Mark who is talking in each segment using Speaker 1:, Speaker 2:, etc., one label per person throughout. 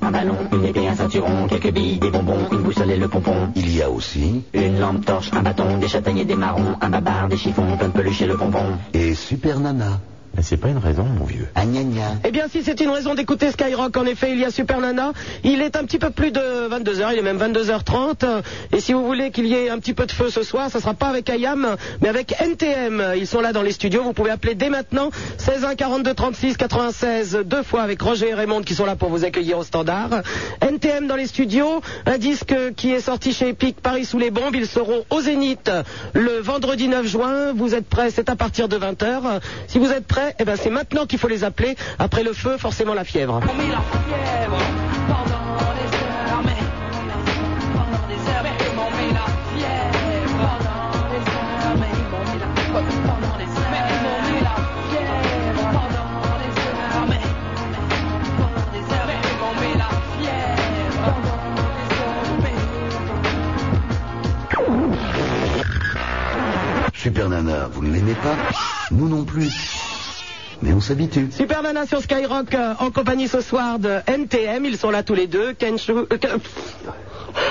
Speaker 1: canon, une épée, un ceinturon, quelques billes, des bonbons, une boussole et le pompon.
Speaker 2: Il y a aussi...
Speaker 1: Une lampe torche, un bâton, des châtaigniers, des marrons, un babar, des chiffons, plein de peluches et le pompon.
Speaker 2: Et Super Nana.
Speaker 3: Mais c'est pas une raison, mon vieux.
Speaker 2: Ah, gna, gna.
Speaker 4: Eh bien, si c'est une raison d'écouter Skyrock, en effet, il y a Super Nana. Il est un petit peu plus de 22h, il est même 22h30. Et si vous voulez qu'il y ait un petit peu de feu ce soir, ça sera pas avec IAM, mais avec NTM. Ils sont là dans les studios, vous pouvez appeler dès maintenant 16 1 42 36 96 deux fois avec Roger et Raymond qui sont là pour vous accueillir au standard. NTM dans les studios, un disque qui est sorti chez Epic Paris sous les bombes. Ils seront au Zénith le vendredi 9 juin. Vous êtes prêts C'est à partir de 20h. Si vous êtes prêts, eh ben c'est maintenant qu'il faut les appeler. Après le feu, forcément la fièvre.
Speaker 5: On met la fièvre pendant des heures, mais pendant des heures, mais on met la fièvre pendant des heures, mais on met la fièvre pendant des heures, mais on met la fièvre pendant des heures, mais pendant des heures, mais on met la fièvre pendant des heures, mais
Speaker 2: Super Nana, vous ne l'aimez pas Nous non plus. Mais on s'habitue.
Speaker 4: Super Nana sur Skyrock euh, en compagnie ce soir de NTM. Ils sont là tous les deux. Kenchu. euh, Ken-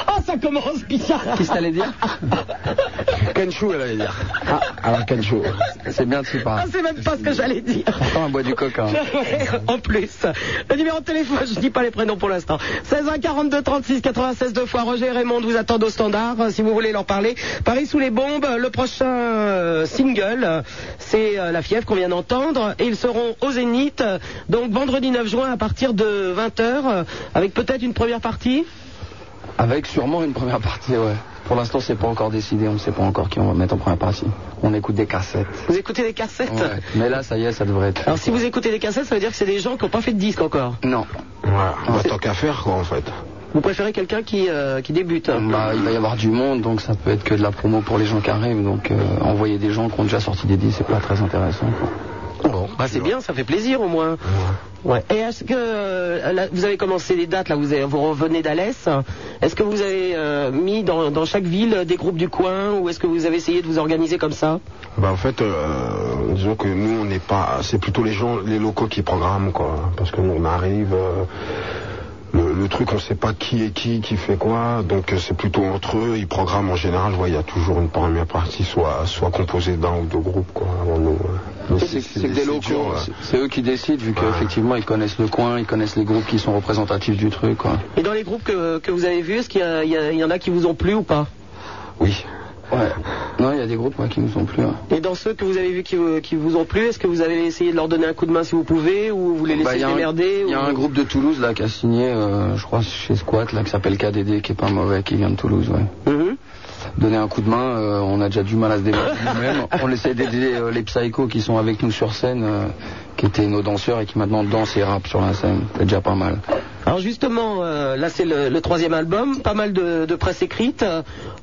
Speaker 4: Oh, ça commence bizarre.
Speaker 6: Qu'est-ce que t'allais dire
Speaker 7: Kenshu, elle allait dire. Ah, alors Kenshu, c'est bien de s'y
Speaker 4: Ah,
Speaker 7: parler.
Speaker 4: c'est même pas ce que j'allais dire.
Speaker 7: Attends, on boit du coca. hein.
Speaker 4: en plus, le numéro de téléphone, je dis pas les prénoms pour l'instant. 16 1 42 36 96 deux fois. Roger et Raymond vous attendent au standard euh, si vous voulez leur parler. Paris sous les bombes, le prochain euh, single, euh, c'est euh, La fièvre qu'on vient d'entendre et ils seront au Zénith euh, donc vendredi 9 juin à partir de 20h avec peut-être une première partie.
Speaker 7: Avec sûrement une première partie, ouais. Pour l'instant, c'est pas encore décidé, on sait pas encore qui on va mettre en première partie. On écoute des cassettes.
Speaker 4: Vous écoutez des cassettes
Speaker 7: Ouais. Mais là, ça y est, ça devrait être.
Speaker 4: Alors si vous écoutez des cassettes, ça veut dire que c'est des gens qui n'ont pas fait de disque encore.
Speaker 7: Non.
Speaker 3: Voilà, bah, tant qu'à faire, quoi, en fait.
Speaker 4: Vous préférez quelqu'un qui, euh, qui débute
Speaker 7: Bah, il va y avoir du monde, donc ça peut être que de la promo pour les gens qui arrivent. Donc, euh, envoyer des gens qui ont déjà sorti des disques, c'est pas très intéressant. quoi.
Speaker 4: Bah, c'est bien, ça fait plaisir au moins. Ouais. Et est-ce que euh, là, vous avez commencé les dates là Vous, avez- vous revenez d'Alès. Est-ce que vous avez euh, mis dans, dans chaque ville euh, des groupes du coin ou est-ce que vous avez essayé de vous organiser comme ça
Speaker 3: Bah, en fait, euh, disons que nous, on n'est pas. C'est plutôt les gens, les locaux qui programment, quoi. Parce que nous, on arrive. euh, le, le truc, on sait pas qui est qui, qui fait quoi. Donc, euh, c'est plutôt entre eux. Ils programment en général. Je vois, il y a toujours une première partie, soit, soit composée d'un ou deux groupes, quoi, avant nous. ouais. Mais
Speaker 7: C'est c'est que des locaux,
Speaker 3: dur, ouais.
Speaker 7: c'est- c'est eux qui décident, vu qu'effectivement, ils connaissent le coin, ils connaissent les groupes qui sont représentatifs du truc. Quoi.
Speaker 4: Et dans les groupes que, que vous avez vus, est-ce qu'il y, a- il y a- il y en a qui vous ont plu ou pas
Speaker 3: Oui.
Speaker 7: Ouais. Non, il y a des groupes ouais, qui nous ont plu. hein. ouais.
Speaker 4: Et dans ceux que vous avez vus qui, vous- qui vous ont plu, est-ce que vous avez essayé de leur donner un coup de main si vous pouvez ou vous les laissez
Speaker 7: Bah, il y a un-
Speaker 4: démerder
Speaker 7: Il y a
Speaker 4: ou-
Speaker 7: un groupe de Toulouse là qui a signé, euh, je crois, chez Squat, là, qui s'appelle KDD, qui est pas mauvais, qui vient de Toulouse. Ouais.
Speaker 4: Mhm.
Speaker 7: Donner un coup de main, euh, on a déjà du mal à se démerder nous-mêmes. On essaie d'aider euh, les psychos qui sont avec nous sur scène, euh, qui étaient nos danseurs et qui maintenant dansent et rappent sur la scène. C'est déjà pas mal.
Speaker 4: Alors justement, euh, là c'est le, le troisième album, pas mal de, de presse écrite.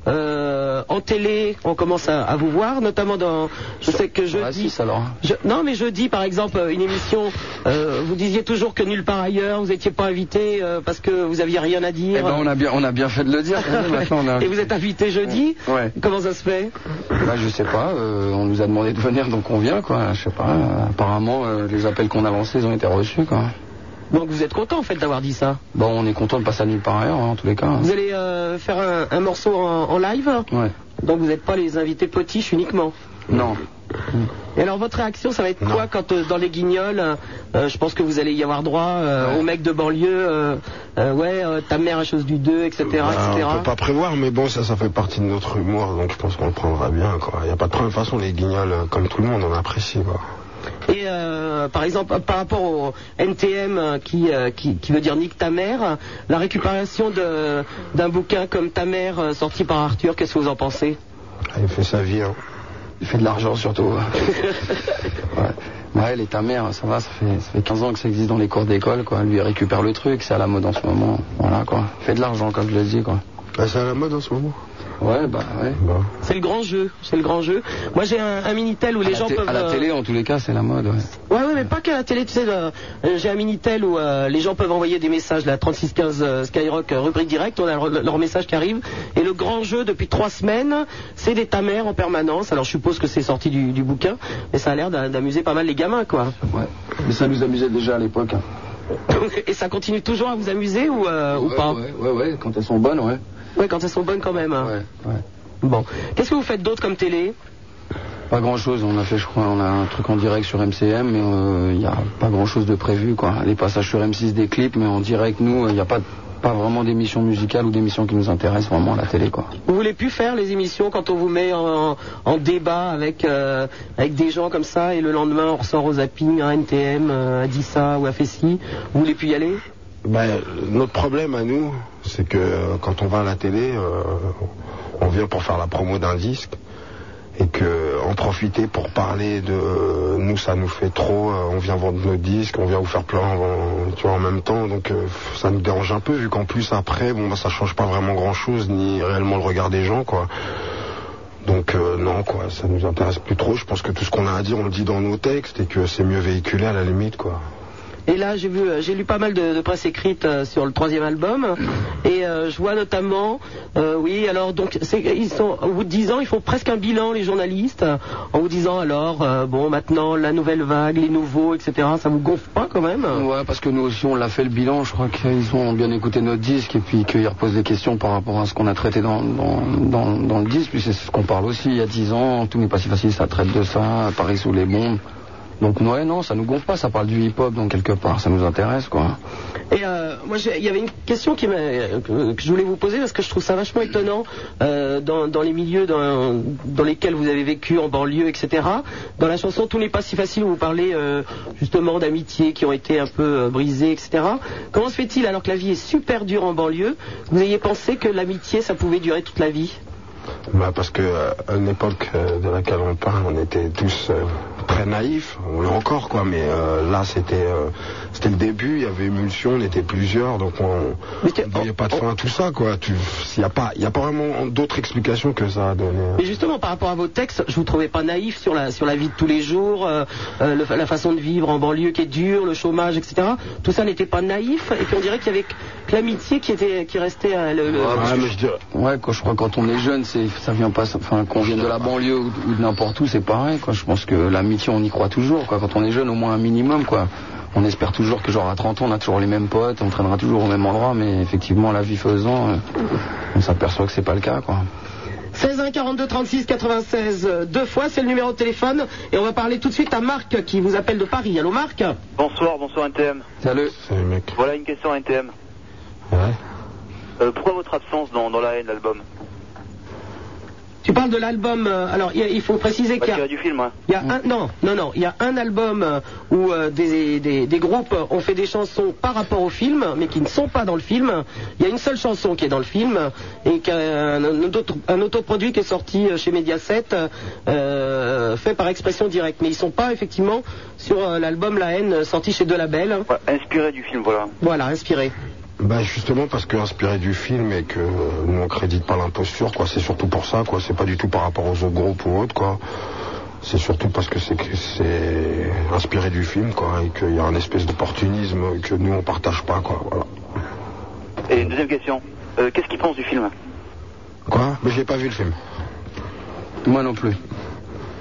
Speaker 4: Euh, en télé, on commence à, à vous voir, notamment dans. Je sais que
Speaker 7: Ah,
Speaker 4: jeudi.
Speaker 7: si, alors.
Speaker 4: Je, non, mais jeudi, par exemple, euh, une émission. euh, vous disiez toujours que nulle part ailleurs, vous n'étiez pas invité euh, parce que vous aviez rien à dire.
Speaker 7: Eh ben, on a bien, on a bien fait de le dire. quand même. Maintenant, on a...
Speaker 4: Et vous êtes invité jeudi.
Speaker 7: Ouais.
Speaker 4: Comment ça se fait
Speaker 7: Bah, je sais pas, euh, on nous a demandé de venir donc on vient quoi, je sais pas, euh, apparemment euh, les appels qu'on a lancés ils ont été reçus quoi.
Speaker 4: Donc vous êtes content en fait d'avoir dit ça.
Speaker 7: Bon on est content de passer à nulle part ailleurs hein, en tous les cas. hein.
Speaker 4: Vous allez euh, faire un, un morceau en, en live.
Speaker 7: Ouais.
Speaker 4: Donc vous n'êtes pas les invités potiches uniquement.
Speaker 7: Non.
Speaker 4: Et alors votre réaction, ça va être quoi quand euh, dans les guignols, euh, euh, je pense que vous allez y avoir droit euh, aux mecs de banlieue, euh, euh, ouais, euh, ta mère à chose du 2, etc.
Speaker 3: Bah,
Speaker 4: etc.
Speaker 3: On peut pas prévoir, mais bon, ça, ça fait partie de notre humour, donc je pense qu'on le prendra bien, quoi. Il n'y a pas de problème. De toute façon, les guignols, euh, comme tout le monde, on apprécie, quoi.
Speaker 4: Et euh, par exemple, par rapport au NTM euh, qui, euh, qui, qui veut dire nique ta mère, la récupération de- d'un bouquin comme ta mère euh, sorti par Arthur, qu'est-ce que vous en pensez
Speaker 3: Il fait sa vie, hein.
Speaker 7: Il fait de l'argent surtout. ouais. ouais, elle est ta mère, ça va, ça fait, ça fait 15 ans que ça existe dans les cours d'école quoi. Lui il récupère le truc, c'est à la mode en ce moment. Voilà quoi. Fait de l'argent comme je le dis quoi.
Speaker 3: Bah, c'est à la mode en ce moment.
Speaker 7: Ouais bah ouais.
Speaker 3: Bah.
Speaker 4: C'est le grand jeu, c'est le grand jeu. Moi j'ai un, un minitel où les
Speaker 7: à
Speaker 4: gens
Speaker 7: la té-
Speaker 4: peuvent
Speaker 7: à la
Speaker 4: euh,
Speaker 7: télé en tous les cas c'est la mode. Ouais.
Speaker 4: Ouais, ouais, mais pas qu'à la télé, tu sais, le- euh, j'ai un Minitel où euh, les gens peuvent envoyer des messages, la 3615 euh, Skyrock, euh, rubrique direct, on a leur, leur message qui arrive. Et le grand jeu depuis trois semaines, c'est des tamers en permanence. Alors je suppose que c'est sorti du, du bouquin, mais ça a l'air d'a- d'amuser pas mal les gamins, quoi.
Speaker 7: Ouais. Mais ça nous amusait déjà à l'époque. hein.
Speaker 4: Et ça continue toujours à vous amuser ou, euh, ou
Speaker 7: Ouais,
Speaker 4: pas
Speaker 7: ouais, ouais, ouais, quand elles sont bonnes, ouais.
Speaker 4: Ouais, quand elles sont bonnes quand même. hein.
Speaker 7: Ouais, ouais.
Speaker 4: Bon. Qu'est-ce que vous faites d'autre comme télé
Speaker 7: Pas grand chose, on a fait, je crois, on a un truc en direct sur MCM, mais il n'y a pas grand chose de prévu, quoi. Les passages sur M6 des clips, mais en direct, nous, il n'y a pas, pas vraiment d'émissions musicales ou d'émissions qui nous intéressent vraiment à la télé, quoi.
Speaker 4: Vous voulez plus faire les émissions quand on vous met en, en débat avec, euh, avec des gens comme ça et le lendemain on ressort aux zapping, un NTM euh, a dit ça ou a fait ci Vous voulez plus y aller
Speaker 3: Ben, notre problème à nous, c'est que euh, quand on va à la télé, euh, on vient pour faire la promo d'un disque et que euh, en profiter pour parler de euh, nous, ça nous fait trop. euh, on vient vendre nos disques, on vient vous faire plein, en- tu vois, en même temps. Donc euh, ça nous dérange un peu vu qu'en plus après, bon, bah, ça change pas vraiment grand chose ni réellement le regard des gens, quoi. Donc euh, non quoi, ça nous intéresse plus trop. Je pense que tout ce qu'on a à dire, on le dit dans nos textes et que c'est mieux véhiculé à la limite quoi.
Speaker 4: Et là, j'ai vu, euh, j'ai lu pas mal de, de presse écrite euh, sur le troisième album, et euh, je vois notamment, euh, oui, alors donc, c'est- ils sont, en vous disant, ils font presque un bilan les journalistes, euh, en vous disant alors, euh, bon, maintenant la nouvelle vague, les nouveaux, etc. Ça vous gonfle pas quand même
Speaker 7: Ouais, parce que nous aussi, on l'a fait le bilan. Je crois qu'ils ont bien écouté notre disque et puis qu'ils reposent des questions par rapport à ce qu'on a traité dans, dans, dans, dans le disque. Puis c'est ce qu'on parle aussi il y a 10 ans. Tout n'est pas si facile, ça traite de ça, Paris sous les bombes. Donc, ouais, non, ça nous gonfle pas. Ça parle du hip-hop, donc quelque part, ça nous intéresse, quoi.
Speaker 4: Et euh, moi, j'ai- il y avait une question qui m'a- que que je voulais vous poser parce que je trouve ça vachement étonnant euh, dans, dans les milieux dans, dans lesquels vous avez vécu, en banlieue, etc. Dans la chanson Tout n'est pas si facile, où vous parlez euh, justement d'amitiés qui ont été un peu euh, brisées, etc. Comment se fait-il, alors que la vie est super dure en banlieue, que vous ayez pensé que l'amitié, ça pouvait durer toute la vie
Speaker 3: Bah parce que euh, à l'époque euh, de laquelle on parle, on était tous euh, très naïfs, on l'est encore quoi, mais euh, là c'était euh, c'était le début, il y avait émulsion, on était plusieurs, donc on
Speaker 4: Mais tu-
Speaker 3: on ne voyait pas de fin à tout ça quoi. Tu s'il y a pas il y a pas vraiment d'autres explications que ça à donner.
Speaker 4: Mais justement, par rapport à vos textes, je vous trouvais pas naïf sur la, sur la vie de tous les jours, euh, euh, le- la façon de vivre en banlieue qui est dure, le chômage, etc. Tout ça n'était pas naïf, et puis on dirait qu'il y avait que l'amitié qui, était, qui restait euh, le, le-
Speaker 3: Ouais,
Speaker 7: Ah, parce que
Speaker 3: mais je dirais-
Speaker 7: Ouais, quoi, je crois que quand on est jeune, c'est, ça vient pas, enfin, qu'on vienne de la banlieue ou, ou de n'importe où, c'est pareil, quoi. Je pense que l'amitié, on y croit toujours, quoi. Quand on est jeune, au moins un minimum, quoi. On espère toujours que, genre, à 30 ans, on a toujours les mêmes potes, on traînera toujours au même endroit, mais effectivement, la vie faisant, euh, on s'aperçoit que c'est pas le cas, quoi.
Speaker 4: 16 1 42 36 96 euh, deux fois, c'est le numéro de téléphone, et on va parler tout de suite à Marc qui vous appelle de Paris. Allô Marc
Speaker 6: Bonsoir, bonsoir NTM.
Speaker 7: Salut. Ah
Speaker 3: C'est les mecs.
Speaker 6: Voilà une question NTM.
Speaker 3: Ouais.
Speaker 6: Euh, pourquoi votre absence dans, dans la haine, l'album
Speaker 4: Tu parles de l'album, euh, alors il y a- il faut préciser
Speaker 6: Pas
Speaker 4: qu'il y a...
Speaker 6: tiré du film, hein.
Speaker 4: Il y a un, non, non, non. Il y a un album euh, où euh, des, des, des groupes ont fait des chansons par rapport au film, mais qui ne sont pas dans le film. Il y a une seule chanson qui est dans le film et qu'un un autre- un autoproduit qui est sorti euh, chez Mediaset euh, fait par expression directe. Mais ils sont pas effectivement sur euh, l'album La haine euh, sorti chez Delabel.
Speaker 6: Ouais, inspiré du film, voilà.
Speaker 4: Voilà, inspiré.
Speaker 3: Bah justement parce que inspiré du film et que euh, nous on crédite pas l'imposture quoi, c'est surtout pour ça quoi, c'est pas du tout par rapport aux autres groupes ou autres quoi. C'est surtout parce que c'est que c'est inspiré du film quoi et qu'il y a un espèce d'opportunisme que nous on partage pas quoi. Voilà.
Speaker 6: Et une deuxième question. Euh, Qu'est-ce qu'il pense du film
Speaker 3: Quoi Mais j'ai pas vu le film.
Speaker 7: Moi non plus.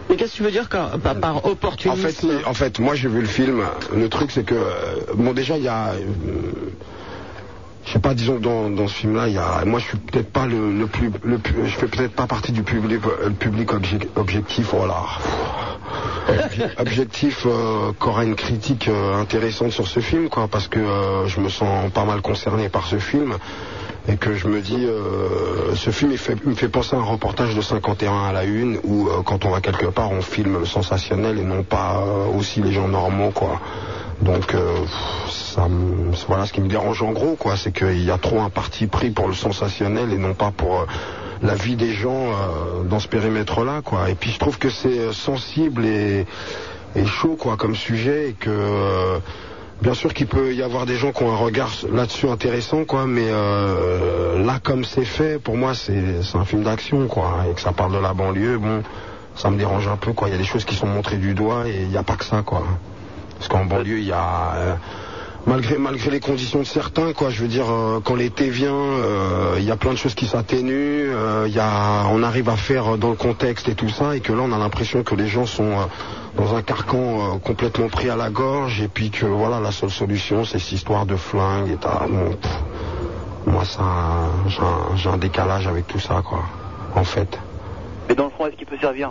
Speaker 4: Mais qu'est-ce que tu veux dire quand, par, par
Speaker 3: En fait,
Speaker 4: opportunisme
Speaker 3: en fait, moi j'ai vu le film. Le truc c'est que euh, bon déjà il y a euh, je sais pas, disons que dans, dans ce film-là, il y a, moi je suis peut-être pas le, le plus, le plus- je fais peut-être pas partie du public, euh, le public obje- objectif, voilà. Obje- objectif euh, qu'aura une critique euh, intéressante sur ce film, quoi, parce que euh, je me sens pas mal concerné par ce film et que je me dis, euh, ce film il fait, il me fait penser à un reportage de 51 à la une où euh, quand on va quelque part, on filme sensationnel et non pas euh, aussi les gens normaux, quoi. Donc euh, pff, ça me- voilà ce qui me dérange en gros quoi, c'est qu'il y a trop un parti pris pour le sensationnel et non pas pour euh, la vie des gens euh, dans ce périmètre là quoi. Et puis je trouve que c'est euh, sensible et, et chaud quoi comme sujet et que euh, bien sûr qu'il peut y avoir des gens qui ont un regard là-dessus intéressant quoi, mais euh, là comme c'est fait pour moi c'est c'est un film d'action quoi et que ça parle de la banlieue bon ça me dérange un peu quoi. Il y a des choses qui sont montrées du doigt et il n'y a pas que ça quoi. Parce qu'en banlieue, il y a. euh, malgré malgré les conditions de certains quoi je veux dire euh, quand l'été vient euh, il y a plein de choses qui s'atténuent euh, il y a on arrive à faire euh, dans le contexte et tout ça et que là on a l'impression que les gens sont euh, dans un carcan euh, complètement pris à la gorge et puis que voilà la seule solution c'est cette histoire de flingue et t'as- bon, pff, moi ça j'ai un- j'ai un décalage avec tout ça quoi en fait
Speaker 7: Mais dans le fond, est-ce qu'il peut servir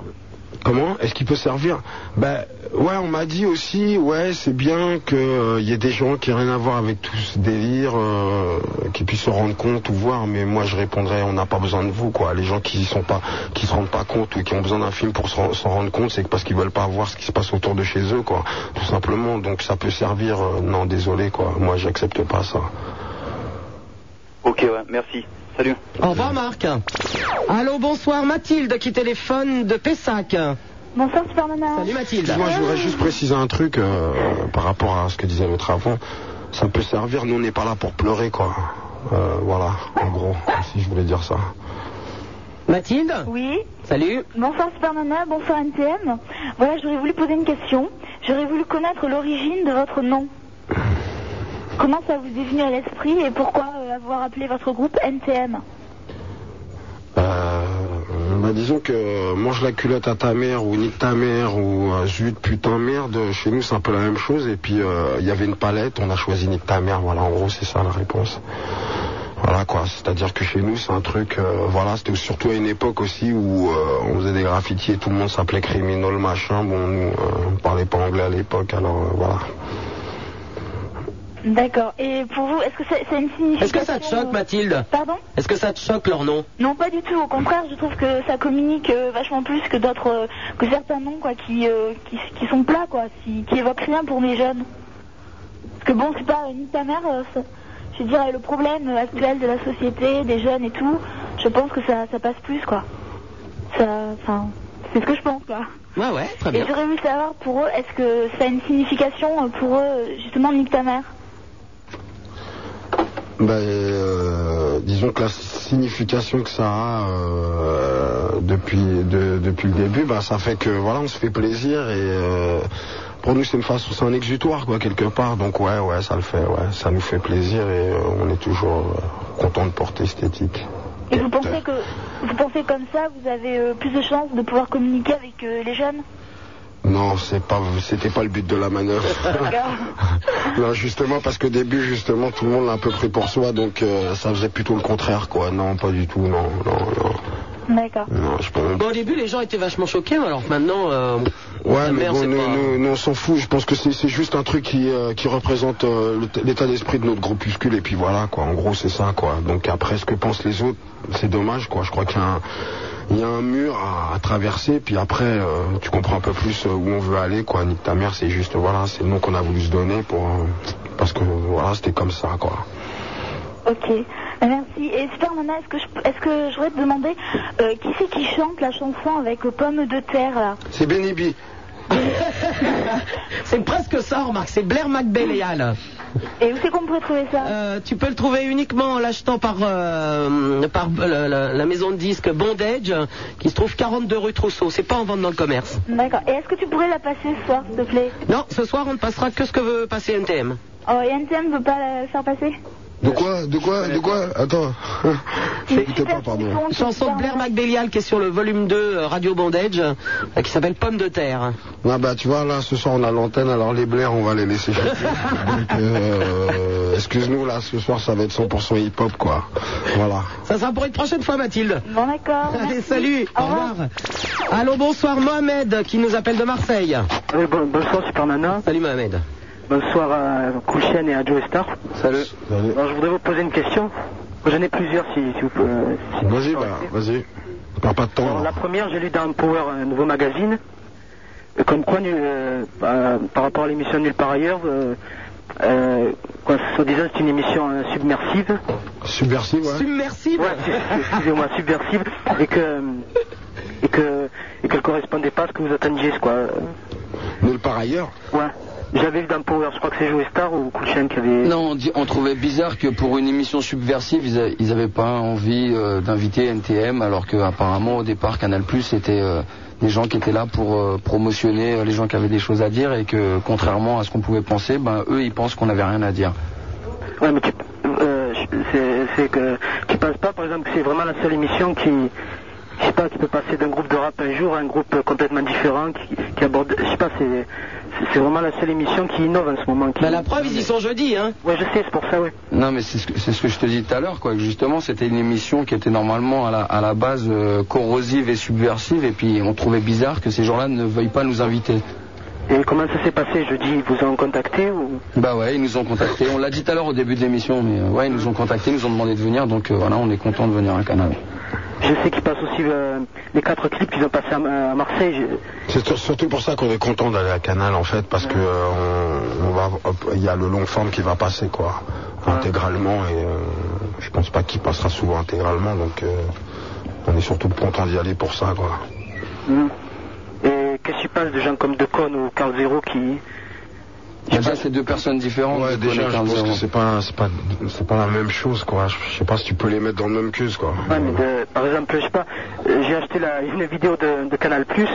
Speaker 3: Comment Est-ce qu'il peut servir Ben ouais, on m'a dit aussi, ouais, c'est bien qu'il y ait des gens qui n'ont rien à voir avec tout ce délire, euh, qui puissent se rendre compte ou voir, mais moi je répondrais, on n'a pas besoin de vous, quoi. Les gens qui y sont pas, qui se rendent pas compte ou qui ont besoin d'un film pour s'en s'en rendre compte, c'est parce qu'ils veulent pas voir ce qui se passe autour de chez eux, quoi. Tout simplement, donc ça peut servir, euh, non, désolé, quoi. Moi j'accepte pas ça.
Speaker 7: Ok, ouais, merci. Salut.
Speaker 4: Au revoir Marc. Allô, bonsoir Mathilde qui téléphone de Pessac.
Speaker 8: Bonsoir Supermana.
Speaker 4: Salut Mathilde.
Speaker 3: Moi, je voudrais juste préciser un truc euh, par rapport à ce que disait l'autre avant. Ça peut servir, nous on n'est pas là pour pleurer, quoi. Euh, voilà, en gros, si je voulais dire ça.
Speaker 4: Mathilde
Speaker 8: Oui.
Speaker 4: Salut.
Speaker 8: Bonsoir Supermana, bonsoir NTM. Voilà, j'aurais voulu poser une question. J'aurais voulu connaître l'origine de votre nom. Comment ça vous est venu à l'esprit et pourquoi euh, avoir appelé votre groupe NTM
Speaker 3: Euh, bah, disons que euh, mange la culotte à ta mère ou nique ta mère ou euh, zut putain merde, chez nous c'est un peu la même chose. Et puis euh, il y avait une palette, on a choisi nique ta mère, voilà, en gros c'est ça la réponse. Voilà quoi, c'est-à-dire que chez nous c'est un truc, euh, voilà, c'était surtout à une époque aussi où euh, on faisait des graffitis et tout le monde s'appelait criminol machin, bon nous euh, on parlait pas anglais à l'époque alors euh, voilà.
Speaker 8: D'accord. Et pour vous, est-ce que c'est c'est une signification
Speaker 4: Est-ce que ça te choque
Speaker 8: euh,
Speaker 4: Mathilde
Speaker 8: Pardon
Speaker 4: Est-ce que ça te choque leur nom
Speaker 8: Non, pas du tout. Au contraire, je trouve que ça communique euh, vachement plus que d'autres, euh, que certains noms quoi, qui, euh, qui, qui sont plats, quoi, si- qui évoquent rien pour mes jeunes. Parce que bon, c'est pas euh, ni ta mère. euh, ça- je veux dire, le problème euh, actuel de la société, des jeunes et tout, je pense que ça, ça passe plus, quoi. Ça, enfin, c'est ce que je pense, quoi.
Speaker 4: Ouais, ouais, très
Speaker 8: Et j'aurais voulu savoir pour eux, est-ce que ça a une signification euh, pour eux, justement, nique ta mère
Speaker 3: Ben, euh, disons que la signification que ça a euh, depuis de- depuis le début, bah, ça fait que voilà, on se fait plaisir et euh, pour nous c'est une façon, c'est un exutoire quoi quelque part. Donc ouais, ouais, ça le fait, ouais, ça nous fait plaisir et euh, on est toujours euh, content de porter esthétique.
Speaker 8: Et vous pensez que vous pensez comme ça, vous avez euh, plus de chances de pouvoir communiquer avec euh, les jeunes
Speaker 3: Non, c'est pas, c'était pas le but de la manœuvre. non, justement, parce qu'au début, justement, tout le monde l'a un peu pris pour soi, donc euh, ça faisait plutôt le contraire, quoi. Non, pas du tout, non, non,
Speaker 8: D'accord.
Speaker 3: non, non, je peux
Speaker 4: Bon, au début, les gens étaient vachement choqués, alors que maintenant. euh,
Speaker 3: Ouais,
Speaker 4: la
Speaker 3: mais
Speaker 4: mère,
Speaker 3: bon,
Speaker 4: c'est
Speaker 3: nous,
Speaker 4: pas-
Speaker 3: nous- nous, on s'en fout. Je pense que c'est c'est juste un truc qui, euh, qui représente euh, le t- l'état d'esprit de notre groupuscule. Et puis voilà, quoi. En gros, c'est ça, quoi. Donc après, ce que pensent les autres, c'est dommage, quoi. Je crois qu'il y a un, il y a un mur à, à traverser. Puis après, euh, tu comprends un peu plus euh, où on veut aller, quoi. Nique ta mère, c'est juste, voilà, c'est le nom qu'on a voulu se donner pour. euh, parce que, voilà, c'était comme ça, quoi.
Speaker 8: Ok. Euh, Merci. Et Supermana, est-ce que je est-ce que je voudrais te demander euh, qui c'est qui chante la chanson avec euh, pomme de terre là
Speaker 3: C'est Benibi.
Speaker 4: C'est presque ça, remarque, c'est Blair McBelléal.
Speaker 8: Et où c'est qu'on pourrait trouver ça
Speaker 4: Euh, tu peux le trouver uniquement en l'achetant par, euh, par euh, la, la maison de disques Bondage, euh, qui se trouve 42 rue Trousseau. C'est pas en vente dans le commerce.
Speaker 8: D'accord. Et est-ce que tu pourrais la passer ce soir, s'il te plaît
Speaker 4: Non, ce soir, on ne passera que ce que veut passer NTM.
Speaker 8: Oh, et NTM veut pas la faire passer
Speaker 3: De quoi De quoi De quoi Attends. Je
Speaker 8: Une
Speaker 3: t'écoutais
Speaker 8: super
Speaker 3: pas, pardon.
Speaker 8: chanson,
Speaker 4: Chanson de Blair
Speaker 8: Supermana.
Speaker 4: McBelléal qui est sur le volume 2 euh, Radio Bondage, euh, qui s'appelle Pomme de terre.
Speaker 3: Ah bah tu vois là ce soir on a l'antenne alors les blairs on va les laisser chanter. Donc, euh, excuse-nous là ce soir ça va être 100% hip hop quoi. Voilà.
Speaker 4: Ça sera pour une prochaine fois, Mathilde.
Speaker 8: Bon, d'accord.
Speaker 4: Allez,
Speaker 8: merci.
Speaker 4: salut. Au revoir. Allô, bonsoir, Mohamed, qui nous appelle de Marseille.
Speaker 9: bonsoir Supermana,
Speaker 4: Hein Salut, Mohamed.
Speaker 9: bonsoir à Kouchen et à Joe Star.
Speaker 3: Salut.
Speaker 9: Alors, je voudrais vous poser une question. J'en ai plusieurs si, si vous pouvez. si-
Speaker 3: Vas-y bah, vas-y. Perds pas de temps.
Speaker 9: Alors, la
Speaker 3: là.
Speaker 9: première, j'ai lu dans Power, un nouveau magazine, euh, comme quoi, nul- euh, bah, par rapport à l'émission Nulle par ailleurs, euh, euh, quoi, soi-disant, c'est une émission euh, submersive.
Speaker 3: Subversive ouais.
Speaker 4: Submersible.
Speaker 9: Ouais, c'est- excusez-moi, subversive, et que. Et que et qu'elle correspondait pas à ce que vous attendiez, quoi.
Speaker 3: Nulle part ailleurs.
Speaker 9: Ouais.
Speaker 10: J'avais vu dans Power, je crois que c'est Joey Star ou Kulchen qui avait.
Speaker 7: Non, on, dit- on trouvait bizarre que pour une émission subversive, ils a- ils n'avaient pas envie euh, d'inviter NTM, alors qu'apparemment au départ, Canal Plus c'était euh, des gens qui étaient là pour euh, promotionner euh, les gens qui avaient des choses à dire et que contrairement à ce qu'on pouvait penser, ben eux ils pensent qu'on n'avait rien à dire.
Speaker 10: Ouais, mais tu, euh, je- c'est, c'est que tu penses pas, par exemple, que c'est vraiment la seule émission qui, je sais pas, qui peut passer d'un groupe de rap un jour à un groupe complètement différent, qui, qui aborde, je sais pas, c'est, c'est- c'est vraiment la seule émission qui innove en ce moment. Qui...
Speaker 4: Bah, la preuve, ils y sont jeudi, hein.
Speaker 10: Ouais, je sais, c'est pour ça, ouais.
Speaker 7: Non, mais c'est ce, que- c'est ce que je te dis tout à l'heure, quoi. Que justement, c'était une émission qui était normalement à la, à la base euh, corrosive et subversive, et puis on trouvait bizarre que ces gens-là ne veuillent pas nous inviter.
Speaker 10: Et comment ça s'est passé jeudi Ils vous ont contacté ou
Speaker 7: Bah ouais, ils nous ont contactés. On l'a dit tout à l'heure au début de l'émission, mais euh, ouais, ils nous ont contactés, ils nous ont demandé de venir, donc euh, voilà, on est content de venir à Canal.
Speaker 10: Je sais qu'ils passent aussi euh, les quatre clips qu'ils ont passés à, Ma- euh, à Marseille. je-
Speaker 3: C'est sur- surtout pour ça qu'on est content d'aller à Canal en fait parce que euh, on, on va hop, il y a le long forme qui va passer quoi intégralement et euh, je pense pas qu'il passera souvent intégralement donc euh, on est surtout content d'y aller pour ça quoi.
Speaker 10: Mm. Et qu'est-ce qui passe de gens comme Decon ou Carl Zero qui
Speaker 7: Déjà, c'est deux personnes différentes.
Speaker 3: Ouais,
Speaker 7: donc,
Speaker 3: déjà,
Speaker 7: on est
Speaker 3: je pense
Speaker 7: 15-0.
Speaker 3: que c'est pas, c'est pas, c'est pas la même chose, quoi. Je je sais pas si tu peux les mettre dans le même cuse, quoi.
Speaker 10: Ouais, mais de- par exemple, je sais pas, euh, j'ai acheté la, une vidéo de, de Canal Plus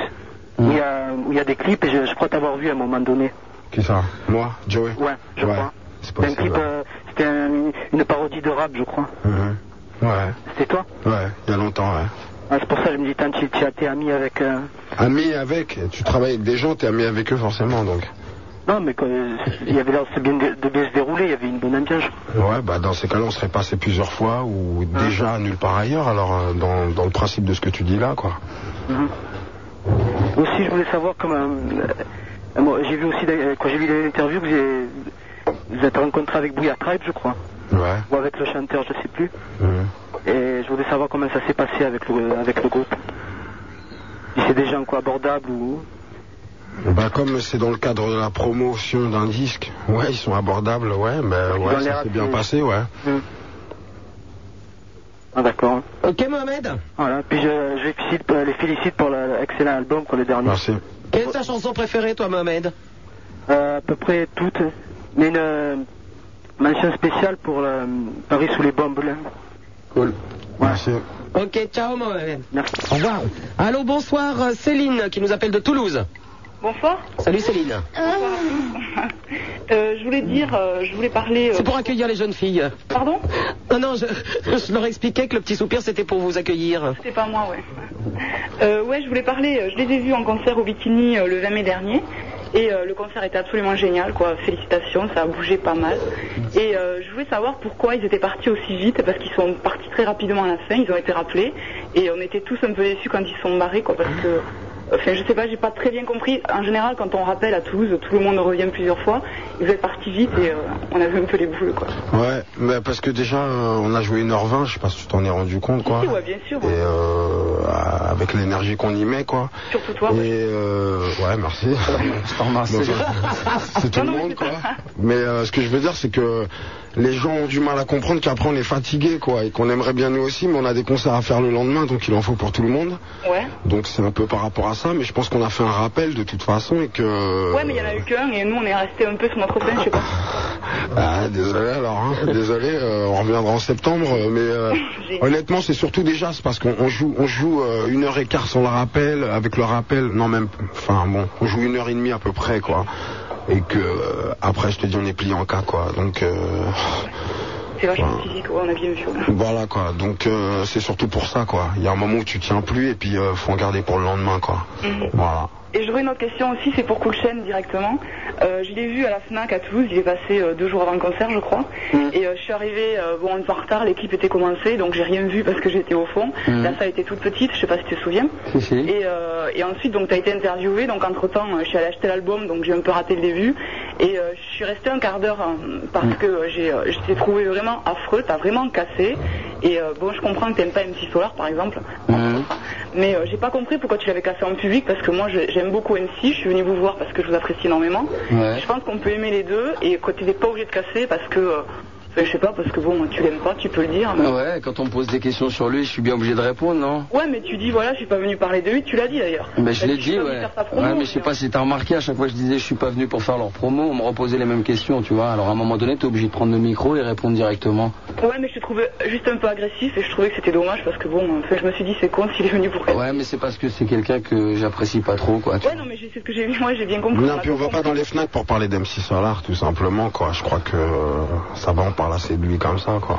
Speaker 10: où il y a- où il y a des clips et je, je crois t'avoir vu à un moment donné.
Speaker 3: Qui ça Moi Joey
Speaker 10: Ouais, je crois.
Speaker 3: C'est
Speaker 10: C'était un
Speaker 3: possible.
Speaker 10: clip, euh, c'était un- une parodie de rap, je crois.
Speaker 3: Mhm. Ouais,
Speaker 10: C'était toi
Speaker 3: ouais, il y a longtemps, ouais.
Speaker 10: Ah, C'est pour ça que je me dis, tant tu, tu as été ami avec. euh,
Speaker 3: Ami avec, tu travailles avec des gens, t'es ami avec eux forcément, donc.
Speaker 10: Non, mais quand, euh, il y avait l'air de bien, de bien se dérouler, il y avait une bonne ambiance. je crois.
Speaker 3: Ouais, bah dans ces cas-là, on serait passé plusieurs fois ou déjà nulle part ailleurs, alors euh, dans, dans le principe de ce que tu dis là, quoi.
Speaker 10: Mhm. Aussi, je voulais savoir comment. euh, euh, moi, j'ai vu aussi, d'ailleurs, quand j'ai vu l'interview, que j'ai- vous êtes rencontré avec Bouya Tribe, je crois,
Speaker 3: Ouais.
Speaker 10: ou avec le chanteur, je sais plus.
Speaker 3: Mhm.
Speaker 10: Et je voulais savoir comment ça s'est passé avec le, avec le groupe. Si c'est des gens quoi, abordables ou.
Speaker 3: Bah comme c'est dans le cadre de la promotion d'un disque, ouais, ils sont abordables, ouais, mais ouais,
Speaker 10: ont l'air
Speaker 3: ça s'est bien
Speaker 10: assez- Mhm.
Speaker 3: passé, ouais.
Speaker 10: Ah, d'accord.
Speaker 4: Ok, Mohamed
Speaker 10: Voilà, puis je, je les félicite- euh, les félicite pour l'excellent album, qu'on le dernier.
Speaker 3: Merci.
Speaker 4: Quelle est ta chanson préférée, toi, Mohamed
Speaker 10: Euh, à peu près toutes. Mais une euh, mention spéciale pour euh, Paris sous les bombes. là.
Speaker 7: Cool.
Speaker 3: Merci.
Speaker 4: Ok, ciao, Mohamed.
Speaker 10: Merci.
Speaker 4: Au revoir. Allô, bonsoir, euh, Céline, qui nous appelle de Toulouse.
Speaker 11: Bonsoir.
Speaker 4: Salut, Céline.
Speaker 11: Euh, je voulais dire, euh, je voulais parler. euh,
Speaker 4: C'est pour accueillir les jeunes filles.
Speaker 11: Pardon
Speaker 4: Non, non, je, je leur expliquais que le petit soupir, c'était pour vous accueillir.
Speaker 11: C'est pas moi, ouais. Euh, ouais, je voulais parler. euh, Je les ai vus en concert au Bikini euh, le 20 mai dernier. Et euh, le concert était absolument génial, quoi. Félicitations, ça a bougé pas mal. Et euh, je voulais savoir pourquoi ils étaient partis aussi vite, parce qu'ils sont partis très rapidement à la fin, ils ont été rappelés. Et on était tous un peu déçus quand ils sont barrés, quoi, parce que. Enfin, je sais pas, j'ai pas très bien compris. En général, quand on rappelle à Toulouse, tout le monde revient plusieurs fois. Ils étaient partis vite et euh, on avait un peu les boules, quoi.
Speaker 3: Ouais, mais parce que déjà, euh, on a joué 1h20, je sais pas si tu t'en es rendu compte, quoi.
Speaker 11: Si, si, ouais, bien sûr.
Speaker 3: Et euh, avec l'énergie qu'on y met, quoi.
Speaker 11: Surtout toi.
Speaker 3: Et euh, ouais, merci.
Speaker 7: Je te remercie.
Speaker 3: Donc, Ah, c'est tout
Speaker 11: Non,
Speaker 3: le
Speaker 11: Ah, non,
Speaker 3: monde,
Speaker 11: mais
Speaker 3: quoi.
Speaker 11: c'est
Speaker 3: Mais euh, ce que je veux dire, c'est que les gens ont du mal à comprendre qu'après on est fatigué, quoi, et qu'on aimerait bien nous aussi, mais on a des concerts à faire le lendemain, donc il en faut pour tout le monde.
Speaker 11: Ouais.
Speaker 3: Donc c'est un peu par rapport à ça, mais je pense qu'on a fait un rappel de toute façon et que.
Speaker 11: Ouais, mais il y en a eu qu'un et nous on est resté un peu sur notre fin, je sais pas.
Speaker 3: Ah, désolé alors, hein. désolé, euh, on reviendra en septembre, euh, mais euh,
Speaker 11: J'ai-
Speaker 3: honnêtement c'est surtout déjà c'est parce qu'on on joue, on joue euh, une heure et quart sans le rappel, avec le rappel, non même, enfin bon, on joue une heure et demie à peu près quoi, et que euh, après je te dis on est plié en cas quoi, donc euh,
Speaker 11: C'est vachement physique, ouais, on a bien vu.
Speaker 3: voilà quoi, donc euh, c'est surtout pour ça quoi, il y a un moment où tu tiens plus et puis euh, faut en garder pour le lendemain quoi, voilà.
Speaker 11: Mhm. Et j'aurais une autre question aussi, c'est pour Kulchen directement. Euh, je l'ai vu à la FNAC à Toulouse, il est passé euh, deux jours avant le concert, je crois.
Speaker 7: Mhm.
Speaker 11: Et euh, je suis arrivée, euh, bon, un peu en retard, l'équipe était commencée, donc j'ai rien vu parce que j'étais au fond. La salle était toute petite, je sais pas si tu te souviens.
Speaker 7: Mhm. Si, si.
Speaker 11: Et, euh, et ensuite, donc, t'as été interviewé. Donc, entre temps, je suis allée acheter l'album, donc j'ai un peu raté le début. Et euh, je suis restée un quart d'heure hein, parce
Speaker 7: Mhm.
Speaker 11: que euh, j'ai, euh, je t'ai trouvé vraiment affreux. T'as vraiment cassé. Et euh, bon, je comprends que t'aimes pas MC Solar, par exemple.
Speaker 7: Mhm.
Speaker 11: Mais euh, j'ai pas compris pourquoi tu l'avais cassé en public parce que moi, je- j'aime beaucoup MC. Je suis venue vous voir parce que je vous apprécie énormément.
Speaker 7: Ouais.
Speaker 11: Je pense qu'on peut aimer les deux et quand t'étais pas obligé de casser parce que. euh, Enfin, je sais pas, parce que bon, tu l'aimes pas, tu peux le dire. mais-
Speaker 7: Ouais, quand on me pose des questions sur lui, je suis bien obligé de répondre, non
Speaker 11: Ouais, mais tu dis, voilà, je suis pas venu parler de lui, Bah, tu l'as dit d'ailleurs.
Speaker 7: mais Ben, je
Speaker 11: T'as
Speaker 7: l'ai
Speaker 11: je suis
Speaker 7: dit,
Speaker 11: pas venu
Speaker 7: ouais.
Speaker 11: faire sa promo.
Speaker 7: Ouais, mais je sais pas si t'as remarqué, à chaque fois que je disais je suis pas venu pour faire leur promo, on me reposait les mêmes questions, tu vois. Alors à un moment donné, t'es obligé de prendre le micro et répondre directement.
Speaker 11: Ouais, mais je te trouvais juste un peu agressif et je trouvais que c'était dommage parce que bon, enfin, je me suis dit, c'est con s'il est venu pour rien.
Speaker 7: Ouais, mais c'est parce que c'est quelqu'un que j'apprécie pas trop, quoi. Ah, tu
Speaker 11: Ouais, non, mais j'ai- c'est ce que j'ai moi j'ai bien compris.
Speaker 3: Non, puis on va pas dans les fenêtres pour parler d'MC Solar, tout simplement, quoi. Je crois que euh, ça va, on parle assez de lui comme ça, quoi.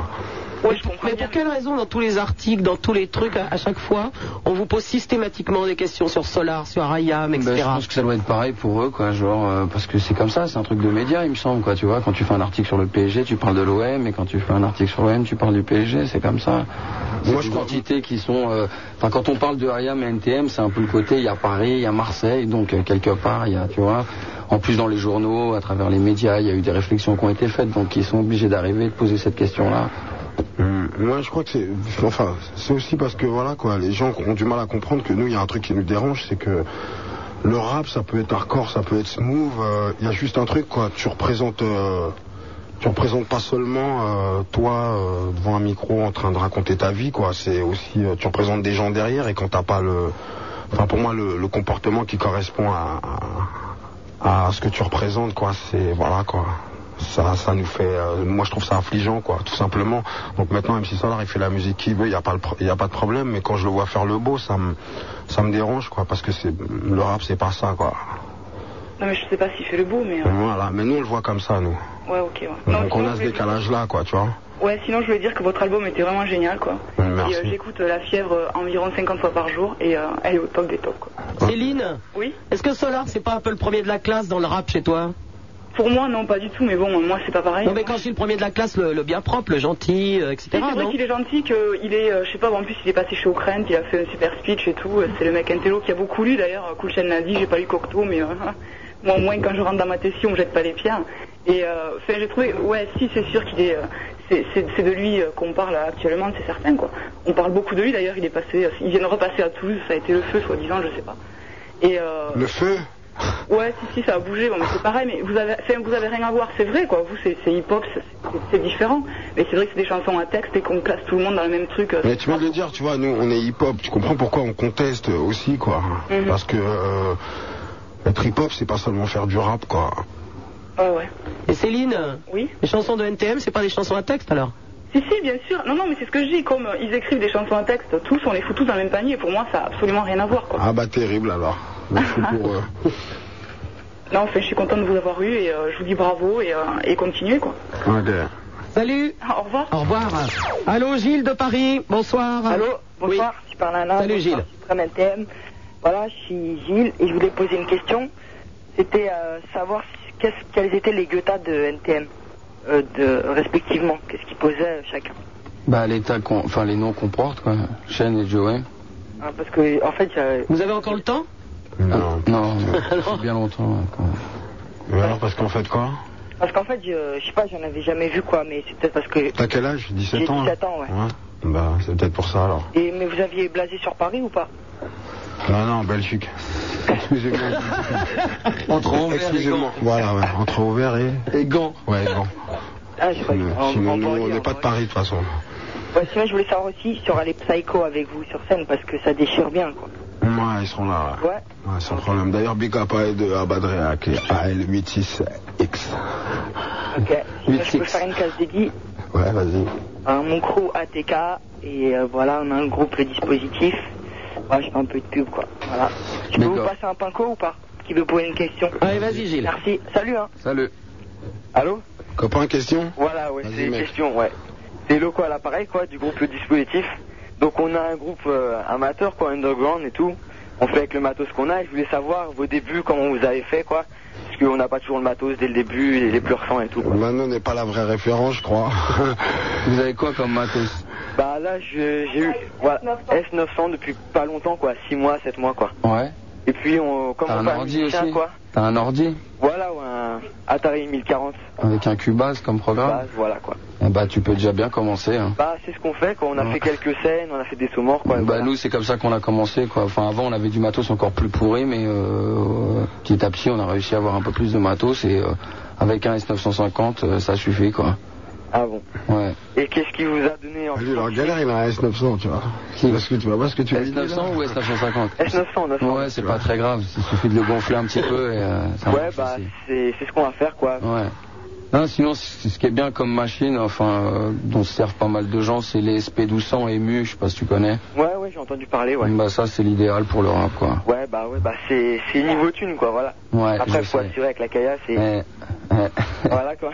Speaker 4: Mais pour quelle raison, dans tous les articles, dans tous les trucs, à, à chaque fois, on vous pose systématiquement des questions sur Solar, sur Ayam, etc.
Speaker 7: Ben, je pense que ça doit être pareil pour eux, quoi, genre, euh, parce que c'est comme ça, c'est un truc de média, il me semble, quoi, tu vois, quand tu fais un article sur le PSG, tu parles de l'OM, et quand tu fais un article sur l'OM, tu parles du PSG, c'est comme ça. Moi, je quantités qui sont, euh, enfin, quand on parle de Ayam et NTM, c'est un peu le côté, il y a Paris, il y a Marseille, donc euh, quelque part, il y a, tu vois, en plus dans les journaux, à travers les médias, il y a eu des réflexions qui ont été faites, donc ils sont obligés d'arriver, de poser cette question-là.
Speaker 3: Hum, Moi, je crois que c'est. Enfin, c'est aussi parce que voilà, quoi, les gens ont du mal à comprendre que nous, il y a un truc qui nous dérange, c'est que le rap, ça peut être hardcore, ça peut être smooth. euh, Il y a juste un truc, quoi. Tu représentes. euh, tu représentes pas seulement euh, toi euh, devant un micro en train de raconter ta vie, quoi. C'est aussi. euh, tu représentes des gens derrière et quand t'as pas le. Enfin, pour moi, le, le comportement qui correspond à, à, à Ah, ce que tu représentes, quoi, c'est. Voilà, quoi. Ça, ça nous fait. euh, moi, je trouve ça affligeant, quoi, tout simplement. Donc maintenant, même si Solar, il fait la musique qu'il veut, il n'y a, pas le pro- y a pas de problème, mais quand je le vois faire le beau, ça me, ça me dérange, quoi, parce que c'est le rap, c'est pas ça, quoi.
Speaker 11: Non, mais je sais pas s'il fait le beau, mais. euh,
Speaker 3: Voilà, mais nous, on le voit comme ça, nous.
Speaker 11: Ouais, ok, ouais. Non,
Speaker 3: Donc on
Speaker 11: sinon,
Speaker 3: a
Speaker 11: je
Speaker 3: ce
Speaker 11: voulais-
Speaker 3: décalage-là, quoi, tu vois.
Speaker 11: Ouais, sinon je voulais dire que votre album était vraiment génial, quoi.
Speaker 3: Merci.
Speaker 11: Et euh, j'écoute euh, La Fièvre euh, environ 50 fois par jour et euh, elle est au top des tops, quoi.
Speaker 4: Céline
Speaker 11: Oui
Speaker 4: Est-ce que Solar, c'est pas un peu le premier de la classe dans le rap chez toi
Speaker 11: Pour moi, non, pas du tout, mais bon, moi, c'est pas pareil.
Speaker 4: Non, mais quand je dis le premier de la classe, le, le bien propre, le gentil, euh,
Speaker 11: Mais
Speaker 4: etc.
Speaker 11: C'est vrai
Speaker 4: non
Speaker 11: qu'il est gentil, qu'il est, euh, je sais pas, en plus il est passé chez Ukraine, il a fait un super speech et tout. Euh, C'est le mec intello qui a beaucoup lu d'ailleurs. euh, Cool Chain l'a dit, j'ai pas lu Cocteau, mais euh, moi au moins quand je rentre dans ma tessie, on me jette pas les pierres. Et euh, enfin, j'ai trouvé, ouais, si c'est sûr qu'il est, euh, c'est- c'est c'est de lui euh, qu'on parle actuellement, c'est certain quoi. On parle beaucoup de lui d'ailleurs, il est passé, euh, il vient de repasser à Toulouse, ça a été le feu soi-disant, je sais pas. Et euh,
Speaker 3: Le feu
Speaker 11: Ouais, si, si, ça a bougé. Bon, mais c'est pareil, mais vous avez, enfin, vous avez rien à voir, c'est vrai, quoi. Vous, c'est c'est hip-hop, c'est- c'est- c'est différent. Mais c'est vrai que c'est des chansons à texte et qu'on classe tout le monde dans le même truc. euh,
Speaker 3: Mais tu viens de le dire, tu vois, nous, on est hip-hop. Tu comprends pourquoi on conteste aussi, quoi.
Speaker 11: Mhm.
Speaker 3: Parce que euh, être hip-hop, c'est pas seulement faire du rap, quoi.
Speaker 11: Ouais, Ah, ouais.
Speaker 4: Et Céline
Speaker 11: Oui
Speaker 4: Les chansons de NTM, c'est pas des chansons à texte alors
Speaker 11: Si, si, bien sûr. Non, non, mais c'est ce que je dis. Comme euh, ils écrivent des chansons à texte, tous, on les fout tous dans le même panier. Pour moi, ça a absolument rien à voir, quoi.
Speaker 3: Ah bah terrible alors. Mais c'est pour, euh,
Speaker 11: Non, enfin, je suis contente de vous avoir eu et euh, je vous dis bravo et, euh, et continuez, quoi.
Speaker 3: ok.
Speaker 4: Salut
Speaker 11: Au revoir.
Speaker 4: Au revoir Allô Gilles de Paris, bonsoir
Speaker 12: Allô, bonsoir, je parle à Nana.
Speaker 4: Salut,
Speaker 12: bonsoir,
Speaker 4: Gilles.
Speaker 12: Je suis Prem NTM. Voilà, je suis Gilles et je voulais poser une question. C'était euh, savoir si- qu'est-ce- quels étaient les guettas de NTM, euh, de, respectivement, qu'est-ce qu'ils posaient euh, chacun.
Speaker 7: Bah, les tags qu'on- enfin, les noms qu'on porte, quoi. Shane et Joey.
Speaker 12: Hein, parce que, en fait, euh, j'avais-
Speaker 4: Vous avez encore le temps
Speaker 3: Non.
Speaker 7: Ah, Non, c'est bien longtemps, ouais, quand même.
Speaker 3: Mais alors, parce qu'en fait, quoi
Speaker 12: parce qu'en fait, je, je sais pas, j'en avais jamais vu quoi, mais c'est peut-être parce que.
Speaker 3: T'as quel âge 17
Speaker 12: J'ai
Speaker 3: ans
Speaker 12: 17
Speaker 3: hein
Speaker 12: ans, ouais.
Speaker 3: Ouais. Bah, c'est peut-être pour ça alors.
Speaker 12: Et, mais vous aviez blasé sur Paris ou pas
Speaker 3: Non, non, Belgique. Excusez-moi.
Speaker 7: Entre Anvers et
Speaker 3: Excusez-moi. Voilà, ouais. Entre Anvers et.
Speaker 7: Et Gand.
Speaker 3: Ouais, Gand.
Speaker 12: Ah, je sais pas.
Speaker 3: Sinon,
Speaker 12: en-
Speaker 3: sinon,
Speaker 12: en
Speaker 3: nous, on
Speaker 12: banlieue,
Speaker 3: n'est
Speaker 12: en
Speaker 3: pas de
Speaker 12: banlieue.
Speaker 3: Paris, de toute façon.
Speaker 12: Ouais, sinon, je voulais savoir aussi si y aura les psychos avec vous sur scène parce que ça déchire bien quoi.
Speaker 3: Ouais, ils seront là. Ouais. Ouais, sans problème. D'ailleurs, Big Up de Abadréac et AL86X.
Speaker 12: Ok. Sinon, je peux
Speaker 3: 8-6.
Speaker 12: faire une case dédiée.
Speaker 3: Ouais, vas-y.
Speaker 12: Euh, mon crew ATK et euh, voilà on a un groupe le dispositif. Ouais, je fais un peu de pub quoi. Voilà. Tu peux vous passer un pinko ou pas Qui veut poser une question
Speaker 4: Allez vas-y Gilles.
Speaker 12: Merci. Salut hein.
Speaker 7: Salut.
Speaker 9: Allô
Speaker 3: Copain, question
Speaker 9: Voilà, ouais, c'est une question, ouais. C'est Loco à l'appareil, quoi, du groupe Le Dispositif. Donc on a un groupe euh, amateur, quoi, underground et tout. On fait avec le matos qu'on a. Et je voulais savoir vos débuts, comment vous avez fait, quoi. Parce qu'on n'a pas toujours le matos dès le début, et les plus récents et tout. quoi.
Speaker 3: Manon n'est pas la vraie référence, je crois.
Speaker 7: Vous avez quoi comme matos
Speaker 9: Bah là, je- j'ai eu voilà, S900 depuis pas longtemps, quoi. 6 mois, 7 mois, quoi.
Speaker 7: Ouais.
Speaker 9: Et puis, on, comme
Speaker 7: T'as
Speaker 9: on
Speaker 7: un
Speaker 9: fait un
Speaker 7: ordi
Speaker 9: musicien,
Speaker 7: aussi
Speaker 9: quoi.
Speaker 7: T'as un ordi
Speaker 9: Voilà, ou un Atari 1040.
Speaker 7: avec un Cubase comme programme
Speaker 9: Base, voilà, quoi.
Speaker 7: Eh Bah, tu peux déjà bien commencer, hein.
Speaker 9: Bah, c'est ce qu'on fait, quoi. On a
Speaker 7: Ouais.
Speaker 9: fait quelques scènes, on a fait des sauts morts, quoi.
Speaker 7: bah nous c'est comme ça qu'on a commencé quoi. Enfin avant on avait du matos encore plus pourri mais euh, petit à petit on a réussi à avoir un peu plus de matos et euh, avec un S950 euh, ça suffit quoi.
Speaker 9: Ah bon
Speaker 13: Ouais.
Speaker 9: Et qu'est-ce qui vous a donné envie
Speaker 3: Lui, il est en galère, il a un S900, tu vois. Parce que tu vas voir ce que tu veux dire,
Speaker 13: S900
Speaker 3: là.
Speaker 13: ou S950
Speaker 9: S900, 900.
Speaker 13: Ouais, c'est pas très grave, il suffit de le gonfler un petit peu et
Speaker 7: Ah,
Speaker 13: euh, ça
Speaker 9: Ouais,
Speaker 13: marche
Speaker 9: bah,
Speaker 13: aussi.
Speaker 9: c'est c'est ce qu'on va faire, quoi.
Speaker 13: Ouais. Non, sinon, c- ce qui est bien comme machine, enfin, euh, dont se servent pas mal de gens, c'est les SP1200 ému, je sais pas si tu connais.
Speaker 9: Ouais, ouais, j'ai entendu parler, ouais.
Speaker 13: Bah, ça, c'est l'idéal pour le rap, quoi.
Speaker 9: Ouais, bah, ouais, bah, c'est c'est niveau thune, quoi, voilà.
Speaker 13: Ouais,
Speaker 9: Après,
Speaker 13: je
Speaker 9: faut
Speaker 13: sais.
Speaker 9: assurer avec la caillasse et.
Speaker 13: Ouais. Ouais.
Speaker 9: voilà, quoi.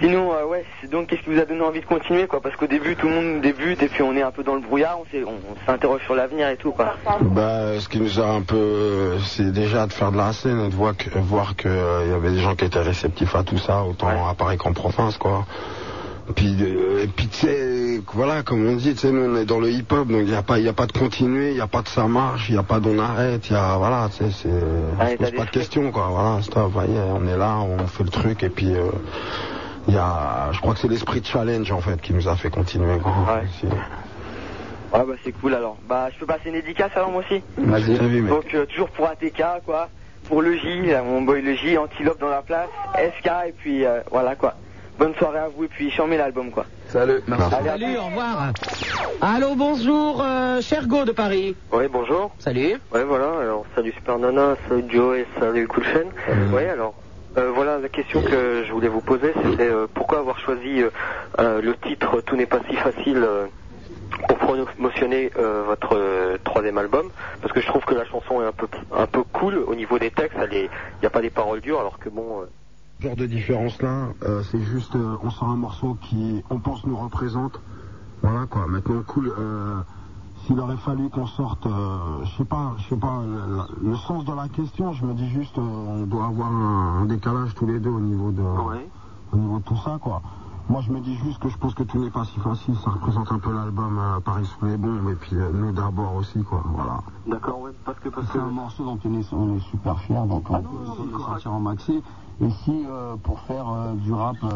Speaker 9: Sinon, euh, ouais, c'est- donc, qu'est-ce qui vous a donné envie de continuer, quoi Parce qu'au début, tout le monde débute et puis on est un peu dans le brouillard, on s'est- on- on s'interroge sur l'avenir et tout, quoi.
Speaker 3: Bah, ce qui nous a un peu, euh, c'est déjà de faire de la scène et de voir que, voir que euh, il y avait des gens qui étaient réceptifs à tout ça, autant à Paris qu'en province, quoi. Puis, euh, et puis tu sais, voilà, comme on dit, tu sais, nous on est dans le hip-hop, donc il n'y a pas, il y a pas de continuer, il n'y a pas de ça marche, il n'y a pas d'on arrête, il y a, voilà, tu sais, c'est, on se pose pas de questions, quoi. Voilà, stop, ça y est, on est là, on fait le truc, et puis. euh, il y a, je crois que c'est l'esprit de challenge en fait qui nous a fait continuer. quoi. C'est-
Speaker 9: Ouais, bah, c'est cool, alors. Bah, je peux passer une dédicace, alors, moi aussi
Speaker 3: Vas-y. Très bien, mec.
Speaker 9: Donc, euh, toujours pour ATK, quoi. Pour le J, euh, mon boy le J, Antilope dans la place, SK, et puis, euh, voilà, quoi. Bonne soirée à vous, et puis, charmez l'album, quoi.
Speaker 13: Salut,
Speaker 9: Allez, à
Speaker 14: Salut, au revoir. Allô, bonjour, euh, cher Go de Paris.
Speaker 10: Oui, bonjour.
Speaker 14: Salut.
Speaker 10: Oui, voilà, alors salut Super Nana, salut Joe et salut Coolchen.
Speaker 7: Mmh.
Speaker 10: Oui, alors, euh, voilà la question que je voulais vous poser, c'était euh, pourquoi avoir choisi euh, euh, le titre Tout n'est pas si facile euh, pour promotionner euh, votre euh, troisième album Parce que je trouve que la chanson est un peu, un peu cool au niveau des textes, il n'y a pas des paroles dures, alors que bon... euh,
Speaker 3: Ce genre de différence là, c'est juste euh, on sort un morceau qui on pense nous représente. Voilà quoi. Maintenant cool. euh, S'il aurait fallu qu'on sorte, euh, je sais pas, je sais pas le, le- le sens de la question. Je me dis juste, euh, on doit avoir un, un décalage tous les deux au niveau de, au niveau de tout ça quoi. Moi je me dis juste que je pense que tout n'est pas si facile. Ça représente un peu l'album euh, Paris sous les bombes et puis euh, nous d'abord aussi quoi. Voilà.
Speaker 10: D'accord, ouais, parce que Ah parce
Speaker 7: c'est un morceau dont on est, on est super fier, donc on peut essayer de le sortir en maxi. Et si euh, pour faire euh, du rap euh,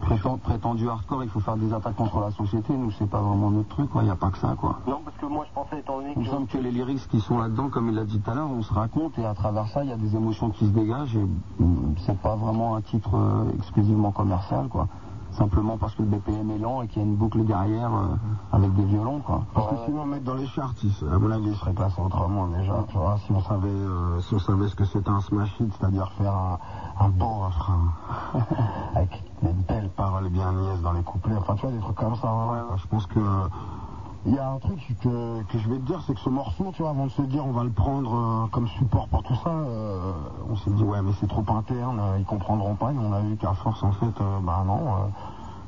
Speaker 7: prétend- prétendu hardcore, il faut faire des attaques contre la société, nous c'est pas vraiment notre truc, quoi. Il n'y a pas que ça, quoi.
Speaker 10: Non, parce que moi je pensais, étant donné
Speaker 7: Il me semble que les lyrics qui sont là-dedans, comme il l'a dit tout à l'heure, on se raconte et à travers ça, il y a des émotions qui se dégagent et mm, c'est pas vraiment un titre euh, exclusivement commercial, quoi. Simplement parce que le BPM est lent et qu'il y a une boucle derrière euh, avec des violons, quoi.
Speaker 3: Parce que sinon, mettre dans les charts, ils- à mon avis, ils seraient classés autrement déjà. Tu vois, si on savait, euh, si on savait ce que c'était un smash hit, c'est-à-dire faire un, un bon refrain avec des belles paroles bien niaises dans les couplets, enfin, tu vois, des trucs comme ça. voilà. Je pense que il y a un truc que, que je vais te dire, c'est que ce morceau, tu vois, avant de se dire on va le prendre euh, comme support pour tout ça, euh, on s'est dit ouais, mais c'est trop interne, euh, ils comprendront pas. Et on a vu qu'à force, en fait, euh, bah non. euh,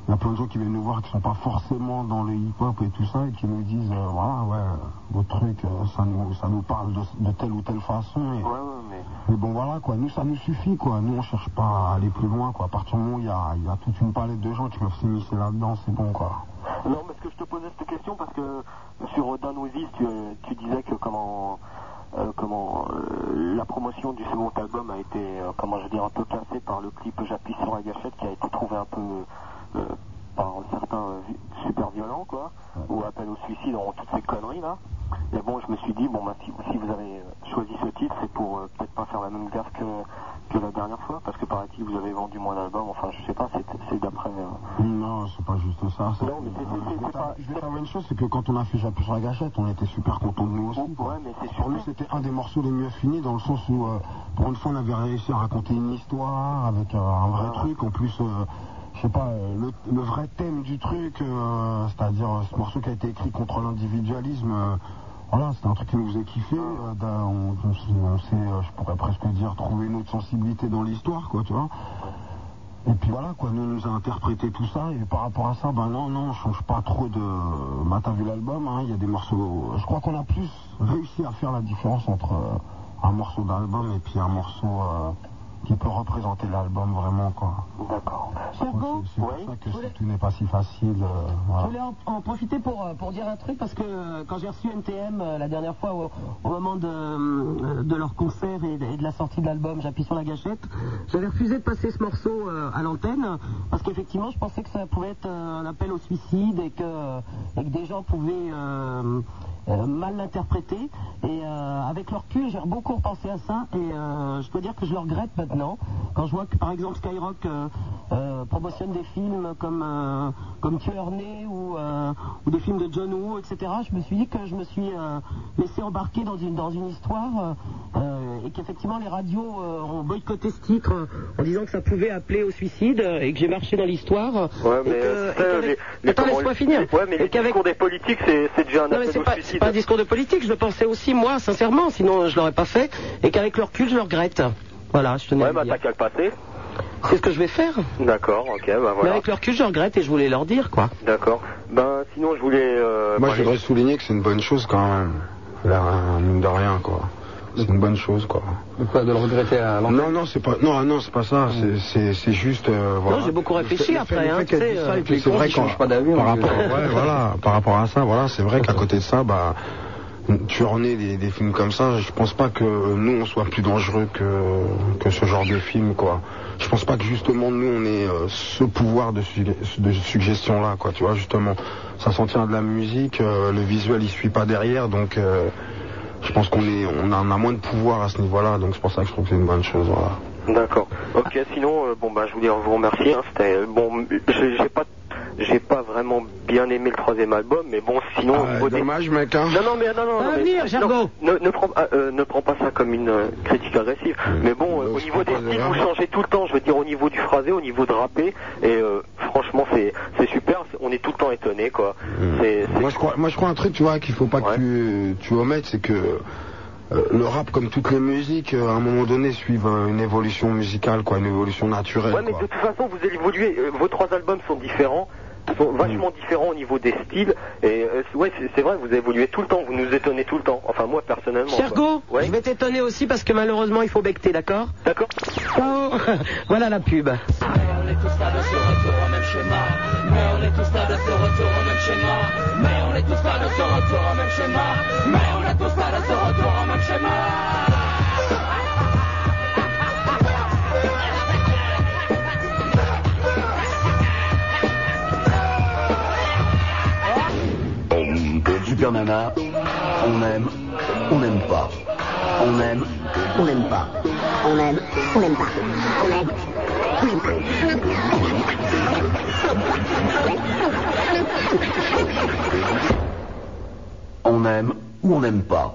Speaker 3: il y a plein de gens qui viennent nous voir qui sont pas forcément dans le hip-hop et tout ça et qui nous disent euh, voilà ouais votre truc euh, ça nous ça nous parle de, de telle ou telle façon et, mais bon voilà quoi nous ça nous suffit quoi nous on cherche pas à aller plus loin quoi à partir du moment où il y a, il y a toute une palette de gens qui peuvent s'immiscer là-dedans c'est bon quoi
Speaker 10: Non, parce que je te posais cette question parce que sur Danousis, tu, tu disais que comment, euh, comment euh, la promotion du second album a été, euh, comment je veux dire, un peu cassée par le clip J'appuie sur la gâchette qui a été trouvé un peu euh, par certains euh, vi- super violent, quoi, ou appel au suicide, en toutes ces conneries là. Mais bon, je me suis dit, bon, bah, si, si vous avez euh, choisi ce titre, c'est pour euh, peut-être pas faire la même gaffe que, que la dernière fois, parce que paraît-il, vous avez vendu moins d'albums, enfin, je sais pas, c'est- c'est d'après. euh,
Speaker 3: non c'est pas juste ça c'est- je vais t'avouer- je vais t'avouer une chose c'est que quand on a fait j'appuie sur la gâchette on était super contents de nous aussi quoi. pour nous c'était un des morceaux les mieux finis dans le sens où euh, pour une fois on avait réussi à raconter une histoire avec euh, un vrai truc en plus euh, je sais pas, euh, le, le vrai thème du truc, euh, c'est-à-dire euh, ce morceau qui a été écrit contre l'individualisme, euh, voilà, c'était un truc qui nous faisait kiffer. euh, d'un- on on s'est, on s'est, euh, je pourrais presque dire, trouvé une autre sensibilité dans l'histoire, quoi, tu vois. Et puis voilà, quoi, nous, on nous a interprété tout ça, et par rapport à ça, ben non, non, on change pas trop de. Bah, t'as vu l'album, hein, il y a des morceaux. Je crois qu'on a plus réussi à faire la différence entre euh, un morceau d'album et puis un morceau euh, qui peut représenter l'album vraiment, quoi.
Speaker 10: D'accord.
Speaker 3: C'est pour ça que c'est- tout n'est pas si facile. euh,
Speaker 4: Je
Speaker 3: voilà.
Speaker 4: voulais en, en profiter pour, euh, pour dire un truc parce que euh, quand j'ai reçu NTM euh, la dernière fois au, au moment de, euh, de leur concert et, de- et de la sortie de l'album J'appuie sur la gâchette, j'avais refusé de passer ce morceau euh, à l'antenne parce qu'effectivement je pensais que ça pouvait être euh, un appel au suicide et que, euh, et que des gens pouvaient euh, euh, mal l'interpréter. Et euh, avec leur cul, j'ai beaucoup repensé à ça et euh, je peux dire que je le regrette parce
Speaker 15: maintenant. Quand je vois que, par exemple, Skyrock euh, euh, promotionne des films comme, euh, comme Tueur Né ou, euh, ou des films de John Woo, etc., je me suis dit que je me suis euh, laissé embarquer dans une, dans une histoire euh, euh, et qu'effectivement les radios euh, ont boycotté ce titre euh, en disant que ça pouvait appeler au suicide euh, et que j'ai marché dans l'histoire.
Speaker 16: Ouais,
Speaker 15: et que-
Speaker 16: mais, euh,
Speaker 15: et
Speaker 16: ça,
Speaker 15: qu'avec-
Speaker 16: les- les
Speaker 15: Attends,
Speaker 16: parents-
Speaker 15: laisse-moi finir.
Speaker 16: Ouais, mais les discours des politiques, c'est c'est déjà un
Speaker 15: Non, mais
Speaker 16: appel
Speaker 15: c'est
Speaker 16: au
Speaker 15: pas, c'est
Speaker 16: suicide.
Speaker 15: pas un discours de politique, je le pensais aussi moi, sincèrement, sinon je l'aurais pas fait, et qu'avec le recul, je le regrette. Voilà, je tenais à
Speaker 16: Ouais,
Speaker 15: le
Speaker 16: bah
Speaker 15: dire.
Speaker 16: t'as qu'à le passer.
Speaker 15: C'est ce que je vais faire.
Speaker 16: D'accord, ok, bah
Speaker 15: Mais
Speaker 16: voilà.
Speaker 15: avec le recul, je regrette et je voulais leur dire, quoi.
Speaker 16: D'accord. Ben sinon, je voulais. euh,
Speaker 3: Moi, je
Speaker 16: parler-
Speaker 3: voudrais souligner que c'est une bonne chose quand même. Là, euh, mine de rien, quoi. C'est une bonne chose, quoi.
Speaker 7: Quoi, de le regretter à Mm. l'antenne
Speaker 3: Non, non, c'est pas, non, ah non, c'est pas ça. C'est- C'est, c'est juste, euh, voilà.
Speaker 7: j'ai beaucoup
Speaker 3: Le
Speaker 7: réfléchi
Speaker 3: fait- le
Speaker 7: après,
Speaker 3: fait- le
Speaker 7: hein,
Speaker 3: fait qu'elle
Speaker 7: tu sais,
Speaker 3: dise
Speaker 7: euh,
Speaker 3: ça, et puis
Speaker 7: les
Speaker 3: c'est
Speaker 7: cons,
Speaker 3: vrai
Speaker 7: ils
Speaker 3: qu'en-
Speaker 7: changent pas d'avis,
Speaker 3: Par
Speaker 7: donc,
Speaker 3: rapport,
Speaker 7: euh,
Speaker 3: ouais, voilà, par rapport à ça, voilà, c'est vrai qu'à côté de ça, bah, tu en es des, des films comme ça, je pense pas que nous on soit plus dangereux que, que ce genre de film quoi. Je pense pas que justement nous on ait euh, ce pouvoir de, sugge- de suggestion là quoi, tu vois justement. Ça s'en tient à de la musique, euh, le visuel il suit pas derrière donc euh, je pense qu'on est on en a moins de pouvoir à ce niveau-là donc c'est pour ça que je trouve que c'est une bonne chose voilà.
Speaker 9: D'accord. Ok, sinon, euh, bon, bah, je voulais vous remercier. hein, C'était euh, bon, j'ai j'ai pas, j'ai pas vraiment bien aimé le troisième album, mais bon, sinon. au niveau des-
Speaker 3: dommage, mec, hein.
Speaker 9: Non, non, mais non, non.
Speaker 3: Ça
Speaker 9: non,
Speaker 3: va
Speaker 9: mais-
Speaker 3: venir,
Speaker 9: non,
Speaker 3: Gergo.
Speaker 9: Ne, ne prends, pas- euh, ne prends pas ça comme une euh, critique agressive. Mais bon, euh, au niveau des styles, vous changez tout le temps. Je veux dire, au niveau du phrasé, au niveau de rappé, et euh, franchement, c'est, c'est super. c'est- On est tout le temps étonné, quoi. C'est, c'est-
Speaker 3: Hmm. Moi je crois, moi je crois un truc, tu vois, qu'il faut pas que tu, tu omettes, c'est que euh, le rap, comme toutes les musiques, euh, à un moment donné, suivent euh, une évolution musicale, quoi, une évolution naturelle.
Speaker 9: Ouais, mais de toute façon, vous évoluez. euh, Vos trois albums sont différents, sont vachement différents au niveau des styles. Et euh, c'est- ouais, c'est- c'est vrai, vous évoluez tout le temps, vous nous étonnez tout le temps. Enfin, moi personnellement.
Speaker 16: bah,
Speaker 4: Sergo,
Speaker 9: quoi. Ouais.
Speaker 4: je vais t'étonner aussi parce que malheureusement il faut becter, d'accord
Speaker 9: D'accord.
Speaker 15: Oh,
Speaker 4: Ciao. voilà la pub.
Speaker 5: on est tous là de ce retour au même schéma. Mais on est tous là de ce retour au même schéma. Mais on est tous là de ce retour au même schéma. Mais on est tous là de ce retour au même schéma.
Speaker 2: Super Nana, on aime, on n'aime pas. On aime, on n'aime pas. On aime, on n'aime pas. On aime. On aime ou on n'aime pas.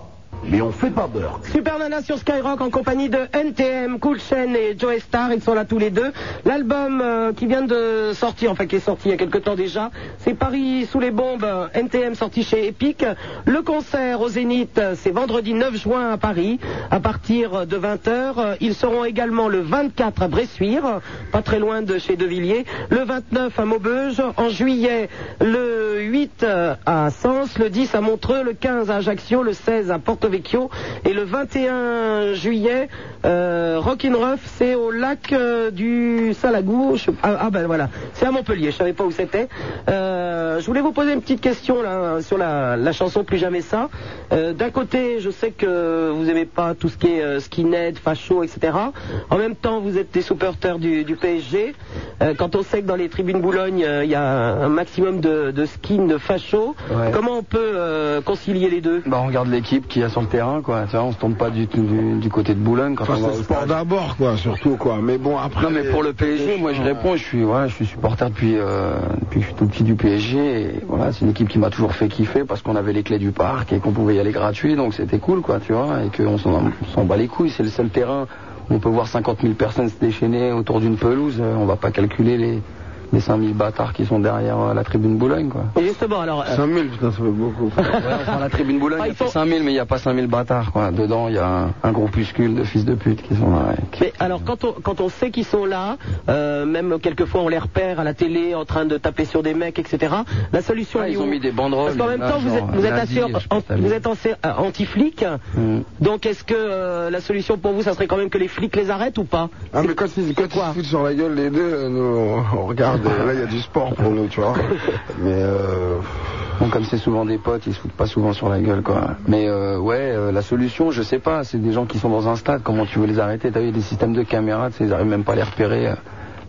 Speaker 2: Mais on fait pas beurre.
Speaker 4: Super Nana sur Skyrock en compagnie de NTM, Cool Shen et Joe Star, ils sont là tous les deux. L'album euh, qui vient de sortir, enfin qui est sorti il y a quelque temps déjà, c'est Paris sous les bombes, euh, NTM sorti chez Epic. Le concert au Zénith, euh, c'est vendredi 9 juin à Paris, à partir de 20h. Ils seront également le 24 à Bressuire, pas très loin de chez De Villiers, le 29 à Maubeuge, en juillet le 8 euh, à Sens, le 10 à Montreux, le 15 à Ajaccio, le 16 à Porto Vecchio et le 21 juillet euh, Rock'n'Ruff, c'est au lac euh, du Salagou. je- ah, ah, ben voilà, c'est à Montpellier, je savais pas où c'était. Euh, je voulais vous poser une petite question là sur la, la chanson Plus jamais ça. Euh, D'un côté, je sais que vous aimez pas tout ce qui est euh, skinhead, facho, etc. En même temps, vous êtes des supporters du, du PSG. Euh, quand on sait que dans les tribunes Boulogne, euh, il y a un maximum de, de skins de facho,
Speaker 7: Ouais.
Speaker 4: comment on peut euh, concilier les deux
Speaker 7: Bah, on regarde l'équipe qui a sur le terrain, quoi. Tu vois, on se tombe pas du, du, du côté de Boulogne quand
Speaker 3: Enfin,
Speaker 7: on va
Speaker 3: c'est
Speaker 7: au
Speaker 3: le sport d'abord, quoi, surtout, quoi. Mais bon, après. euh,
Speaker 7: Non mais pour le PSG, moi je réponds, je suis voilà, je suis supporter depuis euh, depuis que je suis tout petit du PSG. Et voilà, c'est une équipe qui m'a toujours fait kiffer parce qu'on avait les clés du parc et qu'on pouvait y aller gratuit, donc c'était cool quoi, tu vois, et qu'on s'en on s'en bat les couilles. C'est le seul terrain où on peut voir 50 000 personnes se déchaîner autour d'une pelouse. Euh, On va pas calculer les les 5000 bâtards qui sont derrière euh, la tribune Boulogne quoi.
Speaker 4: Et justement, alors. euh, Ah,
Speaker 3: 5000, putain, ça fait beaucoup.
Speaker 7: Dans la tribune Boulogne, il y a 5000 mais il n'y a pas 5000 bâtards quoi. Dedans, il y a un, un groupuscule de fils de pute qui sont là. ouais.
Speaker 4: Mais alors quand on, quand on sait qu'ils sont là, euh, même quelquefois on les repère à la télé en train de taper sur des mecs, etc. La solution
Speaker 7: Ah,
Speaker 4: elle est
Speaker 7: ils ont
Speaker 4: où
Speaker 7: mis des banderoles,
Speaker 4: Parce qu'en même
Speaker 7: là,
Speaker 4: temps vous
Speaker 7: genre,
Speaker 4: êtes, vous êtes,
Speaker 7: nazi,
Speaker 4: assur-
Speaker 7: je sais
Speaker 4: en-
Speaker 7: pas si t'as vu. Mm.
Speaker 4: vous êtes ansi- euh, anti-flic. Donc est-ce que euh, la solution pour vous ça serait quand même que les flics les arrêtent ou pas
Speaker 3: Ah mais quand ils, quand ils se foutent sur la gueule les deux, euh, nous, on regarde, euh, là il y a du sport pour nous, tu vois. Mais euh...
Speaker 7: Bon, comme c'est souvent des potes, ils se foutent pas souvent sur la gueule, quoi. Mais euh, ouais, euh, la solution, je sais pas, c'est des gens qui sont dans un stade, comment tu veux les arrêter T'as vu, il y a des systèmes de caméras, tu sais, ils arrivent même pas à les repérer. euh,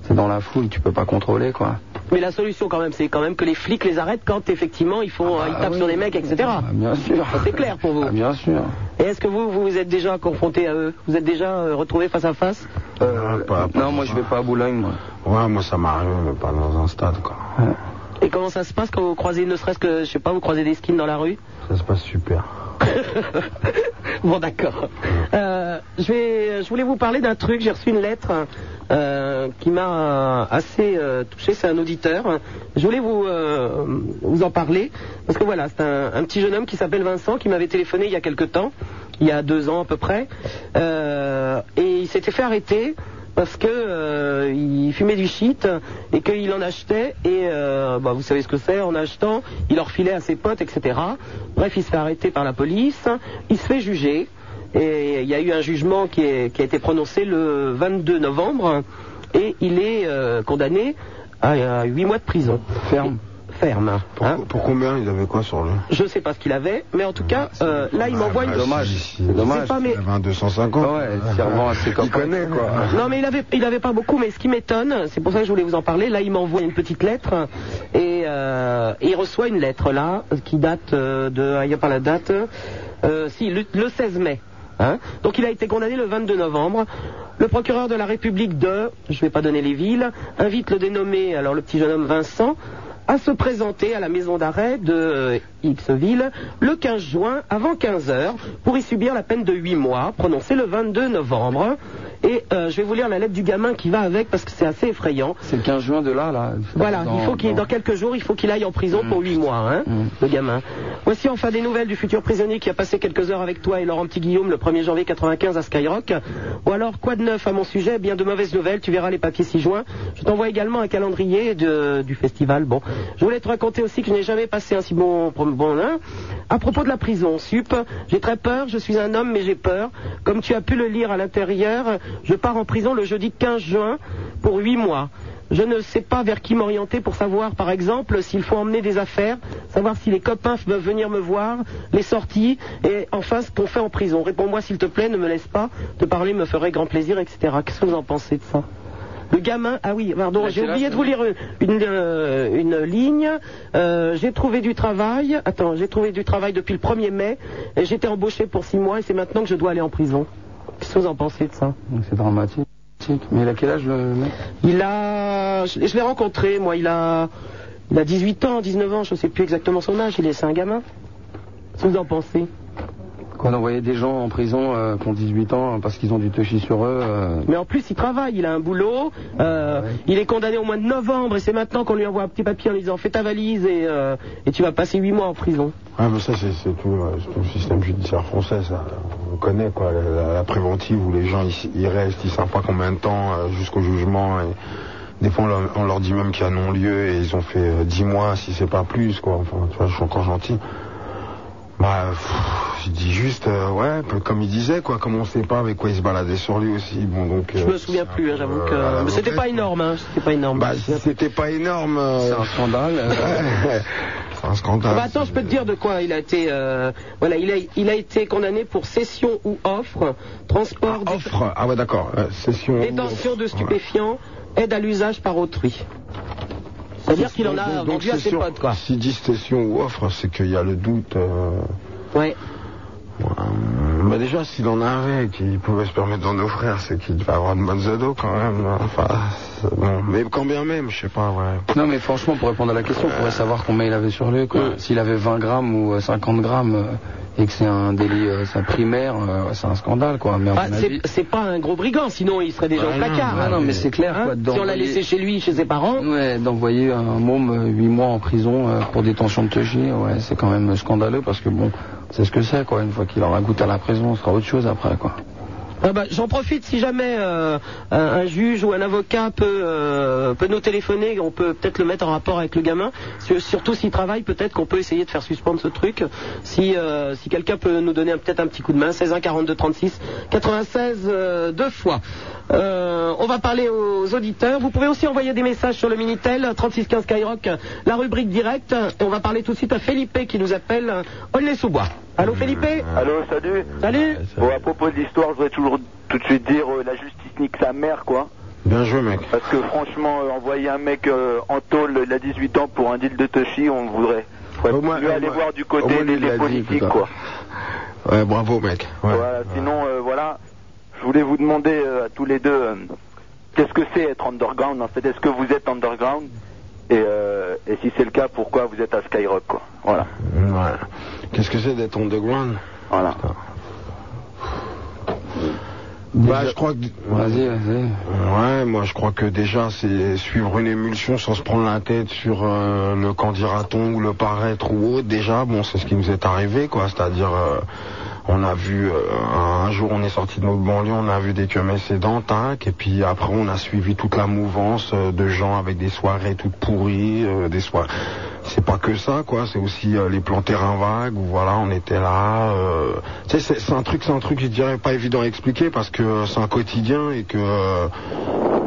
Speaker 7: C'est dans la foule, tu peux pas contrôler, quoi.
Speaker 4: Mais la solution quand même c'est quand même que les flics les arrêtent quand effectivement ils
Speaker 7: Ah
Speaker 4: font
Speaker 7: bah
Speaker 4: euh, ils tapent sur des mecs, etc.
Speaker 7: bien sûr.
Speaker 4: Ah,
Speaker 7: Ah,
Speaker 4: C'est clair pour vous.
Speaker 7: bien sûr.
Speaker 4: Et est-ce que vous vous vous êtes déjà confronté à eux Vous êtes déjà euh, retrouvé face à face
Speaker 3: non, moi je vais pas à Boulogne. Ouais, moi ça m'arrive, mais pas dans un stade quoi.
Speaker 4: Et comment ça se passe quand vous croisez, ne serait-ce que, je sais pas, vous croisez des skins dans la rue
Speaker 3: Ça se passe super.
Speaker 4: Bon, d'accord. Euh, je, vais- je voulais vous parler d'un truc. J'ai reçu une lettre euh, qui m'a assez euh, touché. C'est un auditeur. Je voulais vous, euh, vous en parler. Parce que voilà, c'est un, un petit jeune homme qui s'appelle Vincent qui m'avait téléphoné il y a quelque temps, il y a deux ans à peu près. Euh, et il s'était fait arrêter parce que euh, il fumait du shit et qu'il en achetait et euh, bah, vous savez ce que c'est en achetant il en refilait à ses potes etc bref il se fait arrêter par la police il se fait juger et il y a eu un jugement qui, est- qui a été prononcé le 22 novembre et il est euh, condamné à, 8 mois de prison ferme ferme
Speaker 7: hein.
Speaker 3: Pour, pour combien il avait quoi sur lui
Speaker 4: je sais pas ce qu'il avait mais en tout cas euh, là il m'envoie une
Speaker 3: Ah, C'est
Speaker 4: C'est
Speaker 3: dommage.
Speaker 4: pas mes-
Speaker 3: Il avait un 250.
Speaker 7: Ouais, c'est vraiment assez
Speaker 3: Il connaît quoi.
Speaker 4: Non, mais il avait, il avait pas beaucoup, mais ce qui m'étonne, c'est pour ça que je voulais vous en parler. Là, il m'envoie une petite lettre et, euh, et il reçoit une lettre là qui date euh, de. ah, Il n'y a pas la date. euh, si, le, le 16 mai. hein. Donc, il a été condamné le 22 novembre. Le procureur de la République de, je ne vais pas donner les villes, invite le dénommé, alors le petit jeune homme Vincent, à se présenter à la maison d'arrêt de euh, Ipsville le 15 juin avant 15 heures pour y subir la peine de 8 mois prononcée le 22 novembre. Et euh, je vais vous lire la lettre du gamin qui va avec parce que c'est assez effrayant.
Speaker 7: C'est le 15 juin de là, là.
Speaker 4: Voilà,
Speaker 7: Dans-
Speaker 4: il faut qu'il dans quelques jours, il faut qu'il aille en prison pour 8 mois, hein, le gamin. Voici enfin des nouvelles du futur prisonnier qui a passé quelques heures avec toi et Laurent Petit Guillaume le 1er janvier 95 à Skyrock. Ou alors, quoi de neuf à mon sujet Bien de mauvaises nouvelles, tu verras les papiers 6 juin. Je t'envoie également un calendrier de- du festival. Bon, je voulais te raconter aussi que je n'ai jamais passé un si bon bon, bon hein. À propos de la prison, sup, j'ai très peur, je suis un homme mais j'ai peur. Comme tu as pu le lire à l'intérieur, je pars en prison le jeudi 15 juin pour 8 mois. Je ne sais pas vers qui m'orienter pour savoir, par exemple, s'il faut emmener des affaires, savoir si les copains peuvent venir me voir, les sorties, et enfin ce qu'on fait en prison. Réponds-moi s'il te plaît, ne me laisse pas. Te parler me ferait grand plaisir, etc. Qu'est-ce que vous en pensez de ça le gamin, ah oui, pardon,
Speaker 15: Là,
Speaker 4: j'ai
Speaker 15: Bah, c'est là,
Speaker 4: oublié de vous lire une, une, euh, une ligne. Euh, j'ai trouvé du travail. Attends, j'ai trouvé du travail depuis le 1er mai. Et J'étais embauché pour six mois et c'est maintenant que je dois aller en prison. Qu'est-ce que vous en pensez de ça
Speaker 7: Donc, C'est dramatique. Mais il a quel âge le mec
Speaker 4: Il a. Euh, Je, je l'ai rencontré, moi, il a. Il a 18 ans, 19 ans, je ne sais plus exactement son âge, il est, c'est un gamin. Qu'est-ce que vous en pensez
Speaker 7: Qu'on envoyait des gens en prison euh, qui ont 18 ans parce qu'ils ont du touchy sur eux. euh,
Speaker 4: Mais en plus, il travaille, il a un boulot, euh, il est condamné au mois de novembre et c'est maintenant qu'on lui envoie un petit papier en lui disant fais ta valise et, euh, et tu vas passer 8 mois en prison.
Speaker 3: Ah, mais ça, c'est c'est tout, euh, c'est tout le système judiciaire français, ça. On connaît, quoi, la, la- la préventive où les gens, ils, ils restent, ils savent pas combien de temps euh, jusqu'au jugement. Et des fois, on leur, on leur dit même qu'il y a non-lieu et ils ont fait euh, 10 mois, si c'est pas plus, quoi. Enfin, tu vois, je suis encore gentil. Bah, pff, je dis juste, euh, ouais, peu- comme il disait, quoi, comme on sait pas avec quoi il se baladait sur lui aussi. Bon, donc.
Speaker 4: Je
Speaker 3: euh,
Speaker 4: me souviens plus, hein, j'avoue que.
Speaker 3: euh,
Speaker 4: mais c'était pas énorme, hein, c'était pas énorme.
Speaker 3: bah, si c'était pas énorme. C'est un
Speaker 7: scandale.
Speaker 3: c'est un scandale.
Speaker 4: Ah bah attends, je peux te dire de quoi il a été. euh, voilà, il a, il a été condamné pour cession ou offre, transport, dé-
Speaker 3: Offre. Ah ouais, d'accord. Euh, Session.
Speaker 4: détention de stupéfiants, aide à l'usage par autrui. C'est-à-dire qu'il en a
Speaker 3: Donc,
Speaker 4: vendu à ses
Speaker 3: session-
Speaker 4: potes, quoi.
Speaker 3: S'ils disent session ou offre, c'est qu'il y a le doute. euh,
Speaker 4: Ouais.
Speaker 3: euh, bah déjà, s'il en avait et qu'il pouvait se permettre d'en offrir, c'est qu'il devait avoir de bonnes ados quand même. hein. Enfin, c'est bon. Mais quand bien même, je sais pas, ouais.
Speaker 7: Non, mais franchement, pour répondre à la question, on pourrait savoir combien il avait sur lui. quoi. S'il avait 20 grammes ou euh, 50 grammes euh, et que c'est un délit, euh, c'est un primaire, euh, ouais, c'est un scandale. quoi. Mais à
Speaker 4: Ah,
Speaker 7: mon
Speaker 4: c'est-
Speaker 7: avis-
Speaker 4: c'est pas un gros brigand, sinon il serait déjà
Speaker 7: Ah
Speaker 4: au
Speaker 7: non,
Speaker 4: placard.
Speaker 7: ah
Speaker 4: hein.
Speaker 7: non, mais c'est clair.
Speaker 4: Hein
Speaker 7: quoi,
Speaker 4: si on l'a
Speaker 7: d'envoyer-
Speaker 4: laissé chez lui, chez ses parents.
Speaker 7: Ouais, d'envoyer un môme 8 mois en prison euh, pour détention de TG, ouais, c'est quand même scandaleux parce que bon, c'est ce que c'est quoi. Une fois qu'il aura goûté à la prison, ce sera autre chose après quoi.
Speaker 4: Ah bah, J'en profite si jamais euh, un, un juge ou un avocat peut, euh, peut nous téléphoner, on peut peut-être le mettre en rapport avec le gamin. Sur- Surtout s'il travaille, peut-être qu'on peut essayer de faire suspendre ce truc. Si, euh, si quelqu'un peut nous donner un- peut-être un petit coup de main, 16 1 42 36 96 euh, deux fois. Euh, on va parler aux auditeurs. Vous pouvez aussi envoyer des messages sur le Minitel 3615 Skyrock, la rubrique directe. Et on va parler tout de suite à Felipe qui nous appelle euh, Aulnay-sous-Bois. Allô Felipe
Speaker 16: Allô, salut.
Speaker 4: Salut.
Speaker 16: Bon, à propos de l'histoire, je voudrais toujours tout de suite dire euh, la justice nique sa mère, quoi.
Speaker 3: Bien joué, mec.
Speaker 16: Parce que franchement, euh, envoyer un mec euh, en tôle, il a 18 ans pour un deal de Toshi, on voudrait. Faudrait mieux aller voir du
Speaker 3: au moins,
Speaker 16: côté
Speaker 3: lui,
Speaker 16: des,
Speaker 3: il l'a
Speaker 16: des
Speaker 3: dit,
Speaker 16: politiques,
Speaker 3: putain.
Speaker 16: quoi.
Speaker 3: Ouais, bravo, mec. Ouais.
Speaker 16: Voilà, sinon, euh, voilà,
Speaker 10: je voulais vous demander euh, à tous les deux euh, qu'est-ce que c'est être underground en fait. Est-ce que vous êtes underground et, euh, et si c'est le cas, pourquoi vous êtes à Skyrock quoi Voilà.
Speaker 3: Ouais. Qu'est-ce que c'est d'être underground
Speaker 10: Voilà.
Speaker 3: Bah, je crois que. Vas-y, vas-y. Ouais, moi, je crois que déjà, c'est suivre une émulsion sans se prendre la tête sur euh, le quand dira-t-on ou le paraître ou autre. Déjà, bon, c'est ce qui nous est arrivé, quoi. C'est-à-dire, euh, on a vu, euh, un jour, on est sorti de notre banlieue, on a vu des QMS et d'Antac, et puis après, on a suivi toute la mouvance euh, de gens avec des soirées toutes pourries, euh, des soirées. C'est pas que ça, quoi. C'est aussi euh, les plans terrain vague où voilà, on était là. euh, Tu sais, c'est- c'est un truc, c'est un truc, je dirais pas évident à expliquer parce que euh, c'est un quotidien et que euh,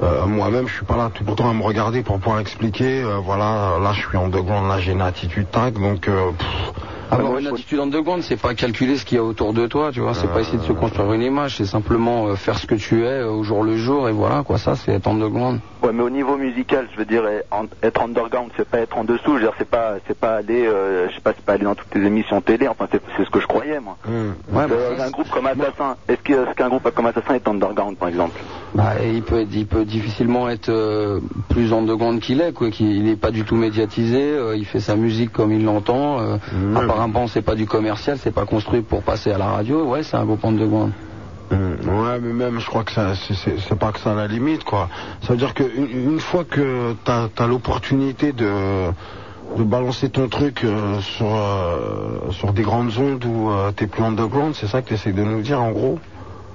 Speaker 3: euh, moi-même, je suis pas là tout le temps à me regarder pour pouvoir expliquer. euh, voilà, là, je suis en degrand, là, j'ai une attitude tac, donc. euh, pff,
Speaker 7: Avoir une attitude underground, c'est pas calculer ce qu'il y a autour de toi, tu vois. C'est pas essayer de se construire une image, c'est simplement euh, faire ce que tu es euh, au jour le jour, et voilà, quoi. Ça, c'est être underground.
Speaker 10: Ouais, mais au niveau musical, je veux dire, en- être underground, c'est pas être en dessous. Je veux dire, c'est pas, c'est pas aller, euh, je sais pas, c'est pas aller dans toutes les émissions télé. Enfin, c'est c'est ce que je croyais moi.
Speaker 7: Ouais, bah,
Speaker 10: Euh, un groupe comme Assassin, est-ce que- est-ce qu'un groupe comme Assassin est underground, par exemple
Speaker 7: Bah, et il peut, être- il peut difficilement être euh, plus underground qu'il est, quoi. Qu'il n'est pas du tout médiatisé. euh, il fait sa musique comme il l'entend. euh, Apparemment, c'est pas du commercial, c'est pas construit pour passer à la radio. Ouais, c'est un groupe underground.
Speaker 3: Euh, ouais, mais même, je crois que ça, c'est- c'est c'est pas que ça à la limite, quoi. Ça veut dire que une, une fois que t'as as, l'opportunité de de balancer ton truc euh, sur euh, sur des grandes ondes ou euh, t'es plus underground, c'est ça que t'essayes de nous dire, en gros.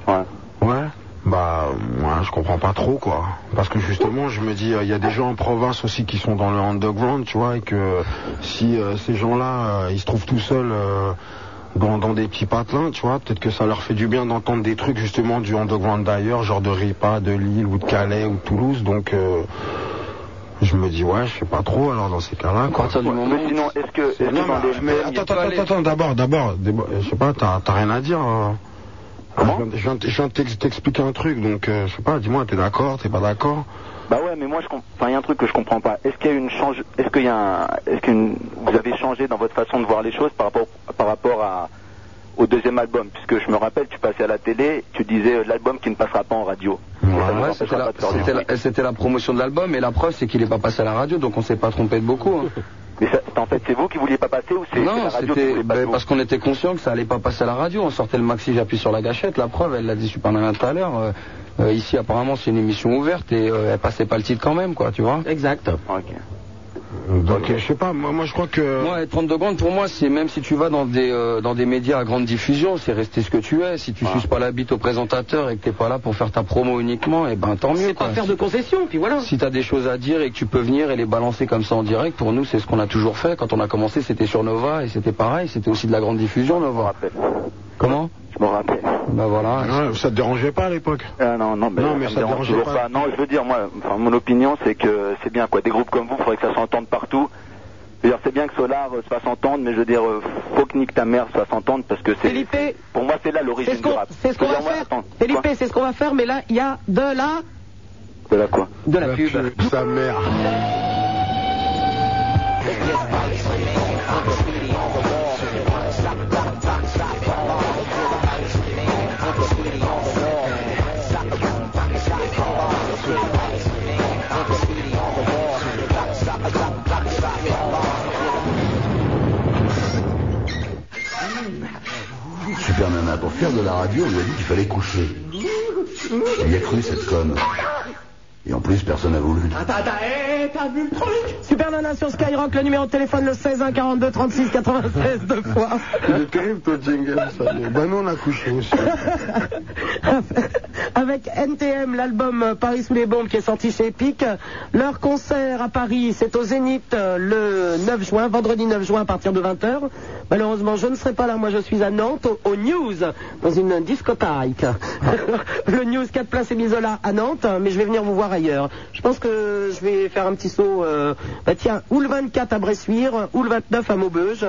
Speaker 10: Ouais.
Speaker 3: Ouais. Bah, moi, je comprends pas trop, quoi. Parce que justement, je me dis, euh, il y a des gens en province aussi qui sont dans le underground, tu vois, et que si euh, ces gens-là, euh, ils se trouvent tout seuls euh, dans, dans des petits patelins, tu vois, peut-être que ça leur fait du bien d'entendre des trucs justement du underground d'ailleurs, genre de Ripa, de Lille ou de Calais ou de Toulouse, donc euh, je me dis, ouais, je sais pas trop, alors dans ces cas-là, quoi.
Speaker 10: Mais sinon, est-ce que, est-ce que
Speaker 3: Non,
Speaker 10: dans
Speaker 3: mais-
Speaker 10: les-
Speaker 3: Ah, mais attends, attends, attends, attends, d'abord, d'abord, d'abord, je sais pas, t'as t'as rien à dire. euh.
Speaker 10: Ah
Speaker 3: je viens- je viens, de- je viens de t'ex- t'expliquer un truc, donc euh, je sais pas, dis-moi, t'es d'accord, t'es pas d'accord
Speaker 10: Bah ouais, mais moi je comprends. Enfin, il y a un truc que je comprends pas. Est-ce qu'il y a une change Est-ce qu'il y a un Est-ce qu'une vous avez changé dans votre façon de voir les choses par rapport par rapport à au deuxième album Puisque je me rappelle, tu passais à la télé, tu disais euh, l'album qui ne passera pas en radio.
Speaker 7: Ouais, c'était la, c'était la- c'était la promotion de l'album, et la preuve, c'est qu'il n'est pas passé à la radio, donc on s'est pas trompé de beaucoup. hein.
Speaker 10: Mais ça, en fait, c'est vous qui vouliez pas passer ou c'est c'est
Speaker 7: Non,
Speaker 10: la radio qui
Speaker 7: c'était
Speaker 10: voulait pas
Speaker 7: ben,
Speaker 10: vous
Speaker 7: parce qu'on était conscient que ça allait pas passer à la radio. On sortait le maxi, j'appuie sur la gâchette. La preuve, elle l'a dit Super Nana tout à l'heure. euh, euh, ici, apparemment, c'est une émission ouverte et euh, elle passait pas le titre quand même, quoi, tu vois.
Speaker 4: Exact.
Speaker 3: Donc, euh, je sais pas, moi, moi je crois que.
Speaker 7: Ouais, 32 secondes pour moi, c'est même si tu vas dans des euh, dans des médias à grande diffusion, c'est rester ce que tu es. Si tu
Speaker 10: Ah.
Speaker 7: suces pas la bite au présentateur et que t'es pas là pour faire ta promo uniquement, et ben tant mieux.
Speaker 4: Pas
Speaker 7: quoi.
Speaker 4: faire de concessions, puis voilà.
Speaker 7: Si tu as des choses à dire et que tu peux venir et les balancer comme ça en direct, pour nous, c'est ce qu'on a toujours fait. Quand on a commencé, c'était sur Nova et c'était pareil, c'était aussi de la grande diffusion, Nova. Comment
Speaker 10: Je m'en rappelle.
Speaker 7: Bah voilà.
Speaker 3: ça te dérangeait pas à l'époque
Speaker 10: Ah non, non, mais,
Speaker 3: Non, mais
Speaker 10: me
Speaker 3: ça
Speaker 10: dérange
Speaker 3: dérangeait
Speaker 10: toujours
Speaker 3: pas.
Speaker 10: Non, je veux dire, moi, enfin, mon opinion, c'est que c'est bien, quoi. Des groupes comme vous, faudrait que ça s'entende partout. Je veux dire, c'est bien que Solar euh, se fasse entendre, mais je veux dire, euh, faut que Nick ta mère se fasse entendre parce que c'est. Pour moi, c'est là l'origine du rap.
Speaker 4: C'est ce qu'on
Speaker 10: Je veux
Speaker 4: va
Speaker 10: dire, moi,
Speaker 4: faire.
Speaker 10: attends,
Speaker 4: Felipe, c'est ce qu'on va faire, mais là, il y a de la.
Speaker 10: De la quoi
Speaker 4: De la, pub.
Speaker 3: Sa mère.
Speaker 2: Super Nana, pour faire de la radio, on lui a dit qu'il fallait coucher. Il y a cru cette conne. Et en plus, personne n'a voulu.
Speaker 4: Attends, attends, hé, t'as vu le truc Super Nana sur Skyrock, le numéro de téléphone le 16 1 42 36 96 deux fois.
Speaker 3: Il est terrible ton jingle, ça. Bah, nous, on a couché aussi.
Speaker 4: Avec NTM, l'album euh, Paris sous les bombes qui est sorti chez Epic. Leur concert à Paris, c'est au Zénith euh, le 9 juin, vendredi 9 juin à partir de 20h. Malheureusement, je ne serai pas là, moi je suis à Nantes, au, au News, dans une discothèque. le News 4 Place Émisola à Nantes, mais je vais venir vous voir ailleurs. Je pense que je vais faire un petit saut, euh, bah tiens, ou le 24 à Bressuire, ou le 29 à Maubeuge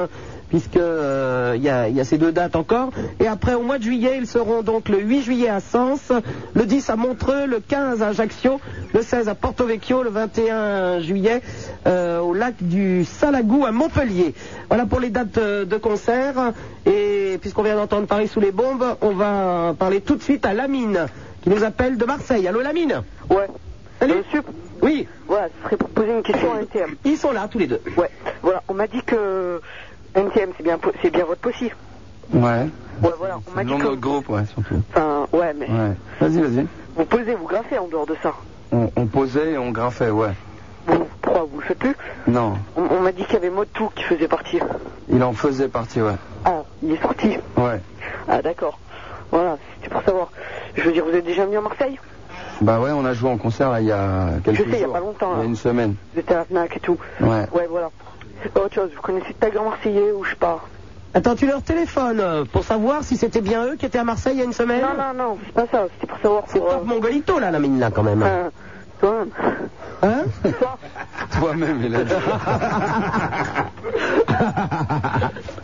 Speaker 4: puisque euh, il y, a, il y a ces deux dates encore. Et après, au mois de juillet, ils seront donc le 8 juillet à Sens, le 10 à Montreux, le 15 à Ajaccio, le 16 à Porto Vecchio, le 21 juillet euh, au lac du Salagou à Montpellier. Voilà pour les dates euh, de concert. Et Et puisqu'on vient d'entendre Paris sous les bombes, on va parler tout de suite à Lamine, qui nous appelle de Marseille. Allô Lamine
Speaker 9: Ouais.
Speaker 4: Salut Oui
Speaker 9: Voilà, ce serait pour poser une question à NTM.
Speaker 4: Ils sont là, tous les deux.
Speaker 9: Ouais, voilà, on m'a dit que NTM, c'est bien, po- c'est bien votre possible.
Speaker 7: Ouais.
Speaker 9: Ouais, voilà, on
Speaker 7: C'est
Speaker 9: m'a
Speaker 7: le
Speaker 9: dit
Speaker 7: nom de
Speaker 9: que...
Speaker 7: notre groupe, ouais, surtout.
Speaker 9: Enfin, ouais, mais
Speaker 7: Ouais. Vas-y, vas-y.
Speaker 9: vous posez, vous graffez en dehors de ça.
Speaker 7: On, on posait et on graffait, ouais.
Speaker 9: Pourquoi vous le faites plus
Speaker 7: Non,
Speaker 9: On, on m'a dit qu'il y avait Motu qui faisait partie.
Speaker 7: il en faisait partie, ouais.
Speaker 9: Ah, il est sorti.
Speaker 7: Ouais.
Speaker 9: Ah, d'accord. Voilà, c'était pour savoir. Je veux dire, vous êtes déjà venu à Marseille
Speaker 7: Bah ouais, on a joué en concert là, il y a quelques
Speaker 9: Je sais, il y a
Speaker 7: jours.
Speaker 9: pas longtemps,
Speaker 7: Il y a
Speaker 9: hein.
Speaker 7: une semaine.
Speaker 9: Vous étiez à la FNAC et tout
Speaker 7: Ouais.
Speaker 9: Ouais, voilà. Euh, Autre chose, vous connaissez Tiger Marseillais ou je sais pas
Speaker 4: Attends, tu leur téléphones euh, pour savoir si c'était bien eux qui étaient à Marseille il y a une semaine
Speaker 9: Non, non, non, c'est pas ça, c'était pour savoir.
Speaker 4: C'est pas Mongolito là, Lamine, là quand même.
Speaker 9: Euh, Toi-même.
Speaker 4: Hein
Speaker 7: Toi-même, il a dit.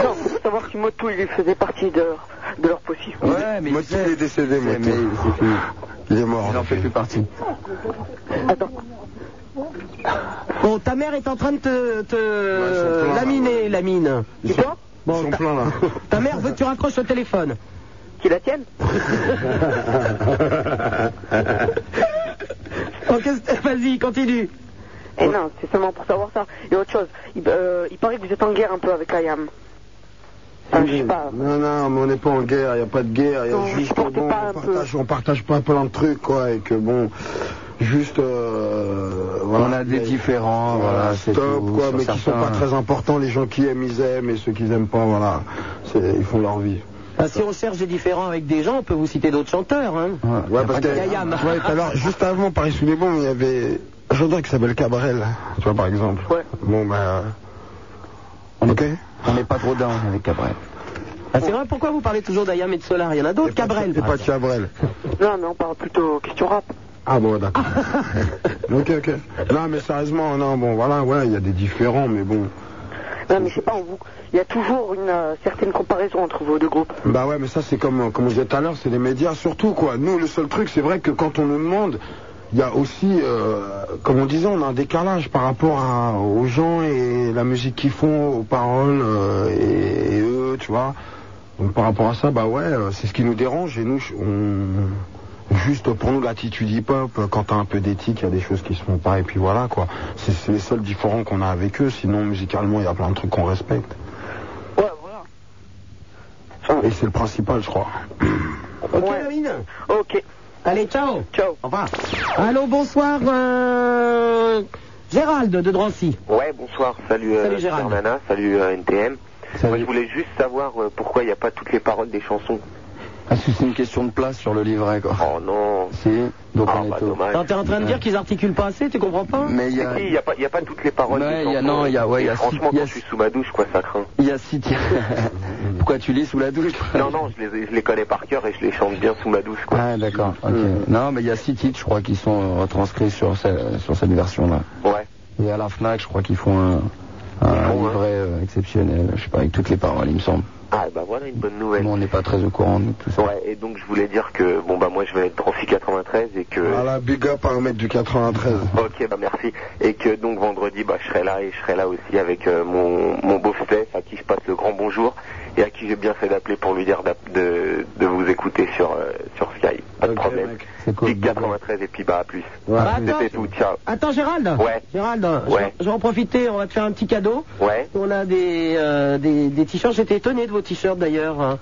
Speaker 9: Non, faut savoir si Motu il faisait partie de, de leur possible.
Speaker 7: Ouais, mais Motu, il est décédé, Motu. Mais c'est fini.
Speaker 3: Il est mort.
Speaker 7: Il en fait plus partie.
Speaker 4: Bon, ta mère est en train de te, te
Speaker 3: pleins, là.
Speaker 4: laminer, Lamine.
Speaker 3: Ils sont, ils sont pleins, là.
Speaker 4: Ta mère veut que tu raccroches le téléphone.
Speaker 9: Qui la tienne
Speaker 4: Oh, qu'est-ce- Vas-y, continue.
Speaker 9: Eh non, c'est seulement pour savoir ça. Et autre chose, il, euh, il paraît que vous êtes en guerre un peu avec IAM.
Speaker 3: Non, non, mais on n'est pas en guerre, il n'y a pas de guerre, il y a juste que, bon, on, partage, on partage pas plein de trucs, quoi, et que bon, juste. euh, voilà,
Speaker 7: On a
Speaker 3: mais-
Speaker 7: des différends, voilà, c'est
Speaker 3: stop,
Speaker 7: tout,
Speaker 3: quoi,
Speaker 7: sur
Speaker 3: mais qui sont pas
Speaker 7: certains.
Speaker 3: très importants, les gens qui aiment, ils aiment, et ceux qui aiment pas, voilà, c'est- ils font leur vie.
Speaker 4: Ah, si on cherche des différents avec des gens, on peut vous citer d'autres chanteurs. Hein.
Speaker 3: Ouais, parce que,
Speaker 4: Il y a Yam.
Speaker 3: ouais, tout à l'heure, juste avant Paris sous les bombes, il y avait un chanteur qui s'appelle Cabrel, tu vois, par exemple. Bon, bah. Ok
Speaker 7: On n'est pas trop down avec Cabrel.
Speaker 4: Ah, c'est vrai, pourquoi vous parlez toujours d'Ayam et de Solar Il y en a d'autres, Cabrel.
Speaker 3: Et pas Cabrel.
Speaker 9: Non, mais on parle plutôt question rap.
Speaker 3: Ah bon, d'accord. ok, ok. Non, mais sérieusement, non, bon, voilà, ouais, il y a des différents, mais bon.
Speaker 9: Non, mais je sais pas, on vous... il y a toujours une euh, certaine comparaison entre vos deux groupes.
Speaker 3: Bah ouais, mais ça, c'est comme, euh, comme on disait tout à l'heure, c'est les médias surtout, quoi. Nous, le seul truc, c'est vrai que quand on nous demande, il y a aussi, euh, comme on disait, on a un décalage par rapport à- aux gens et la musique qu'ils font, aux paroles euh, et, et eux, tu vois. Donc par rapport à ça, bah ouais, euh, c'est ce qui nous dérange et nous, ch- on... Juste pour nous, l'attitude hip-hop, euh, quand t'as un peu d'éthique, il y a des choses qui se font pas, et puis voilà, quoi. C'est c'est les seuls différents qu'on a avec eux, sinon, musicalement, il y a plein de trucs qu'on respecte. Et c'est le principal, je crois.
Speaker 4: Ok, Lamine
Speaker 9: Ok.
Speaker 4: Allez, ciao.
Speaker 9: Ciao.
Speaker 4: Au revoir. Allô, bonsoir. euh, Gérald de Drancy.
Speaker 10: Ouais, bonsoir, salut, euh,
Speaker 4: Salut, Gérald.
Speaker 10: Super Nana, salut euh, NTM. Moi je voulais juste savoir euh, pourquoi il n'y a pas toutes les paroles des chansons.
Speaker 7: Parce que Ah, c'est une question de place sur le livret, quoi.
Speaker 10: Oh non. Ah, bah,
Speaker 7: Si, donc on est au-
Speaker 4: Non, T'es en train de dire qu'ils articulent pas assez, tu comprends pas
Speaker 7: Mais il y a-
Speaker 10: Si, Il n'y a, pas- il y a pas toutes les paroles
Speaker 7: Ouais,
Speaker 10: des
Speaker 7: il y
Speaker 10: chansons.
Speaker 7: a- non, il y a- ouais,
Speaker 10: Et
Speaker 7: il y a six-
Speaker 10: franchement,
Speaker 7: il y a
Speaker 10: quand je suis sous ma douche, quoi, ça craint.
Speaker 7: Il y a six tiers. Pourquoi tu lis sous la douche
Speaker 10: Non, non, je les, je les connais par cœur et je les chante bien sous ma douche.
Speaker 7: Ah d'accord, ok. Non, mais il y a six titres, je crois, qui sont euh, retranscrits sur, ce- sur cette version-là.
Speaker 10: Ouais.
Speaker 7: Et à la FNAC, je crois qu'ils font un, un livret euh, exceptionnel, je sais pas, avec toutes les paroles, il me semble.
Speaker 10: Ah, bah voilà une bonne nouvelle.
Speaker 7: Bon, on n'est pas très au courant de tout ça.
Speaker 10: Ouais, et donc je voulais dire que, bon, bah moi je vais être Drancy 93 et
Speaker 7: Ah,
Speaker 10: que.
Speaker 3: Voilà, big up à un mec du 93.
Speaker 10: Ok, bah merci. Et que donc vendredi, bah, je serai là et je serai là aussi avec euh, mon, mon beau Steph, à qui je passe le grand bonjour et à qui j'ai bien fait d'appeler pour lui dire d'app- de, de vous écouter sur, euh, sur Sky. Pas de problème. Big 93 et puis bah à plus.
Speaker 4: Ouais, à plus.
Speaker 10: C'était tout, ciao.
Speaker 4: Attends, Gérald
Speaker 10: Ouais.
Speaker 4: Gérald, je-
Speaker 10: Ouais.
Speaker 4: je vais en profiter, on va te faire un petit cadeau.
Speaker 10: Ouais.
Speaker 4: On a des, euh, des, des t-shirts, j'étais étonné de vos t-shirts d'ailleurs. hein.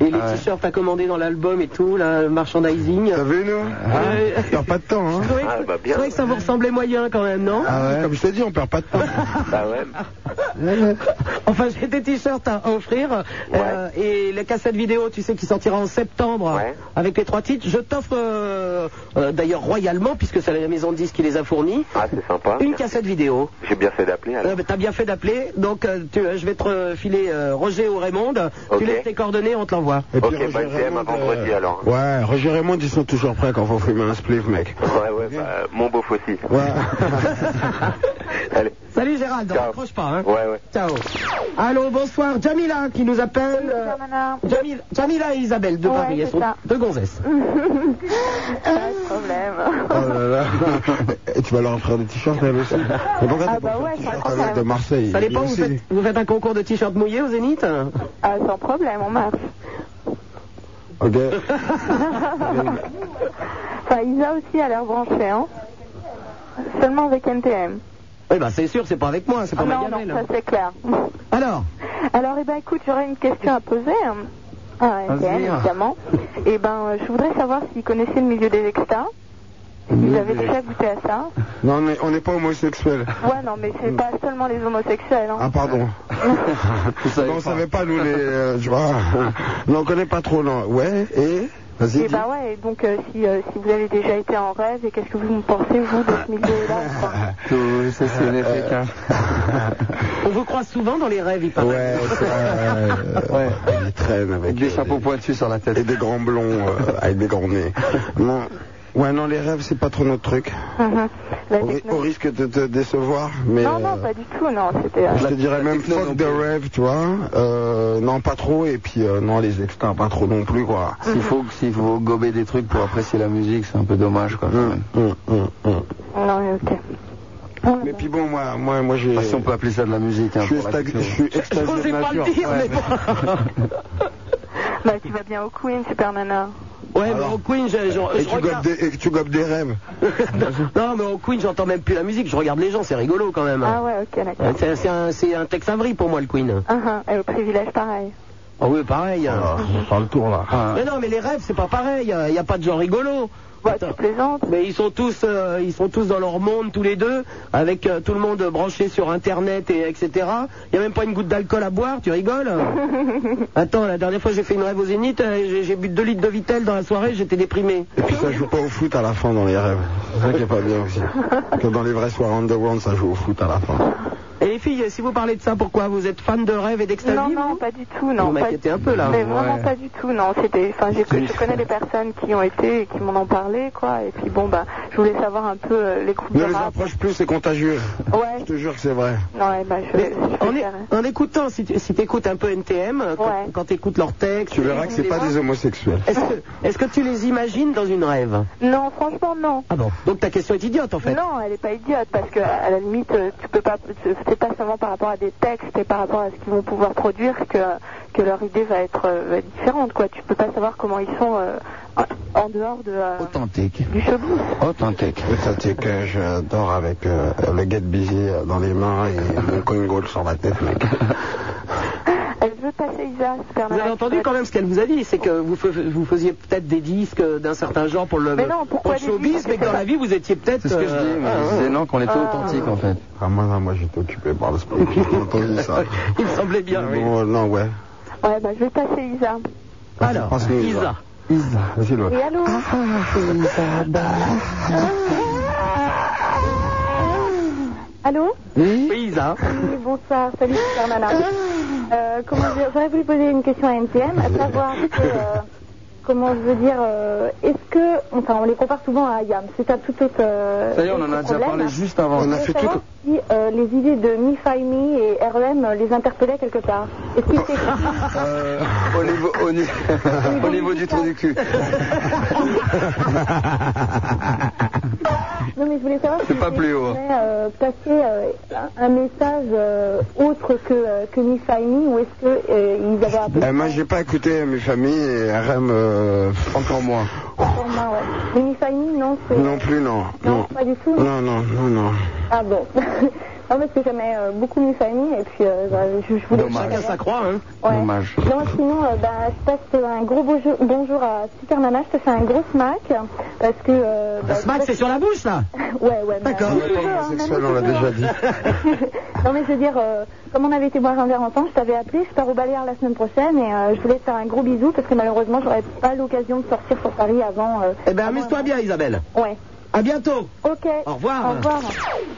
Speaker 4: Et
Speaker 3: Ah
Speaker 4: les t-shirts à commander dans l'album et tout, là, le merchandising. T'as
Speaker 3: vu, nous T'as pas de temps, hein
Speaker 4: Je trouvais que,
Speaker 3: Ah, bah, bien.
Speaker 4: je trouvais que ça vous ressemblait moyen quand même, non
Speaker 3: Comme je t'ai dit, on perd pas de temps.
Speaker 10: bah ouais.
Speaker 4: Enfin, j'ai des t-shirts à offrir. Euh, et la cassette vidéo, tu sais, qui sortira en septembre avec les trois titres. Je t'offre, euh, euh, d'ailleurs royalement, puisque c'est la maison de disques qui les a fournis,
Speaker 10: Ah, c'est sympa.
Speaker 4: une cassette vidéo.
Speaker 10: J'ai bien fait d'appeler. alors.
Speaker 4: Euh, bah, T'as bien fait d'appeler, donc euh, tu, euh, je vais te filer Roger ou Raymond.
Speaker 10: Ok.
Speaker 4: Tu laisses tes coordonnées, on te l'envoie.
Speaker 10: Ok, bah NTM à vendredi alors.
Speaker 3: Ouais, Roger Raymond, ils sont toujours prêts quand faut fumer un spliff, mec.
Speaker 10: Ouais, ouais, bah, euh, mon beau aussi.
Speaker 3: Ouais.
Speaker 10: Allez.
Speaker 4: Salut Gérald, on raccroche pas. Hein.
Speaker 10: Ouais, ouais.
Speaker 4: Ciao. Allô, bonsoir, Jamila qui nous appelle. euh, Jamil- Jamila et Isabelle de
Speaker 2: Ouais,
Speaker 4: Paris, elles
Speaker 2: c'est
Speaker 4: sont
Speaker 2: ça.
Speaker 4: deux gonzesses.
Speaker 2: Pas de problème.
Speaker 3: Oh là là. Et tu vas leur offrir des t-shirts, elle aussi. Mais pourquoi t'as
Speaker 4: Ah
Speaker 3: pas
Speaker 4: bah
Speaker 3: fait
Speaker 4: ouais,
Speaker 3: de t-shirt
Speaker 4: ça-
Speaker 3: avec de Marseille
Speaker 4: Ça dépend,
Speaker 3: Il
Speaker 4: vous
Speaker 3: sait.
Speaker 4: faites, vous faites un concours de t-shirts mouillés au Zénith
Speaker 8: Ah, sans problème, on marche.
Speaker 3: Ok.
Speaker 8: Enfin, Isa aussi a l'air branchée, hein. Seulement avec NTM.
Speaker 4: Oui, bah c'est sûr, c'est pas avec moi, c'est pas
Speaker 8: Ah
Speaker 4: ma
Speaker 8: non,
Speaker 4: gamelle. hein.
Speaker 8: non, ça c'est clair.
Speaker 4: Alors
Speaker 8: Alors, eh ben, écoute, j'aurais une question à poser hein, à NTM,
Speaker 4: Vas-y.
Speaker 8: évidemment. Et ben, euh, je voudrais savoir s'ils connaissaient le milieu des extas. S'ils avaient déjà goûté à ça.
Speaker 3: Non, mais on n'est pas homosexuels.
Speaker 4: Ah.
Speaker 8: Ouais, non, mais c'est pas seulement les homosexuels, hein.
Speaker 3: Hmm. Ah, pardon. non, on savait pas, nous, les. euh, tu vois. non, on connaît pas trop, non. Ouais, et
Speaker 4: Eh
Speaker 3: Vas-y.
Speaker 8: Et
Speaker 3: dis.
Speaker 4: ben.
Speaker 8: bah ouais, et donc euh, si, euh, si vous avez déjà été en rêve, et qu'est-ce que vous en pensez, vous, de ce milieu-là ou pas
Speaker 7: Tout ça, c'est hein. l'effet qu'un.
Speaker 4: On vous croise souvent dans les rêves, il paraît.
Speaker 3: Ouais,
Speaker 7: Euh,
Speaker 3: c'est ouais. Il traîne avec des chapeaux
Speaker 7: pointus sur la tête
Speaker 3: et des grands blonds euh, avec des grands nez. Non, ouais, non, les rêves c'est pas trop notre truc. Au, ri- au risque de te décevoir, mais euh,
Speaker 8: Non, non, pas du tout, non, c'était... euh,
Speaker 3: je te dirais même fuck the rêve, tu vois. Euh, non, pas trop. Et puis euh, non, les extras pas trop non plus, quoi.
Speaker 7: S'il faut, s'il faut gober des trucs pour apprécier la musique, c'est un peu dommage, quoi.
Speaker 8: Non, mais ok.
Speaker 3: Mm, Mais puis bon, moi, moi, moi, j'ai.
Speaker 7: Ah, si on peut appeler ça de la musique, hein,
Speaker 3: Je suis
Speaker 7: pour la
Speaker 3: extasi-
Speaker 7: culture.
Speaker 3: je suis extasié de J'osais pas le nature. dire, Ouais, mais
Speaker 8: Bah tu vas bien au Queen, hein. super nana.
Speaker 4: Ouais, mais au Queen, je, je, je
Speaker 3: Et tu, gobes
Speaker 4: regarde...
Speaker 3: des, et tu gobes des rêves.
Speaker 4: non, mais au Queen, j'entends même plus la musique, je regarde les gens, c'est rigolo quand même.
Speaker 8: Ah ouais, ok, d'accord.
Speaker 4: Ouais, c'est- C'est un, c'est un texte avery pour moi, le Queen.
Speaker 8: Ah, ah, et au privilège, pareil.
Speaker 4: Ah oui, pareil.
Speaker 3: le tour, là.
Speaker 4: Mais non, mais les rêves, c'est pas pareil. Il n'y a pas de gens rigolos.
Speaker 8: Attends.
Speaker 4: Mais ils sont tous, euh, ils sont tous dans leur monde tous les deux, avec euh, tout le monde branché sur Internet et etc. Il y a même pas une goutte d'alcool à boire. Tu rigoles Attends, la dernière fois j'ai fait une rêve au Zénith, euh, j'ai- j'ai bu 2 litres de Vitel dans la soirée, j'étais déprimé.
Speaker 3: Et puis ça joue pas au foot à la fin dans les rêves. C'est ça qui est pas bien aussi. Que dans les vrais soirs underground, ça joue au foot à la fin.
Speaker 4: Et les filles, si vous parlez de ça, pourquoi vous êtes fan de rêve et d'extasie
Speaker 8: Non,
Speaker 4: vous
Speaker 8: non, pas du tout, non.
Speaker 4: Vous
Speaker 8: pas
Speaker 4: m'inquiétez un peu, là.
Speaker 8: Mais vraiment
Speaker 4: Ouais.
Speaker 8: pas du tout, non. C'était, enfin, j'ai- je connais des personnes qui ont été et qui m'en ont parlé, quoi. Et puis bon, bah, je voulais savoir un peu euh, les groupes de
Speaker 3: Ne les
Speaker 8: rap.
Speaker 3: approche plus, c'est contagieux.
Speaker 8: Ouais.
Speaker 3: Je te jure que c'est vrai.
Speaker 8: Ouais, bah, je,
Speaker 4: Mais
Speaker 8: je
Speaker 4: en, é-
Speaker 8: préfère, hein.
Speaker 4: en écoutant, si tu si t'écoutes un peu NTM, euh, quand, tu écoutes leurs textes,
Speaker 3: Tu verras que c'est pas des homosexuels.
Speaker 4: Est-ce que, est-ce que tu les imagines dans une rêve
Speaker 8: Non, franchement, non.
Speaker 4: Ah bon Donc ta question est idiote en fait.
Speaker 8: Non, elle est pas idiote parce que à la limite, euh, tu peux pas. C'est pas seulement par rapport à des textes et par rapport à ce qu'ils vont pouvoir produire que que leur idée va être, euh, va être différente, quoi. Tu peux pas savoir comment ils sont euh, en en dehors de. euh,
Speaker 7: Authentique.
Speaker 8: Du chevou.
Speaker 7: Authentique.
Speaker 3: Authentique, euh, je dors avec euh, le get busy euh, dans les mains et mon Congo sur la tête, mec.
Speaker 8: Elle veut passer Isa, super
Speaker 4: Vous avez entendu quand même ce qu'elle vous a dit, c'est que vous, fe- vous faisiez peut-être des disques euh, d'un certain genre pour le,
Speaker 8: Mais non,
Speaker 4: pour
Speaker 8: pourquoi
Speaker 4: le
Speaker 8: des
Speaker 4: showbiz,
Speaker 8: disques
Speaker 4: mais que dans la vie vous étiez peut-être.
Speaker 7: C'est ce que je dis, mais je disais non, qu'on était
Speaker 4: euh, Ah.
Speaker 7: authentique, en fait.
Speaker 3: Ah, moi, non, moi, j'étais occupé par le sport. J'ai pas entendu ça.
Speaker 4: Il me semblait bien, oui.
Speaker 3: Bon, euh, non, ouais.
Speaker 8: Ouais, bah je vais passer Isa.
Speaker 4: Alors,
Speaker 3: Passe-nous,
Speaker 4: Isa.
Speaker 3: Isa, vas-y, Lola.
Speaker 8: Et allô
Speaker 2: Allô
Speaker 4: Oui, Isa.
Speaker 2: Oui, bonsoir, salut super nana. Euh, comment dire, j'aurais voulu poser une question à NTM, à savoir que, euh, comment je veux dire, euh, est-ce que, enfin on les compare souvent à Yam, c'est ça tout autre. euh,
Speaker 7: Ça y est, on en a
Speaker 2: autre
Speaker 7: déjà
Speaker 2: problème.
Speaker 7: parlé juste avant. On a
Speaker 2: Je
Speaker 7: fait
Speaker 2: voulais savoir Si euh, les idées de Me Fi Me et REM euh, les interpellaient quelque part. Est-ce que c'est
Speaker 7: Euh, au niveau, au niveau, au niveau du trou du cul.
Speaker 2: Non, mais je voulais savoir
Speaker 7: C'est
Speaker 2: si
Speaker 7: pas hein.
Speaker 2: vous
Speaker 7: plus haut.
Speaker 2: voulez, euh, passer euh, un message euh, autre que, euh, que Me Fi Me ou est-ce qu'ils ils avaient appelé
Speaker 3: Eh, moi, j'ai pas écouté mes familles et RM. euh,
Speaker 7: Encore moins.
Speaker 2: pour moi, ouais. Mais Me Fi Me, non, c'est.
Speaker 3: Non plus, non.
Speaker 2: Non, pas du tout.
Speaker 3: Non, non, non, non.
Speaker 2: Ah bon Non, parce que j'aimais euh, beaucoup mes familles et puis euh, bah, je, je voulais.
Speaker 4: Chacun sa croix, hein.
Speaker 2: Ouais.
Speaker 7: Dommage.
Speaker 2: Non, sinon, euh, bah, je passe un gros bonjour, bonjour à Super Nana. Je te fais un gros smack parce que. euh, bah,
Speaker 4: La smack, c'est sur la bouche, là
Speaker 2: Ouais, ouais. mais-
Speaker 4: D'accord.
Speaker 2: Tu peux, hein,
Speaker 3: Homosexuel,
Speaker 2: Nana,
Speaker 3: on l'a
Speaker 2: tu peux,
Speaker 3: déjà
Speaker 2: hein.
Speaker 3: dit.
Speaker 2: Non, mais je veux dire, euh, comme on avait été boire un verre ensemble, je t'avais appelé, je pars au Baléares la semaine prochaine et euh, je voulais te faire un gros bisou parce que malheureusement, j'aurais pas l'occasion de sortir pour Paris avant. euh,
Speaker 4: Eh ben, amuse-toi bien, Isabelle.
Speaker 2: Ouais.
Speaker 4: À bientôt.
Speaker 2: Ok.
Speaker 4: Au revoir.
Speaker 2: Au revoir.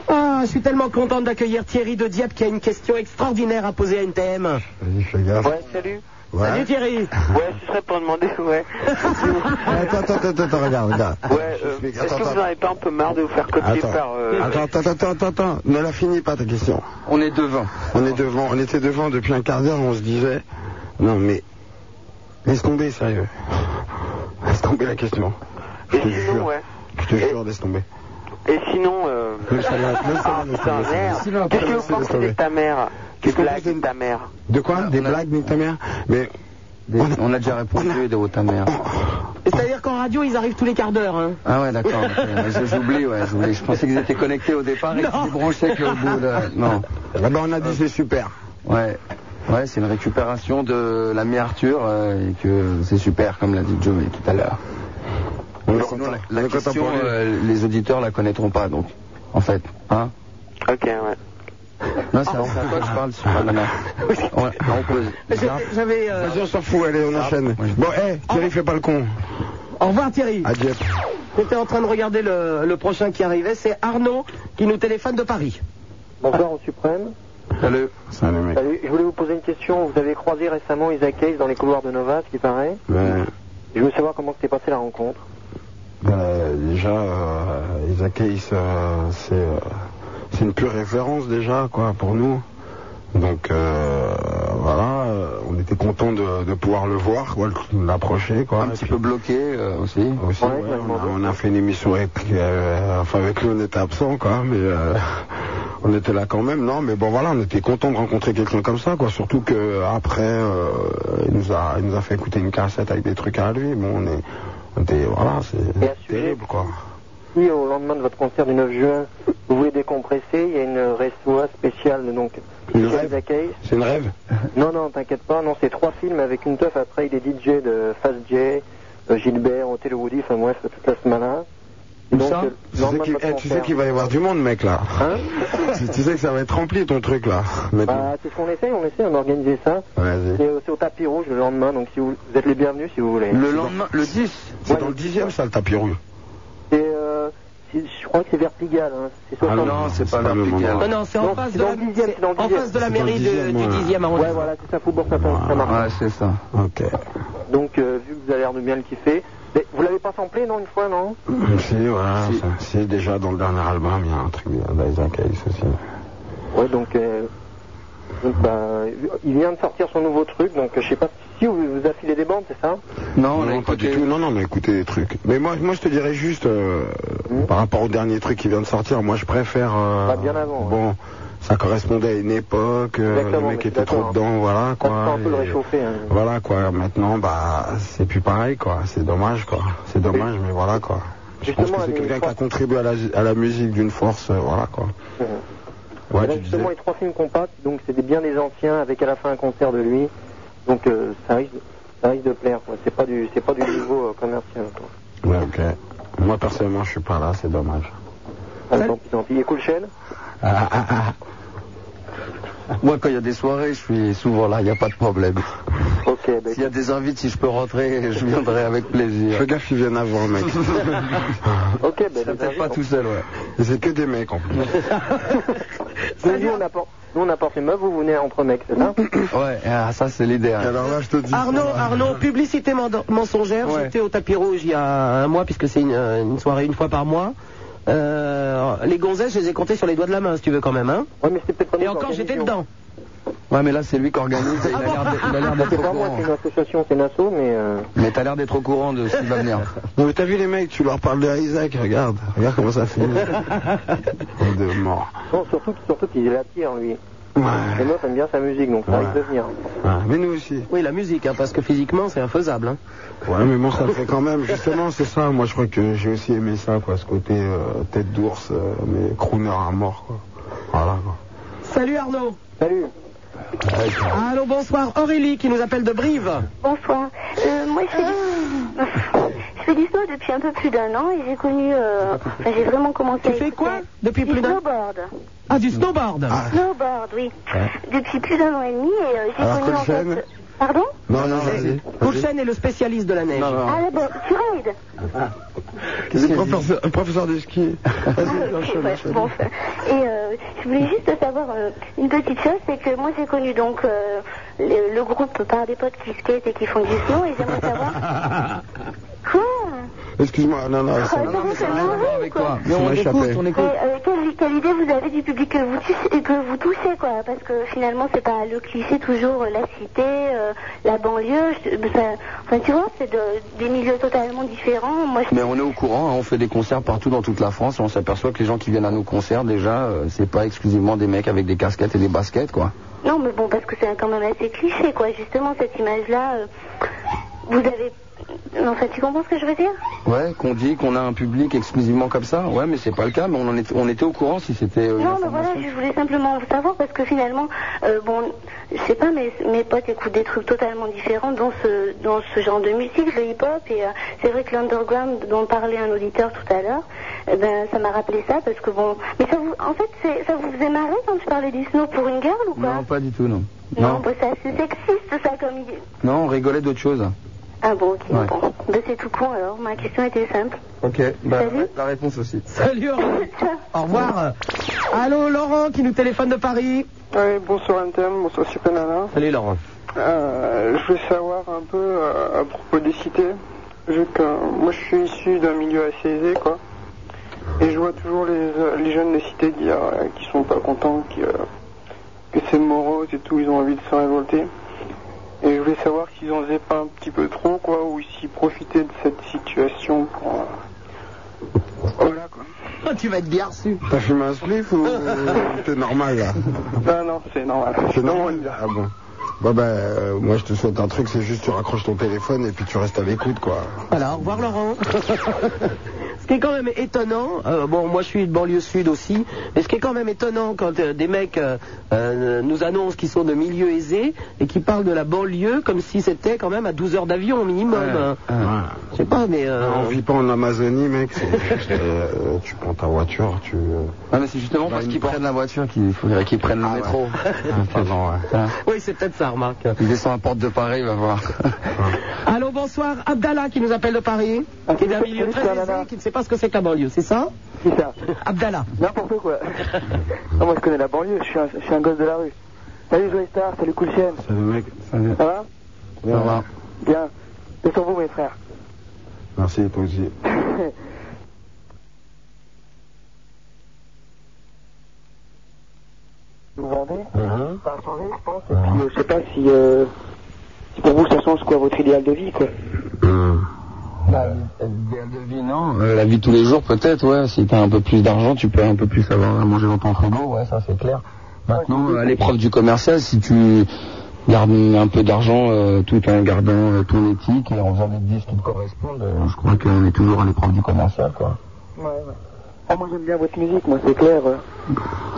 Speaker 4: Ah, je suis tellement contente d'accueillir Thierry de Dieppe qui a une question extraordinaire à poser à NTM.
Speaker 3: Vas-y, fais gaffe.
Speaker 10: Ouais, salut.
Speaker 3: Ouais.
Speaker 4: Salut Thierry.
Speaker 10: Ouais, ce serait pour demander, ouais.
Speaker 3: Attends, attends, attends, attends, regarde, regarde.
Speaker 10: Ouais, euh, est-ce que vous n'avez pas un peu marre de vous faire copier
Speaker 3: Attends.
Speaker 10: par... euh,
Speaker 3: attends, attends, attends, attends, attends. ne la finis pas ta question.
Speaker 7: On est devant.
Speaker 3: On est devant, on était devant depuis un quart d'heure, on se disait, non mais, laisse tomber, sérieux. Laisse tomber la question. Je te jure, je te jure, laisse tomber.
Speaker 9: Et sinon, euh... ah, putain, merde. Qu'est-ce que vous pensez de ta mère Des blagues de ta mère
Speaker 3: De quoi
Speaker 7: Ah,
Speaker 3: Des blagues de ta mère Mais
Speaker 7: on a déjà répondu de haut ta mère.
Speaker 4: C'est-à-dire qu'en radio, ils arrivent tous les quarts d'heure. Hein.
Speaker 7: Ah ouais, d'accord. ok. Je- J'oublie, ouais, j'oublie. Je pensais qu'ils étaient connectés au départ et qu'ils débranchaient qu'au bout de... Non.
Speaker 3: Ah ben, on a dit c'est super.
Speaker 7: Ouais. Ouais, c'est une récupération de l'ami Arthur euh, et que c'est super, comme l'a dit Joe tout à l'heure. Mais sinon, la- la question, euh, les auditeurs la connaîtront pas, donc, en fait. Hein
Speaker 9: Ok, ouais.
Speaker 7: Non, Ah, c'est à c'est à toi que je parle,
Speaker 4: Ah,
Speaker 7: sur la nana. On, on pose.
Speaker 4: J'avais. euh,
Speaker 3: Vas-y, on s'en fout, allez, on enchaîne. Bon, hé, Thierry, fais pas le con.
Speaker 4: Au Ah, revoir Thierry.
Speaker 3: Adieu.
Speaker 4: J'étais en train de regarder le, le prochain qui arrivait. C'est Arnaud qui nous téléphone de Paris.
Speaker 10: Bonsoir au suprême.
Speaker 7: Salut.
Speaker 3: Salut, Ah, mec.
Speaker 10: Salut, je voulais vous poser une question. Vous avez croisé récemment Isaac Hayes dans les couloirs de Nova, ce qui paraît.
Speaker 3: Ben,
Speaker 10: Je voulais savoir comment s'était passée la rencontre.
Speaker 3: ben, déjà, euh, Isaac Hayes, euh, c'est euh, c'est une pure référence déjà, quoi, pour nous. Donc, euh, voilà, euh, on était content de, de pouvoir le voir, quoi, de l'approcher, quoi. Un petit
Speaker 7: peu bloqué euh, aussi.
Speaker 3: Aussi, ouais, on, a, on a fait une émission avec, euh, enfin, avec lui, on était absent, quoi, mais euh, on était là quand même, non, mais bon, voilà, on était content de rencontrer quelqu'un comme ça, quoi, surtout que après, euh, il, nous a, il nous a fait écouter une cassette avec des trucs à lui, bon, on est, on était, voilà, c'est terrible, quoi.
Speaker 10: Si au lendemain de votre concert du 9 juin, vous voulez décompresser, il y a une restoa spéciale donc
Speaker 3: Une
Speaker 10: sur
Speaker 3: rêve.
Speaker 10: Isaac Hayes.
Speaker 3: C'est une rêve
Speaker 10: Non, non, t'inquiète pas, non, c'est trois films avec une teuf. Après, il est DJ de Fast J, euh, Gilbert, Otello Woody, enfin bref, toute la semaine là.
Speaker 3: Où ça
Speaker 10: euh,
Speaker 3: Tu sais qu'il- eh, tu sais qu'il va y avoir du monde, mec, là. tu, tu sais que ça va être rempli, ton truc, là, maintenant.
Speaker 10: Hein Bah, c'est ce qu'on essaye, on essaye, on a organisé ça.
Speaker 3: Vas-y.
Speaker 10: C'est au- c'est au tapis rouge le lendemain, donc si vous, vous êtes les bienvenus si vous voulez.
Speaker 3: Le lendemain,
Speaker 7: le 10
Speaker 3: C'est dans le dixième, ça, le tapis rouge.
Speaker 10: C'est, euh, c'est- je crois que c'est vers Pigalle. Hein. C'est
Speaker 3: Ah non,
Speaker 10: 60.
Speaker 3: c'est pas vers Pigalle.
Speaker 4: Non, Oh non, c'est en face de
Speaker 10: dans
Speaker 4: la-
Speaker 10: le dixième, c'est dans le
Speaker 4: en
Speaker 10: dixième.
Speaker 4: face de la C'est dans le mairie de- dixième, du ouais. dixième arrondissement.
Speaker 10: hein, Ouais, voilà, c'est ça, Faubourg
Speaker 3: Ah,
Speaker 10: Saint-Martin.
Speaker 7: Ouais, c'est ça.
Speaker 3: Ok.
Speaker 10: Donc, euh, vu que vous avez l'air de bien le kiffer, mais vous l'avez pas samplé, non, une fois, non
Speaker 3: Si, voilà, ça- si, déjà dans le dernier album, il y a un truc d'Isaac Hayes aussi.
Speaker 10: Ouais, donc, euh, donc, bah, il vient de sortir son nouveau truc, donc euh, je sais pas si vous vous affilez des bandes, c'est ça
Speaker 7: Non,
Speaker 3: pas du tout. Non, non, on a écouté des trucs. Mais moi, moi je te dirais juste, euh, par rapport au dernier truc qui vient de sortir, moi, je préfère. euh,
Speaker 10: Mmh. Pas bien avant, ouais.
Speaker 3: Bon, ça correspondait à une époque, euh,
Speaker 10: Exactement,
Speaker 3: le mec
Speaker 10: mais
Speaker 3: était trop
Speaker 10: d'accord.
Speaker 3: dedans, voilà,
Speaker 10: Ça
Speaker 3: quoi.
Speaker 10: peut un peu le
Speaker 3: et-
Speaker 10: réchauffer. hein.
Speaker 3: Voilà, quoi. Maintenant, bah, c'est plus pareil, quoi. C'est dommage, quoi. C'est dommage, mais voilà, quoi. Je pense que c'est quelqu'un qui a contribué à la, à la musique d'une force, euh, voilà, quoi.
Speaker 10: Mmh.
Speaker 3: Ouais,
Speaker 10: Et là,
Speaker 3: tu disais.
Speaker 10: justement, les trois films compacts, donc c'était bien des anciens, avec à la fin un concert de lui. Donc euh, ça, risque, ça risque de plaire, quoi. C'est pas du, c'est pas du niveau euh, commercial, quoi.
Speaker 3: Ouais, ok. Moi, personnellement, je suis pas là, c'est dommage.
Speaker 10: Ah, tant pis, tant pis. Et Cool Shell
Speaker 3: Ah, ah, ah.
Speaker 7: Moi, quand il y a des soirées, je suis souvent là, il n'y a pas de problème.
Speaker 10: Ok,
Speaker 17: bah,
Speaker 7: S'il y a des invites, si je peux rentrer, je viendrai avec plaisir.
Speaker 3: Fais gaffe, ils viennent avant, Oh, mec.
Speaker 10: ok, ben,
Speaker 7: ça fait pas tout seul, ouais.
Speaker 3: Et c'est que des mecs, en plus.
Speaker 10: nous, nous, on apporte, nous, on apporte les meufs, vous venez entre mecs, c'est ça
Speaker 7: Ouais, ah, ça, c'est l'idée. hein.
Speaker 3: Alors là, je te dis.
Speaker 4: Arnaud, Arnaud, publicité mend- mensongère. J'étais au tapis rouge il y a un mois, puisque c'est une, euh, une soirée une fois par mois. Euh, les gonzesses, je les ai comptées sur les doigts de la main, si tu veux quand même. Hein.
Speaker 10: Ouais, mais c'était peut-être pas
Speaker 4: Et encore, j'étais dedans. Ah
Speaker 7: Ouais, mais là, c'est lui qui organise. Il a l'air d'être- il a l'air d'être
Speaker 10: Ah C'est
Speaker 7: au
Speaker 10: pas moi,
Speaker 7: courant.
Speaker 10: c'est une association, c'est une asso, mais. euh,
Speaker 7: Mais t'as l'air d'être au courant de ce qui va venir.
Speaker 3: Non, mais t'as vu les mecs, tu leur parles de Isaac, regarde. Regarde comment ça finit. de mort.
Speaker 10: Non, surtout, surtout qu'il l'attire, lui. Les meufs aiment bien sa musique, donc ça
Speaker 3: Ouais.
Speaker 10: risque de venir.
Speaker 3: Ah, mais nous aussi.
Speaker 4: Oui, la musique, hein, parce que physiquement, c'est infaisable. hein.
Speaker 3: Ouais, mais bon, ça le fait quand même. Justement, c'est ça. Moi, je crois que j'ai aussi aimé ça, quoi. Ce côté euh, tête d'ours, euh, mais crooner à mort, quoi. Voilà, quoi.
Speaker 4: Salut Arnaud.
Speaker 10: Salut.
Speaker 4: Allô, bonsoir. Aurélie qui nous appelle de Brive.
Speaker 18: Bonsoir. Euh, moi, je fais, Ah. du... je fais du snow depuis un peu plus d'un an et j'ai connu. euh, Enfin, j'ai vraiment commencé. Tu fais quoi
Speaker 4: depuis
Speaker 18: plus d'un Snowboard.
Speaker 4: Ah, du snowboard.
Speaker 18: Snowboard, oui. Depuis plus d'un an et demi et euh, j'ai
Speaker 4: Alors,
Speaker 18: connu en fait.
Speaker 4: Colchane
Speaker 18: euh, Pardon
Speaker 3: Non, non,
Speaker 4: vas-y. Colchane est le spécialiste de la neige.
Speaker 18: Ah, d'abord, tu raides
Speaker 3: Qu'est-ce professeur, un professeur de ski.
Speaker 18: Ah,
Speaker 3: Vas-y, enchaîne, enchaîne.
Speaker 18: Bon, enfin, et euh, je voulais juste savoir euh, une petite chose, c'est que moi j'ai connu donc euh, le, le groupe par des potes qui skatent et qui font du snow et j'aimerais savoir
Speaker 3: Excuse-moi, non, non,
Speaker 18: Ah,
Speaker 3: ça
Speaker 18: non, non, ça n'a rien à voir avec
Speaker 3: Ça m'a échappé.
Speaker 18: Et, euh, quelle,
Speaker 17: quelle idée vous avez du public que vous, tus- et que vous touchez, quoi Parce que finalement, c'est pas le cliché toujours euh, la cité, euh, la banlieue. je- ben, ça- enfin, tu vois, c'est de- des milieux totalement différents. Moi, je-
Speaker 7: Mais on est au courant, hein, on fait des concerts partout dans toute la France et on s'aperçoit que les gens qui viennent à nos concerts, déjà, euh, c'est pas exclusivement des mecs avec des casquettes et des baskets, quoi.
Speaker 17: Non, mais bon, parce que c'est quand même assez cliché, quoi. Justement, cette image-là, euh, vous avez. En fait, tu comprends ce que je veux dire
Speaker 7: Ouais, qu'on dit qu'on a un public exclusivement comme ça. Ouais, mais c'est pas le cas, mais on, en est- on était au courant si c'était. euh, une
Speaker 17: Non, mais voilà, je voulais simplement vous savoir parce que finalement, euh, bon, je sais pas, mais mes potes écoutent des trucs totalement différents dans ce dans ce genre de musique, le hip-hop. Et euh, c'est vrai que l'underground dont parlait un auditeur tout à l'heure, eh ben, ça m'a rappelé ça parce que bon, mais ça vous, en fait, c'est- ça vous faisait marrer quand je parlais du snow pour une girl ou quoi
Speaker 7: Non, pas du tout, non.
Speaker 17: Non, bah, c'est assez sexiste ça comme idée.
Speaker 7: Non, on rigolait d'autre chose.
Speaker 17: Ah bon, ok,
Speaker 7: Ouais.
Speaker 17: bon, Bah, c'est tout con alors. Ma question était simple.
Speaker 7: Ok, bah, la réponse aussi.
Speaker 4: Salut, au revoir. Au revoir. Allô, Laurent qui nous téléphone de Paris.
Speaker 2: Oui, bonsoir NTM, bonsoir Super Nana.
Speaker 4: Salut, Laurent.
Speaker 2: Euh, je voulais savoir un peu euh, à propos des cités, vu que euh, moi je suis issu d'un milieu assez aisé, quoi. Et je vois toujours les, euh, les jeunes des cités dire euh, qu'ils sont pas contents, qui, euh, que c'est morose et tout, ils ont envie de se révolter. Et je voulais savoir s'ils en faisaient pas un petit peu trop, quoi, ou s'ils profitaient de cette situation pour... euh,
Speaker 4: tu vas être bien reçu.
Speaker 3: T'as fumé un spliff ou t'es normal là
Speaker 2: Non, non, c'est normal.
Speaker 3: C'est normal là. Ah bon Bah bah, euh, moi je te souhaite un truc, c'est juste tu raccroches ton téléphone et puis tu restes à l'écoute quoi.
Speaker 4: Voilà, au revoir Laurent. ce qui est quand même étonnant, euh, bon moi je suis de banlieue sud aussi, mais ce qui est quand même étonnant quand euh, des mecs euh, euh, nous annoncent qu'ils sont de milieu aisé et qui parlent de la banlieue comme si c'était quand même à 12 heures d'avion au minimum. hein. Je sais pas, mais... euh,
Speaker 3: On vit pas en Amazonie mec, c'est juste, euh, tu prends ta voiture, tu... euh,
Speaker 7: Ah, mais c'est justement parce qu'ils prennent la voiture qu'il faudrait qu'ils prennent le métro.
Speaker 3: pardon, ouais.
Speaker 4: Oui, c'est peut-être ça, remarque.
Speaker 7: Ils descendent à Porte de Paris, va voir.
Speaker 4: Allô, bonsoir, Abdallah qui nous appelle de Paris, qui est d'un milieu très aisé, qui ne sait pas ce que c'est que la banlieue, c'est ça
Speaker 9: C'est ça.
Speaker 4: Abdallah.
Speaker 9: N'importe quoi.
Speaker 10: Ah,
Speaker 9: Non, moi je connais la banlieue, je suis un, je suis un gosse de la rue. Salut Joey Star, salut Coulchen.
Speaker 3: Salut mec.
Speaker 9: Ça va
Speaker 3: Bien, va.
Speaker 9: Bien. Et sur vous mes frères.
Speaker 3: Merci toi aussi.
Speaker 9: Vous vendez
Speaker 7: Uh-huh.
Speaker 9: Ça a changé, je pense. Et puis, euh, je sais pas si, euh, si pour vous ça change quoi, votre idéal de vie quoi.
Speaker 3: Hmm.
Speaker 7: Euh, la vie de tous les jours, peut-être, ouais. Si t'as un peu plus d'argent, tu peux un peu plus avoir à manger dans ton frigo, ouais, ça c'est clair. Maintenant, euh, à l'épreuve du commercial, si tu gardes un peu d'argent euh, tout en gardant euh, ton éthique et en faisant des disques qui te correspondent, euh, je crois qu'on est toujours à l'épreuve du commercial, quoi.
Speaker 9: Ouais, ouais. Ah, moi j'aime bien votre musique, moi c'est clair. euh.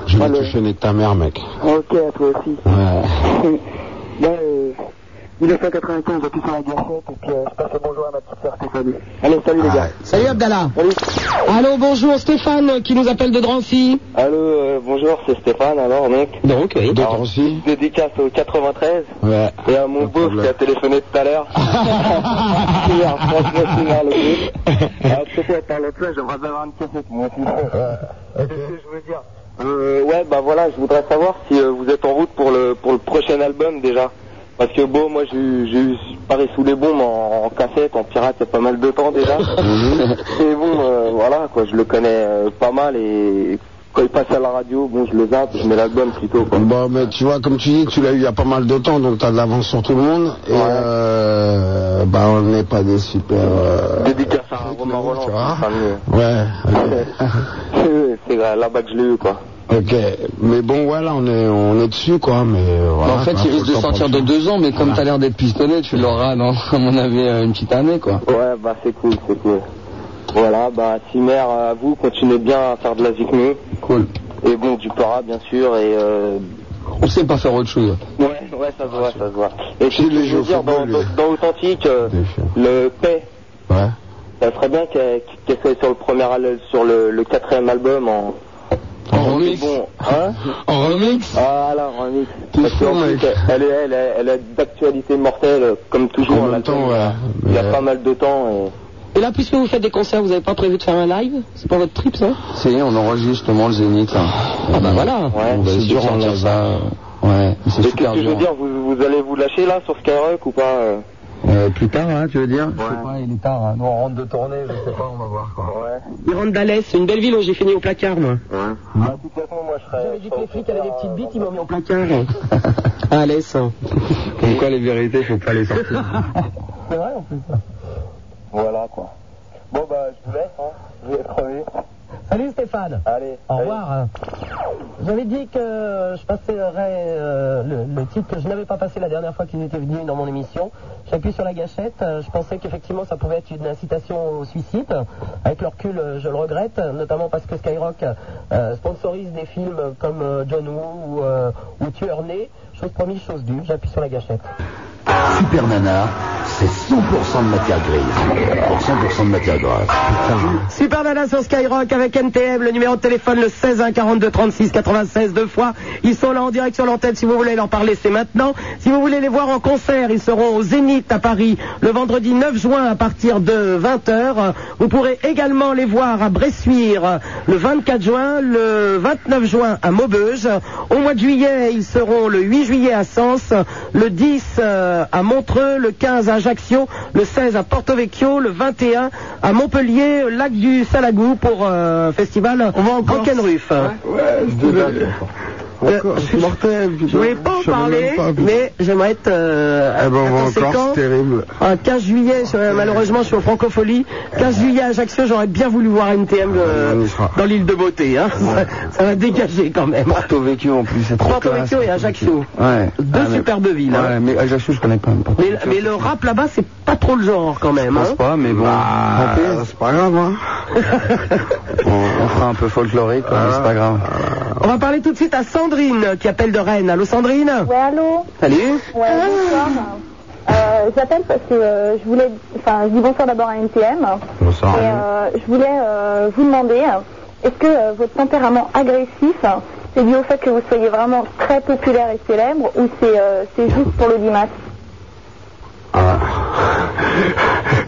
Speaker 3: Je vais te chaîner de ta mère mec.
Speaker 9: Ok, à toi aussi.
Speaker 3: Ouais.
Speaker 9: Là, euh, 1995, j'appuie sur la gâchette et puis euh, je passe le bonjour à ma petite sœur Stéphanie. Allez, salut les gars.
Speaker 4: Salut Abdallah. Allô, bonjour Stéphane qui nous appelle de Drancy.
Speaker 10: Allô, euh, bonjour, c'est Stéphane, alors donc.
Speaker 4: Donc, oui.
Speaker 10: Alors, Dédicace au 93
Speaker 3: Ouais.
Speaker 10: et à mon beau qui a téléphoné tout à l'heure. Hier, franchement, c'est mal, ok. Alors, tu sais quoi, parle toi, j'aimerais bien avoir une cassette, moi aussi.
Speaker 9: Qu'est-ce que je veux dire
Speaker 10: Euh, ouais, bah voilà, je voudrais savoir si euh, vous êtes en route pour le, pour le prochain album déjà. Parce que bon, moi j'ai eu, j'ai eu Paris sous les bombes en, en cassette, en pirate, il y a pas mal de temps déjà. et bon, euh, voilà, quoi, je le connais euh, pas mal et quand il passe à la radio, bon, je le zappe, je mets l'album plutôt. Quoi.
Speaker 3: Bon, mais tu vois, comme tu dis, tu l'as eu il y a pas mal de temps, donc t'as de l'avance sur tout le monde. Et euh, bah, on n'est pas des super. euh,
Speaker 10: Dédicace à Romain Roland, c'est mieux.
Speaker 3: Ouais.
Speaker 10: Euh, c'est là-bas que je l'ai eu, quoi.
Speaker 3: Ok. Mais bon, voilà, on est, on est dessus, quoi. Mais euh, voilà,
Speaker 7: Bah, en fait,
Speaker 3: quoi,
Speaker 7: il
Speaker 3: faut
Speaker 7: risque
Speaker 3: le
Speaker 7: de
Speaker 3: temps
Speaker 7: sortir
Speaker 3: pour
Speaker 7: de
Speaker 3: le
Speaker 7: deux ans, mais comme t'as l'air d'être pistonné, tu l'auras dans, à mon avis, euh, une petite année, quoi.
Speaker 10: Ouais, bah c'est cool, c'est cool. Voilà, bah Simer, à vous, continuez bien à faire de la Zikmu.
Speaker 7: Cool.
Speaker 10: Et bon, du para, bien sûr, et euh,
Speaker 7: On sait pas faire autre chose.
Speaker 10: Ouais, ouais, ça se voit, ça se voit. Et
Speaker 7: Si,
Speaker 10: je
Speaker 7: les
Speaker 10: veux
Speaker 7: jeux
Speaker 10: dire, dans, dans, dans Authentique, euh, le paix,
Speaker 3: Ouais.
Speaker 10: ça serait bien qu'elle qu'elle soit sur le premier, al- sur le, le quatrième album en. En remix bon, hein
Speaker 3: En remix
Speaker 10: Ah là, en remix. Parce
Speaker 3: fou,
Speaker 10: qu'en
Speaker 3: mec.
Speaker 10: plus, elle, est- elle, est- elle, est d'actualité mortelle, comme toujours.
Speaker 3: En
Speaker 10: là,
Speaker 3: même temps,
Speaker 10: comme-
Speaker 3: ouais.
Speaker 10: Il y a pas mal de temps. Et...
Speaker 4: Et là, puisque vous faites des concerts, vous n'avez pas prévu de faire un live C'est pas votre trip, ça
Speaker 7: Ça y est, on enregistre justement le Zénith. là.
Speaker 4: Ah bah voilà.
Speaker 7: On va
Speaker 4: C'est
Speaker 7: essayer de
Speaker 4: dur, on
Speaker 7: sortir
Speaker 4: l'a.
Speaker 7: ça. euh, Ouais, c'est
Speaker 10: Et qu'est-ce
Speaker 7: super
Speaker 10: que je
Speaker 7: dur. hein.
Speaker 10: veux dire vous, vous allez vous lâcher là sur Skyrock ou pas euh
Speaker 7: Ouais, Euh, plus tard, hein, tu veux dire
Speaker 19: Je sais pas, il est tard. hein. Nous, on rentre de tournée, je sais pas, on va voir quoi. Ouais.
Speaker 4: Il rentre d'Alès, c'est une belle ville où j'ai fini au placard, moi.
Speaker 15: J'avais dit que les flics avaient des petites bites, ils m'ont mis en plaquage.
Speaker 4: À Alès.
Speaker 7: Comme quoi, les vérités, faut pas les sortir.
Speaker 17: C'est vrai en plus. Voilà quoi. Bon bah je vous laisse, hein. je vais crever.
Speaker 15: Salut Stéphane.
Speaker 17: Allez.
Speaker 15: Au revoir. J'avais dit que euh, je passerai euh, le, le titre que je n'avais pas passé la dernière fois qu'ils étaient venus dans mon émission. J'appuie sur la gâchette. euh, Je pensais qu'effectivement ça pouvait être une incitation au suicide. Avec le recul, euh, je le regrette, notamment parce que Skyrock euh, sponsorise des films comme euh, John Woo ou, euh, ou Tueur Né. Chose promise, chose due. J'appuie sur la gâchette.
Speaker 2: Super Nana, c'est 100% de matière grise. Pour 100% de matière grasse.
Speaker 4: Super Nana sur Skyrock avec NTM, le numéro de téléphone le 16 1 42 36 96 deux fois. Ils sont là en direct sur l'antenne si vous voulez leur parler, c'est maintenant. Si vous voulez les voir en concert, ils seront au Zénith à Paris le vendredi 9 juin à partir de 20h. Vous pourrez également les voir à Bressuire le 24 juin, le 29 juin à Maubeuge. Au mois de juillet, ils seront le 8 juillet à Sens, le 10 euh, à Montreux, le 15 à Ajaccio, le 16 à Porto Vecchio, le 21 à Montpellier, lac du Salagou pour euh, festival Rock'n'Ruff. Euh,
Speaker 3: c'est mortel, putain.
Speaker 4: je voulais pas en
Speaker 3: Je savais
Speaker 4: parler,
Speaker 3: même pas, putain.
Speaker 4: mais j'aimerais être euh,
Speaker 3: Eh ben, on va
Speaker 4: à
Speaker 3: en Corse,
Speaker 4: conséquent.
Speaker 3: c'est terrible.
Speaker 4: Un 15 juillet, je-
Speaker 7: Ah,
Speaker 4: malheureusement, je suis au Francofolie. 15 juillet à Ajaccio, j'aurais bien voulu voir NTM
Speaker 7: Ah,
Speaker 4: euh, dans l'île de Beauté. Hein. Ça, ça va dégager quand même.
Speaker 7: Porto Vecchio en plus, c'est trop
Speaker 4: Porto
Speaker 7: classe.
Speaker 4: Vecchio et Ajaccio.
Speaker 7: Ouais.
Speaker 4: Deux
Speaker 7: Ah, mais-
Speaker 4: superbes villes. hein.
Speaker 7: Ouais, mais Ajaccio, je connais quand même pas.
Speaker 4: Mais, mais le rap là-bas, c'est pas trop le genre quand même.
Speaker 7: Je pense
Speaker 4: hein.
Speaker 7: pas, mais bon. Bah, c'est pas grave, hein. on, on fera un peu folklorique, quoi, mais c'est pas grave.
Speaker 4: On va parler tout de suite à Sandrine qui appelle de Rennes. Allô Sandrine
Speaker 8: Ouais, allô
Speaker 4: Salut
Speaker 8: Ouais, bonsoir. Euh, J'appelle parce que euh, je voulais, enfin, je dis bonsoir d'abord à NTM.
Speaker 3: Bonsoir.
Speaker 8: Et euh, je voulais euh, vous demander, est-ce que euh, votre tempérament agressif, c'est dû au fait que vous soyez vraiment très populaire et célèbre, ou c'est euh, c'est juste pour le dimanche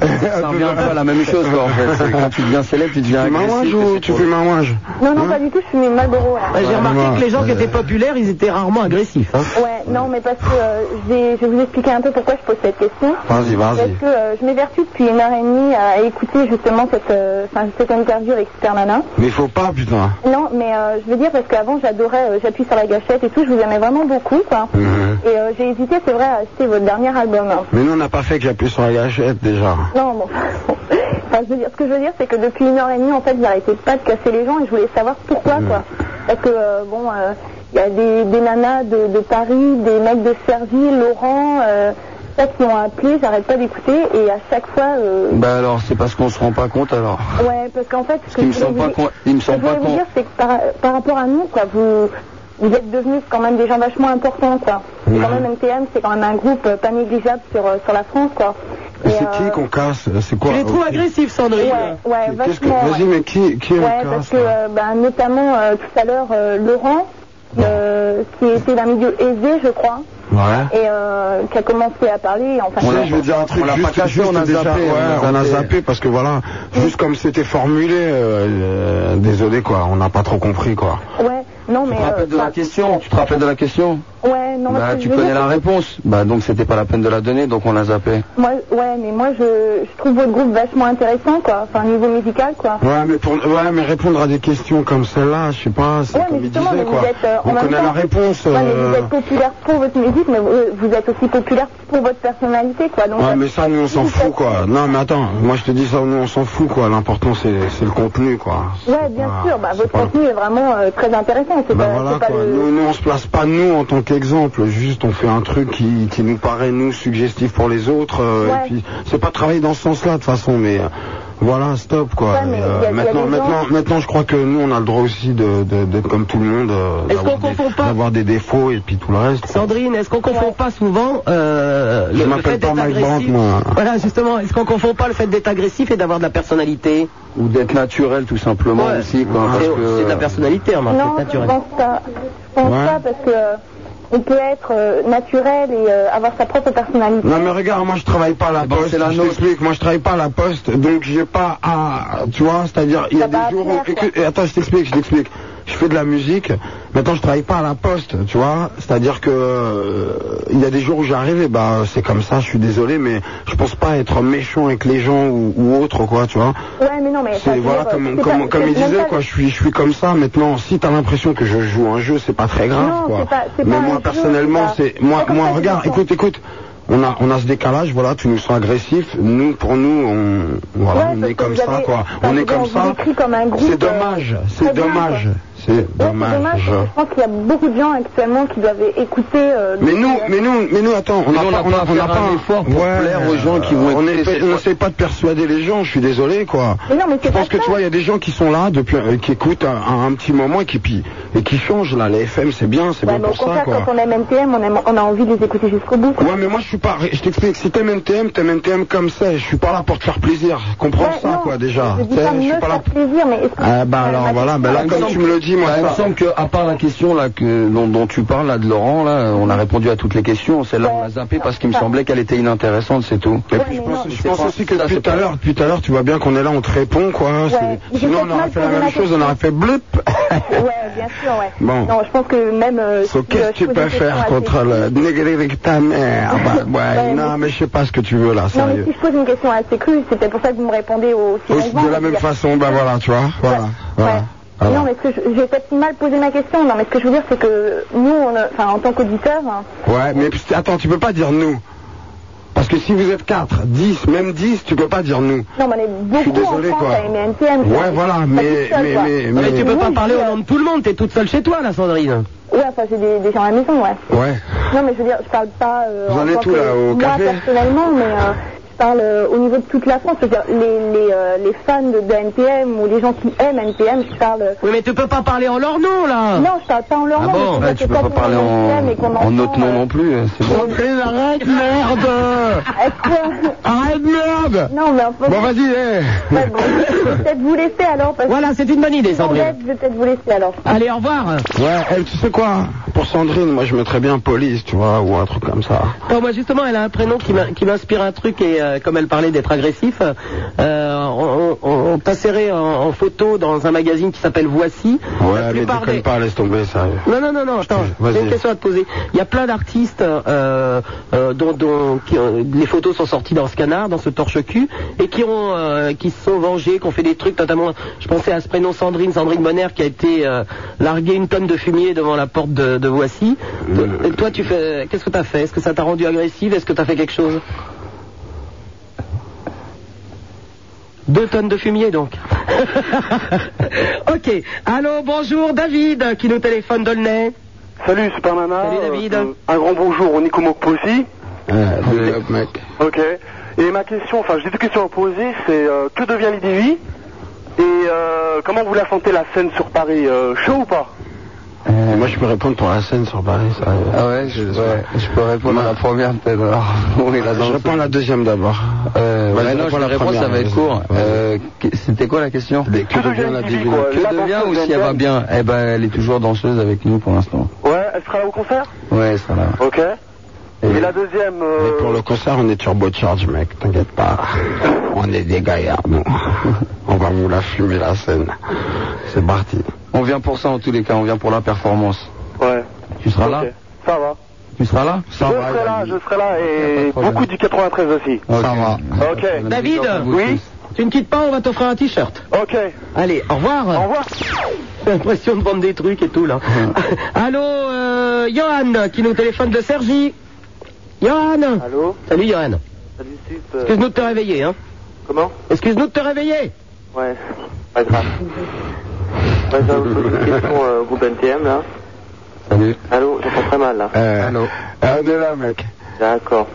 Speaker 7: Ça revient un peu à la même chose, quoi, en fait. C'est Quand tu deviens célèbre, tu deviens
Speaker 3: Tu fais marouage
Speaker 7: agressif.
Speaker 3: ou
Speaker 7: et
Speaker 3: tu
Speaker 7: c'est
Speaker 3: fais marouage
Speaker 8: Non, non, pas du tout, je suis une Marlboro. là.
Speaker 4: Bah, J'ai remarqué que les gens qui étaient populaires, ils étaient rarement agressifs. hein.
Speaker 8: Ouais, non, mais parce que euh, je vais- je vais vous expliquer un peu pourquoi je pose cette question.
Speaker 3: Vas-y, vas-y.
Speaker 8: Parce que euh, je m'évertue depuis une heure et demie à écouter justement cette, euh, enfin, cette interview avec Super Nana.
Speaker 3: Mais faut pas, putain.
Speaker 8: Non, mais euh, je veux dire parce qu'avant j'adorais, euh, j'appuie sur la gâchette et tout, je vous aimais vraiment beaucoup, quoi. Et euh, j'ai hésité, c'est vrai, à acheter votre dernier album. hein.
Speaker 3: Mais nous, on n'a pas fait que j'appuie sur la gâchette déjà.
Speaker 8: Non, bon. Enfin, je veux dire, ce que je veux dire, c'est que depuis une heure et demie, en fait, vous n'arrêtez pas de casser les gens et je voulais savoir pourquoi, quoi. Parce que, euh, bon, euh, il y a des, des nanas de, de Paris, des mecs de Serville, Laurent, euh, ça qui m'ont appelé, j'arrête pas d'écouter et à chaque fois. euh,
Speaker 7: Bah alors, c'est parce qu'on se rend pas compte, alors.
Speaker 8: Ouais, parce qu'en fait, ce que
Speaker 7: qu'il me
Speaker 8: je voulais
Speaker 7: semble pas
Speaker 8: vous-
Speaker 7: qu'on- il me
Speaker 8: ce que
Speaker 7: semble
Speaker 8: je voulais
Speaker 7: pas
Speaker 8: vous
Speaker 7: qu'on-
Speaker 8: dire, c'est que par, par rapport à nous, quoi, vous, vous êtes devenus quand même des gens vachement importants, quoi. C'est Quand même, MTM, c'est quand même un groupe euh, pas négligeable sur, euh, sur la France, quoi.
Speaker 3: Et c'est qui qu'on casse C'est quoi
Speaker 8: euh, Tu les trouves agressifs, Sandrine Ouais, ouais,
Speaker 3: Qu'est-ce que-
Speaker 8: vachement,
Speaker 3: Vas-y,
Speaker 8: ouais.
Speaker 3: mais qui, qui on
Speaker 8: ouais, parce
Speaker 3: casse
Speaker 8: que, euh, ben, notamment, euh, tout à l'heure, euh, Laurent, euh, qui était d'un milieu aisé, je crois,
Speaker 3: Ouais.
Speaker 8: et euh, qui a commencé à parler, enfin...
Speaker 3: Tu sais, je veux dire un truc,
Speaker 7: on l'a
Speaker 3: juste,
Speaker 7: pas caché,
Speaker 3: juste
Speaker 7: on a
Speaker 3: déjà,
Speaker 7: zappé,
Speaker 3: ouais,
Speaker 7: on a
Speaker 3: on a
Speaker 7: zappé.
Speaker 3: zappé parce que voilà, juste comme c'était formulé, euh, euh, désolé quoi, on n'a pas trop compris quoi.
Speaker 8: Ouais, non, mais...
Speaker 7: Tu te rappelles de la question Tu te rappelles de la question
Speaker 8: euh, ouais, non, mais ce
Speaker 7: Bah,
Speaker 8: que
Speaker 7: tu
Speaker 8: je veux
Speaker 7: connais
Speaker 8: dire,
Speaker 7: la réponse. Bah, donc, c'était pas la peine de la donner, donc on l'a zappé.
Speaker 8: Moi, ouais, mais moi je, je trouve votre groupe vachement intéressant, quoi. Enfin, niveau musical, quoi.
Speaker 3: Ouais mais, pour, ouais, mais répondre à des questions comme celle-là, je sais pas, c'est
Speaker 8: Ouais, mais
Speaker 3: comme il
Speaker 8: justement, mais
Speaker 3: disait
Speaker 8: vous
Speaker 3: quoi.
Speaker 8: êtes. euh, en
Speaker 3: on
Speaker 8: même
Speaker 3: connaît
Speaker 8: temps-
Speaker 3: la réponse.
Speaker 8: Ouais, mais
Speaker 3: euh,
Speaker 8: vous êtes populaire pour votre musique, mais vous, vous êtes aussi populaire pour votre personnalité, quoi. Donc, euh,
Speaker 3: Ouais, mais ça, nous, on s'en fout, quoi. Non, mais attends, moi, je te dis ça, nous, on s'en fout, quoi. L'important, c'est c'est le contenu, quoi.
Speaker 8: ouais, bien sûr, bah, votre contenu est vraiment euh, très intéressant. C'est pas,
Speaker 3: Ben Voilà,
Speaker 8: c'est pas
Speaker 7: Ah,
Speaker 3: quoi.
Speaker 8: le-
Speaker 3: Nous, nous, on se place pas, nous, en tant qu'exemple. Juste, on fait un truc qui, qui nous paraît, nous, suggestif pour les autres. euh,
Speaker 8: Ouais.
Speaker 3: Et puis, c'est pas travailler dans ce sens-là, de toute façon, mais... euh, Voilà, stop quoi.
Speaker 8: Ouais, mais il
Speaker 3: Et,
Speaker 8: y a- il y a
Speaker 3: maintenant,
Speaker 8: des gens-
Speaker 3: maintenant, maintenant, je crois que nous, on a le droit aussi de de- d'être comme tout le monde, euh,
Speaker 4: Est-ce
Speaker 3: d'avoir
Speaker 4: qu'on
Speaker 3: des-
Speaker 4: confond pas
Speaker 3: d'avoir des défauts et puis tout le reste.
Speaker 4: Sandrine, est-ce qu'on confond pas souvent euh,
Speaker 3: Je
Speaker 4: le, le
Speaker 3: m'appelle
Speaker 4: fait
Speaker 3: pas
Speaker 4: d'être
Speaker 3: Mike
Speaker 4: agressif
Speaker 3: Brandt, moi. hein.
Speaker 4: Voilà, justement, est-ce qu'on confond pas le fait d'être agressif et d'avoir de la personnalité
Speaker 7: Ou d'être naturel, tout simplement,
Speaker 4: Ouais.
Speaker 7: aussi, quoi.
Speaker 4: C'est
Speaker 7: parce que-
Speaker 4: c'est de la personnalité, remarque,
Speaker 8: Non,
Speaker 4: c'est
Speaker 8: je
Speaker 4: naturel.
Speaker 8: pense pas. Je pense
Speaker 3: Ouais.
Speaker 8: pas parce que euh, on peut être euh, naturel et euh, avoir sa propre personnalité.
Speaker 3: Non mais regarde, moi je travaille pas à la poste, je t'explique, moi je travaille pas à la poste, donc j'ai pas à, tu vois, c'est-à-dire il y a des jours où, écoute, et attends, je t'explique, je t'explique. je fais de la musique. Maintenant, je travaille pas à la poste, tu vois. C'est-à-dire que euh, il y a des jours où j'arrive et bah c'est comme ça. Je suis désolé, mais je pense pas être méchant avec les gens ou, ou autre, quoi, tu vois.
Speaker 8: Ouais, mais non, mais.
Speaker 3: C'est
Speaker 8: enfin,
Speaker 3: voilà
Speaker 8: je veux
Speaker 3: comme
Speaker 8: dire, euh, c'est
Speaker 3: comme,
Speaker 8: pas-
Speaker 3: comme il
Speaker 8: c'est même
Speaker 3: disait
Speaker 8: pas-
Speaker 3: quoi. Je suis je suis comme ça. Maintenant, si t'as l'impression que je joue un jeu, c'est pas très grave,
Speaker 8: Non,
Speaker 3: quoi.
Speaker 8: c'est pas- c'est
Speaker 3: mais
Speaker 8: pas un
Speaker 3: moi
Speaker 8: jeu,
Speaker 3: personnellement,
Speaker 8: c'est pas-
Speaker 3: c'est moi
Speaker 8: c'est comme
Speaker 3: moi
Speaker 8: ça que je
Speaker 3: regarde,
Speaker 8: le sens.
Speaker 3: écoute, écoute. On a, on a ce décalage, voilà, tu nous sens agressif. Nous, pour nous, on, voilà,
Speaker 8: Ouais,
Speaker 3: on
Speaker 8: parce
Speaker 3: est
Speaker 8: que
Speaker 3: comme
Speaker 8: vous
Speaker 3: ça,
Speaker 8: avez-
Speaker 3: quoi.
Speaker 8: enfin,
Speaker 3: On
Speaker 8: vous
Speaker 3: est comme
Speaker 8: avez- vous
Speaker 3: ça.
Speaker 8: décrit comme un groupe,
Speaker 3: C'est dommage,
Speaker 8: euh,
Speaker 3: c'est
Speaker 8: très bien,
Speaker 3: dommage,
Speaker 8: quoi.
Speaker 3: c'est
Speaker 8: C'est dommage,
Speaker 3: dommage.
Speaker 8: parce que je pense qu'il y a beaucoup de gens actuellement qui doivent écouter. euh,
Speaker 3: Mais
Speaker 8: le-
Speaker 3: nous, mais nous, mais nous, attends, on
Speaker 7: Mais
Speaker 3: n'a
Speaker 7: nous, on
Speaker 3: pas,
Speaker 7: n'a pas à
Speaker 3: on n'a
Speaker 7: faire un effort pour
Speaker 3: Ouais,
Speaker 7: plaire aux gens qui vont
Speaker 3: On
Speaker 7: écouter
Speaker 3: essaie-
Speaker 7: ces
Speaker 3: on
Speaker 7: fois.
Speaker 3: n'essaie pas de persuader les gens. Je suis désolé, quoi.
Speaker 8: Mais non, mais
Speaker 3: Je
Speaker 8: c'est
Speaker 3: pense
Speaker 8: pas
Speaker 3: que
Speaker 8: ça.
Speaker 3: tu vois, il y a des gens qui sont là depuis, euh, qui écoutent un, un- un petit moment et qui puis- et qui changent là. Les FM, c'est bien, c'est
Speaker 8: Ouais,
Speaker 3: bien
Speaker 8: mais au
Speaker 3: pour ça,
Speaker 8: contraire,
Speaker 3: quoi.
Speaker 8: quand on aime NTM, on, aime- on a envie de les écouter jusqu'au bout.
Speaker 3: Ouais, mais moi je suis pas. Je t'explique, si t'aimes NTM, t'aimes NTM comme ça. Je suis pas là pour te faire plaisir. Comprends
Speaker 8: Ouais,
Speaker 3: ça,
Speaker 8: non,
Speaker 3: quoi, déjà.
Speaker 8: Je dis
Speaker 3: T'sais,
Speaker 8: pas
Speaker 3: je
Speaker 8: me
Speaker 3: suis pas
Speaker 8: faire
Speaker 3: là
Speaker 8: plaisir, mais est-ce que-
Speaker 3: Ah bah alors voilà, bah là
Speaker 7: Il
Speaker 3: comme
Speaker 7: semble-
Speaker 3: tu me le dis, moi
Speaker 7: bah, il me
Speaker 3: ça.
Speaker 7: semble que, à part la question là que dont, dont tu parles là de Laurent là, on a répondu à toutes les questions. Celle-là on l'a zappée parce qu'il me semblait qu'elle était inintéressante, c'est tout.
Speaker 3: Et puis, je pense, je pense aussi que depuis tout à l'heure, depuis tout à l'heure, tu vois bien qu'on est là, on te répond, quoi. hein. C'est-
Speaker 8: j'ai
Speaker 3: Sinon, on
Speaker 8: peut-être
Speaker 3: aurait
Speaker 8: mal
Speaker 3: fait la
Speaker 8: posé ma
Speaker 3: même chose, on
Speaker 8: question.
Speaker 3: aurait fait blip.
Speaker 8: Ouais, bien sûr, ouais.
Speaker 3: Ah. Bon.
Speaker 8: Non, je pense que même. euh,
Speaker 3: So,
Speaker 8: si,
Speaker 3: qu'est-ce
Speaker 8: euh,
Speaker 3: que tu
Speaker 8: je pose
Speaker 3: peux
Speaker 8: des questions
Speaker 3: faire
Speaker 8: assez-
Speaker 3: contre le négligé avec ta mère Bah, Ouais,
Speaker 8: Ouais,
Speaker 3: non, mais je sais pas ce que tu veux là,
Speaker 8: Non, mais
Speaker 3: sérieux.
Speaker 8: si je pose une question assez crue, c'est peut-être pour ça que vous me répondez au
Speaker 3: Aussi,
Speaker 8: silencement,
Speaker 3: de la même
Speaker 8: c'est-à-dire-
Speaker 3: façon, bah voilà, tu vois, voilà, voilà.
Speaker 8: Non, mais ce que je- j'ai peut-être mal posé ma question. Non, mais ce que je veux dire, c'est que nous, on, a- enfin, en tant qu'auditeurs, hein,
Speaker 3: Ouais, mais pst- attends, tu peux pas dire nous. Parce que si vous êtes 4, 10, même 10, tu peux pas dire nous.
Speaker 8: non, mais on est
Speaker 3: Je suis
Speaker 8: beaucoup
Speaker 3: désolé,
Speaker 8: en France
Speaker 3: quoi.
Speaker 8: à aimer NTM. quoi.
Speaker 3: Ouais, voilà,
Speaker 8: Pas toute
Speaker 3: mais-
Speaker 8: seule,
Speaker 3: mais-
Speaker 8: quoi.
Speaker 3: mais-
Speaker 4: Non, mais tu peux pas
Speaker 8: Oui,
Speaker 4: parler au
Speaker 8: euh,
Speaker 4: nom de tout le monde, t'es toute seule chez toi là, Sandrine.
Speaker 8: Ouais, enfin, j'ai des, des gens à la maison, ouais.
Speaker 3: Ouais.
Speaker 8: Non, mais je veux dire, je parle pas. euh,
Speaker 3: Vous en
Speaker 8: en
Speaker 3: êtes
Speaker 8: tant
Speaker 3: où,
Speaker 8: que-
Speaker 3: là, au
Speaker 8: Moi,
Speaker 3: café
Speaker 8: personnellement, mais euh, je parle euh, au niveau de toute la France. Je veux dire, les, les, euh, les fans de, de NTM ou les gens qui aiment NTM, je parle.
Speaker 4: Oui, mais tu peux pas parler en leur nom là.
Speaker 8: Non, je parle pas en leur
Speaker 4: Ah
Speaker 8: nom.
Speaker 4: bon
Speaker 8: mais
Speaker 4: Ouais,
Speaker 8: je
Speaker 4: tu
Speaker 8: veux
Speaker 4: peux
Speaker 8: dire
Speaker 4: pas
Speaker 8: que quand
Speaker 4: parler
Speaker 8: on aime
Speaker 4: en-
Speaker 8: NTM et qu'on
Speaker 7: En autre nom
Speaker 8: entend,
Speaker 7: non plus, euh, c'est bon.
Speaker 3: André, arrête, merde Arrête, merde
Speaker 8: Non, mais enfin.
Speaker 3: Bon, vas-y, eh.
Speaker 8: Ouais, bon, je vais peut-être vous laisser alors. Parce
Speaker 4: Voilà, c'est une bonne idée,
Speaker 8: que sans
Speaker 3: Sandrine.
Speaker 8: aide, Je vais peut-être vous laisser alors.
Speaker 4: Allez, au revoir.
Speaker 3: Ouais, elle, tu sais quoi Pour Sandrine, moi, je mettrais bien police, tu vois, ou un truc comme ça.
Speaker 4: Non, moi justement, elle a un prénom qui m'in- qui m'inspire un truc et euh, comme elle parlait d'être agressif, euh, on, on, on t'a serré en, en photo dans un magazine qui s'appelle Voici.
Speaker 3: Ouais, mais
Speaker 4: plupart
Speaker 3: déconne
Speaker 4: des-
Speaker 3: pas, laisse tomber, ça.
Speaker 4: Non, non, non, non, attends,
Speaker 3: Vas-y.
Speaker 4: j'ai une question à te poser. Il y a plein d'artistes euh, euh, dont, dont- qui, euh, les photos sont sorties dans ce canard, dans ce torche-cul, et qui ont euh, qui se sont vengés, qui ont fait des trucs, notamment, je pensais à ce prénom Sandrine, Sandrine Bonner, qui a été euh, larguée une tonne de fumier devant la porte de, de Voici. Toi- euh, Toi, tu fais, qu'est-ce que t'as fait Est-ce que ça t'a rendu agressive Est-ce que t'as fait quelque chose Deux tonnes de fumier donc. ok. Allô, bonjour David qui nous téléphone d'Aulnay.
Speaker 1: Salut Super Nana. euh,
Speaker 4: Salut David.
Speaker 1: Un grand bonjour au Nico Mokposi.
Speaker 3: mec.
Speaker 1: Ok. Et ma question, enfin j'ai deux questions à poser, c'est euh, que devient Lydivie Et euh, comment vous la sentez la scène sur Paris euh, Chaud ou pas
Speaker 3: Moi, je peux répondre pour la scène sur Paris, ça.
Speaker 7: Euh,
Speaker 3: euh,
Speaker 7: Ah ouais, je, ouais, je peux répondre à la première peut-être. alors. Oui, la
Speaker 3: Je
Speaker 7: danse.
Speaker 3: réponds à la deuxième d'abord.
Speaker 7: Euh,
Speaker 3: Vas-y,
Speaker 7: ouais, non,
Speaker 3: réponds
Speaker 7: je
Speaker 3: à la
Speaker 7: la réponse,
Speaker 3: première,
Speaker 7: ça va être
Speaker 3: vas-y.
Speaker 7: court. Euh, que- C'était quoi la question
Speaker 3: Que devient la
Speaker 1: Lydivie, quoi
Speaker 7: Que
Speaker 1: La
Speaker 7: devient
Speaker 1: danseuse
Speaker 7: ou si elle va
Speaker 1: d'Indienne.
Speaker 7: bien Eh ben, elle est toujours danseuse avec nous pour l'instant.
Speaker 1: Ouais, elle sera là au concert
Speaker 7: Ouais, elle sera là.
Speaker 1: Ok. Et, la deuxième, euh,
Speaker 3: Pour le concert, on est turbocharge, mec, t'inquiète pas. On est des gaillards, nous. On va vous la fumer, la scène. C'est parti.
Speaker 7: On vient pour ça en tous les cas, on vient pour la performance.
Speaker 1: Ouais.
Speaker 7: Tu seras
Speaker 1: Ok.
Speaker 7: là
Speaker 1: ça va.
Speaker 7: Tu seras là
Speaker 1: je serai là, je serai là et beaucoup du 93 aussi.
Speaker 7: Ça va.
Speaker 1: Ok.
Speaker 4: David
Speaker 1: Oui
Speaker 4: Tu ne quittes pas, on va t'offrir un t-shirt.
Speaker 1: Ok.
Speaker 4: Allez, au revoir. Au
Speaker 1: revoir.
Speaker 4: J'ai l'impression de vendre des trucs et tout là. Allô, euh, Johan qui nous téléphone de Sergi. Johan
Speaker 1: Allô
Speaker 4: Salut Johan.
Speaker 1: Salut
Speaker 4: Excuse-nous de te réveiller, hein.
Speaker 1: Comment
Speaker 4: Excuse-nous de te réveiller.
Speaker 1: Ouais, pas grave. Ouais, je vais vous poser une question euh, au groupe NTM là.
Speaker 7: Salut.
Speaker 1: Allô, j'entends très mal là.
Speaker 3: Allô Euh, On est là, mec.
Speaker 1: D'accord.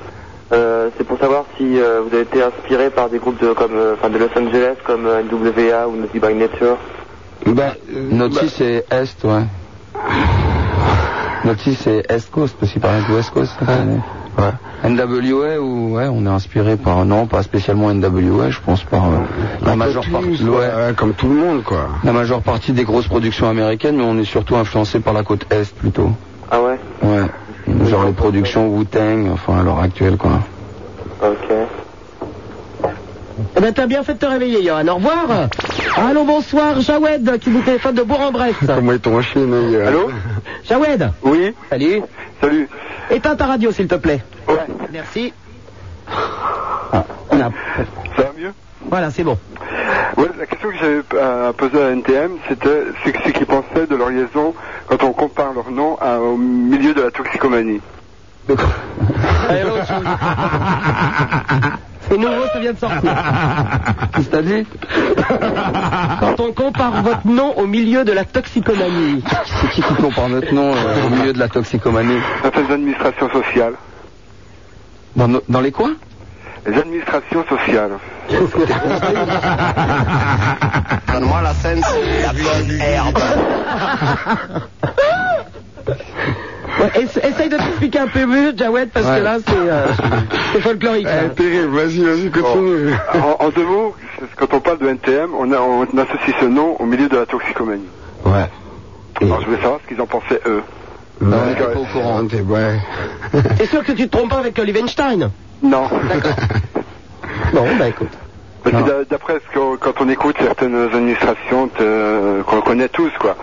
Speaker 1: Euh, c'est pour savoir si euh, vous avez été inspiré par des groupes de, comme, euh, enfin, de Los Angeles comme euh, NWA ou Naughty by Nature.
Speaker 3: Bah,
Speaker 7: Naughty c'est Est, ouais. Naughty c'est Est Coast, parce qu'il paraît que West Coast. ça fait-
Speaker 3: Ouais.
Speaker 7: NWA ou ouais, on est inspiré par non, pas spécialement NWA, je pense par euh, la majeure partie,
Speaker 3: comme tout le monde quoi.
Speaker 7: La majeure partie des grosses productions américaines, mais on est surtout influencé par la côte est plutôt.
Speaker 1: Ah ouais
Speaker 7: Ouais. Genre les productions Wu Tang, enfin à l'heure actuelle quoi.
Speaker 1: Ok.
Speaker 4: Eh ben, t'as bien fait de te réveiller, Johan. Au revoir. Allô, bonsoir, Jawed, qui vous téléphone de Bourg-en-Bresse.
Speaker 3: Comment est ton chien euh...
Speaker 4: Allô Jawed
Speaker 18: Oui
Speaker 4: Salut.
Speaker 18: Salut.
Speaker 4: Éteins ta radio, s'il te plaît.
Speaker 18: Ouais.
Speaker 4: Merci. on a-
Speaker 18: Ça va mieux
Speaker 4: Voilà, c'est bon.
Speaker 18: Ouais, la question que j'avais euh, posée à NTM, c'était c'est ce qu'ils pensaient de leur liaison quand on compare leur nom à- au milieu de la toxicomanie.
Speaker 4: C'est nouveau, ça vient de sortir. C'est-à-dire Quand on compare votre nom au milieu de la toxicomanie.
Speaker 7: C'est qui qui compare notre nom euh, au milieu de la toxicomanie
Speaker 18: Certaines administrations sociales.
Speaker 7: dans, no- dans les coins
Speaker 18: Les administrations sociales.
Speaker 2: Donne-moi la scène, la bonne herbe.
Speaker 4: Ouais, ess- essaye de t'expliquer un peu mieux, Jawed, parce que là, c'est euh, c'est folklorique. là.
Speaker 3: Eh, Vas-y, vas-y,
Speaker 18: continue. En, en deux mots, c'est- quand on parle de NTM, on, a- on associe ce nom au milieu de la toxicomanie.
Speaker 3: Ouais.
Speaker 18: Alors je voulais savoir ce qu'ils en pensaient eux.
Speaker 3: on n'était pas au courant. Ouais.
Speaker 4: T'es sûr que tu te trompes pas avec euh, Liebenstein
Speaker 18: Non.
Speaker 4: Bon, bah écoute.
Speaker 18: Parce
Speaker 3: Ah.
Speaker 18: que d'a- d'après ce que quand on écoute certaines administrations te- qu'on connaît tous quoi.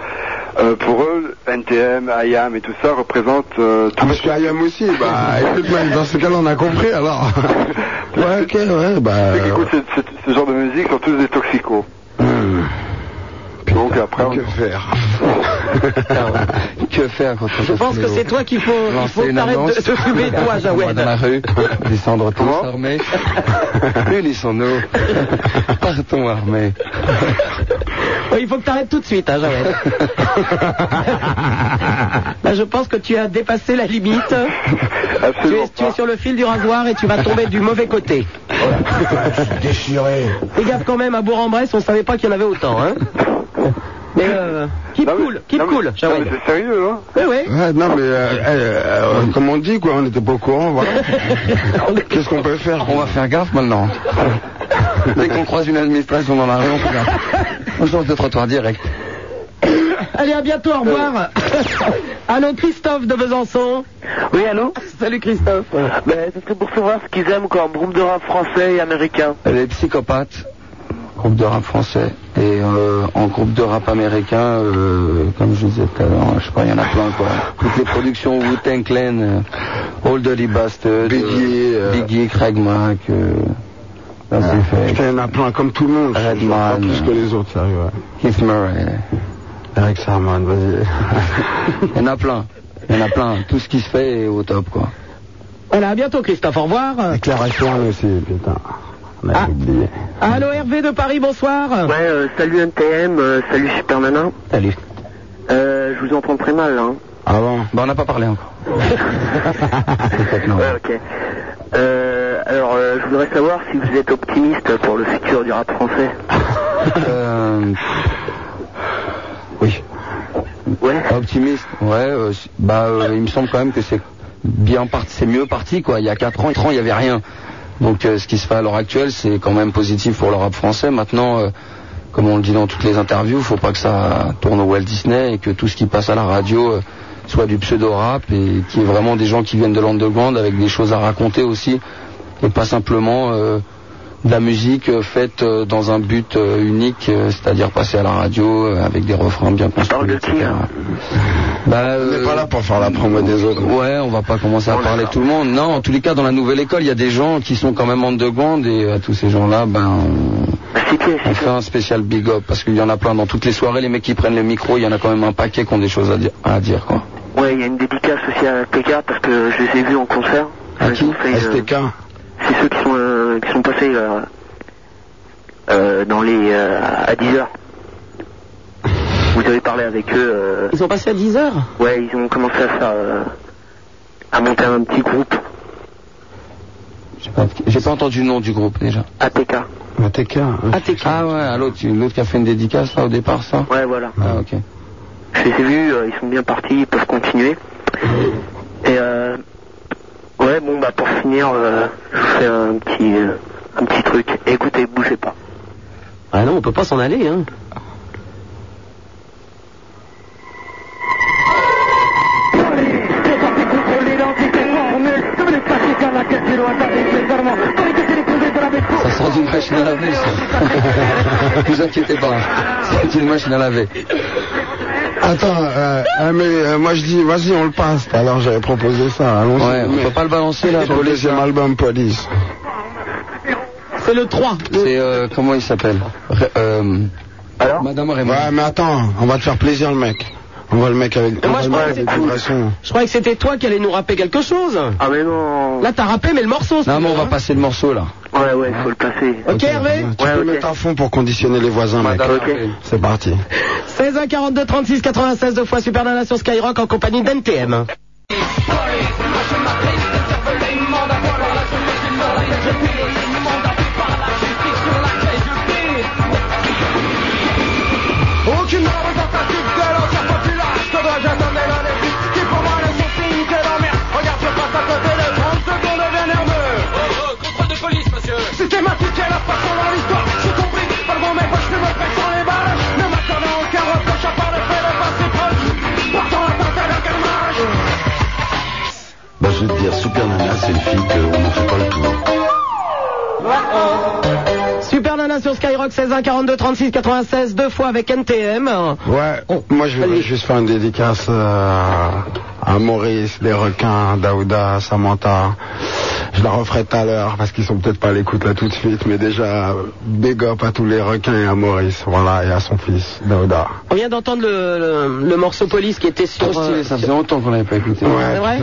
Speaker 18: euh, pour eux, NTM, IAM et tout ça représentent euh,
Speaker 3: Ah, parce que Ayam aussi,
Speaker 7: Ah,
Speaker 3: bah, écoute-moi, dans ce cas-là, on a compris, alors. ouais, ok, ouais, bah.
Speaker 18: Ceux qui écoutent ce, ce- ce genre de musique sont tous des toxicos.
Speaker 7: Hmm.
Speaker 18: Donc après, on... que
Speaker 3: faire
Speaker 7: Que faire quand on
Speaker 4: Je pense que c'est toi qu'il faut, il faut
Speaker 7: Lancer
Speaker 4: que
Speaker 7: une
Speaker 4: t'arrêtes
Speaker 7: annonce.
Speaker 4: de, de fumer, toi,
Speaker 7: On va
Speaker 4: Jawed.
Speaker 7: Dans la rue, descendre tous armés. Unissons-nous. Partons armés.
Speaker 4: Ouais, il faut que t'arrêtes tout de suite, hein, Jawed. Là, je pense que tu as dépassé la limite. Tu es, tu es sur le fil du rasoir et tu vas tomber du mauvais côté.
Speaker 2: Déchiré.
Speaker 4: Fais gaffe quand même, à Bourg-en-Bresse, on savait pas qu'il y en avait autant, hein. Mais euh, keep cool, keep cool, Jawed.
Speaker 18: C'est sérieux, hein
Speaker 4: Oui, oui.
Speaker 3: Ouais, non, mais, euh, eh, euh, comme on dit, quoi, on n'était pas au courant, voilà. Qu'est-ce qu'on peut faire
Speaker 7: On va faire gaffe maintenant. Dès qu'on croise une administration dans la rue, on fait gaffe. On change de trottoir direct.
Speaker 4: Allez, à bientôt, au revoir. allô, Christophe de Besançon.
Speaker 10: Oui, allô
Speaker 4: Salut, Christophe.
Speaker 10: Ben, ce serait pour savoir ce qu'ils aiment comme groupe de rap français et américain.
Speaker 7: Euh, Les psychopathes, groupe de rap français. Et euh, en groupe de rap américain, euh, comme je disais tout à l'heure, je sais pas, il y en a plein quoi. Toutes les productions Wu-Tang Clan, euh, All Dirty Bastard, Biggie,
Speaker 3: euh,
Speaker 7: Biggie Craig Mack, euh, là, c'est fait.
Speaker 3: Ah, Putain, il y en a plein, comme tout le monde. je- je vois Pas
Speaker 7: Redman.
Speaker 3: plus que les autres, sérieux, ouais.
Speaker 7: Keith Murray.
Speaker 3: Eric Sarman, vas-y.
Speaker 7: Il y en a plein. Il y en a plein. Tout ce qui se fait est au top quoi.
Speaker 4: Voilà, à bientôt, Christophe, au revoir.
Speaker 3: Déclaration aussi, putain. On a oublié.
Speaker 4: Allô, Hervé de Paris, bonsoir.
Speaker 10: Ouais, euh, salut NTM, euh, salut Super Nana.
Speaker 7: Salut.
Speaker 10: Euh, je vous entends très mal, hein.
Speaker 7: Ah bon Bah on n'a pas parlé encore.
Speaker 10: Ouais, ok. Euh, alors, euh, je voudrais savoir si vous êtes optimiste pour le futur du rap français.
Speaker 7: Euh, Oui. Optimiste. Ouais. euh, si- bah, euh, il me semble quand même que c'est bien parti, c'est mieux parti quoi. Il y a 4 ans, 4 ans, il y avait rien. Donc euh, ce qui se fait à l'heure actuelle, c'est quand même positif pour le rap français. Maintenant, euh, comme on le dit dans toutes les interviews, faut pas que ça tourne au Walt Disney et que tout ce qui passe à la radio euh, soit du pseudo rap et qui est vraiment des gens qui viennent de l'underground avec des choses à raconter aussi et pas simplement euh, de la musique euh, faite euh, dans un but euh, unique, euh, c'est-à-dire passer à la radio euh, avec des refrains bien construits. etc. Bah, on n'est pas là
Speaker 3: pour faire la promo des autres.
Speaker 7: Ouais, on va pas commencer à parler tout le monde. Non, en tous les cas, dans la nouvelle école, il y a des gens qui sont quand même underground et à tous ces gens-là, ben, on, on fait un spécial big up parce qu'il y en a plein dans toutes les soirées. Les mecs qui prennent le micro, il y en a quand même un paquet qui ont des choses à, dire- à dire, quoi.
Speaker 10: Ouais, il y a une dédicace aussi à TK parce que je les ai vus en concert.
Speaker 7: À qui
Speaker 10: STK euh, C'est ceux qui sont, euh, qui sont passés euh, euh, dans les, euh, à 10h. Vous avez parlé avec eux. euh,
Speaker 4: Ils sont passés à 10 heures
Speaker 10: Ouais, ils ont commencé à faire, euh, à monter un petit groupe.
Speaker 7: J'ai pas, j'ai pas entendu le nom du groupe déjà.
Speaker 10: ATK.
Speaker 3: ATK.
Speaker 7: ATK. Ah ouais, à l'autre, l'autre qui a fait une dédicace là au départ, ça.
Speaker 10: Ouais, voilà.
Speaker 7: Ah ok.
Speaker 10: Je les ai vus, euh, ils sont bien partis, ils peuvent continuer. Et euh, ouais, bon bah pour finir, euh, je vous fais un petit, euh, un petit truc. Écoutez, bougez pas.
Speaker 4: Ah non, on peut pas s'en aller, hein.
Speaker 7: Ça sort d'une machine à laver. vous inquiétez pas, c'est une machine à laver.
Speaker 3: Attends, euh, euh, mais euh, moi je dis, vas-y, on le passe. Alors j'avais proposé ça, hein, allons-y.
Speaker 7: Ouais, on peut pas le balancer là,
Speaker 3: Sur le
Speaker 7: Police,
Speaker 3: deuxième
Speaker 7: là.
Speaker 3: album Police.
Speaker 7: C'est le 3. C'est euh, comment il s'appelle Ré- euh,
Speaker 3: Alors
Speaker 7: Madame
Speaker 3: Ouais, mais attends, on va te faire plaisir le mec. On voit le mec avec.
Speaker 4: Mais moi, je
Speaker 3: on va
Speaker 4: croyais
Speaker 3: le mec
Speaker 4: que
Speaker 3: avec
Speaker 4: c'était-
Speaker 3: une pression.
Speaker 4: Je croyais que c'était toi qui allais nous rapper quelque chose.
Speaker 10: Ah mais non.
Speaker 4: Là, t'as rappé, mais le morceau.
Speaker 7: Non, mais on va passer le morceau là.
Speaker 10: Ouais, ouais, faut le passer.
Speaker 4: Ok, Hervé
Speaker 3: Tu peux mettre à fond pour conditionner les voisins, mec.
Speaker 7: Madame,
Speaker 3: C'est parti.
Speaker 4: 16 1 42 36 96 deux fois Super Nana sur Skyrock en compagnie d'NTM.
Speaker 5: Aucune représentative de l'ancien populace Que dois-je attendre dans les vies Qui pour moi ne sont signes que d'emmerde Regarde, je passe à côté de 30 secondes, je deviens nerveux Oh, oh, contrôle de police, monsieur Systématique est la façon dans l'histoire J'ai compris, par mon mes poches, je me fais sans les barrages Ne m'accordant aucun reproche à part le fait de passer proche Pourtant, atteinte à la calmage
Speaker 2: Bah, je vais te dire, Super Nana, c'est une fille qu'on n'en fait pas le tour.
Speaker 4: Super Nana sur Skyrock 16 1 42 36 96 deux fois avec NTM.
Speaker 3: Ouais,
Speaker 2: Oh.
Speaker 3: moi je vais juste faire une dédicace euh, à Maurice, les requins, Daouda, Samantha. Je la referai tout à l'heure parce qu'ils sont peut-être pas à l'écoute là tout de suite, mais déjà, big up à tous les requins et à Maurice, voilà, et à son fils, Daouda.
Speaker 4: On vient d'entendre le, le- le morceau Police qui était sur euh,
Speaker 7: Ça faisait longtemps qu'on l'avait pas écouté.
Speaker 4: C'est vrai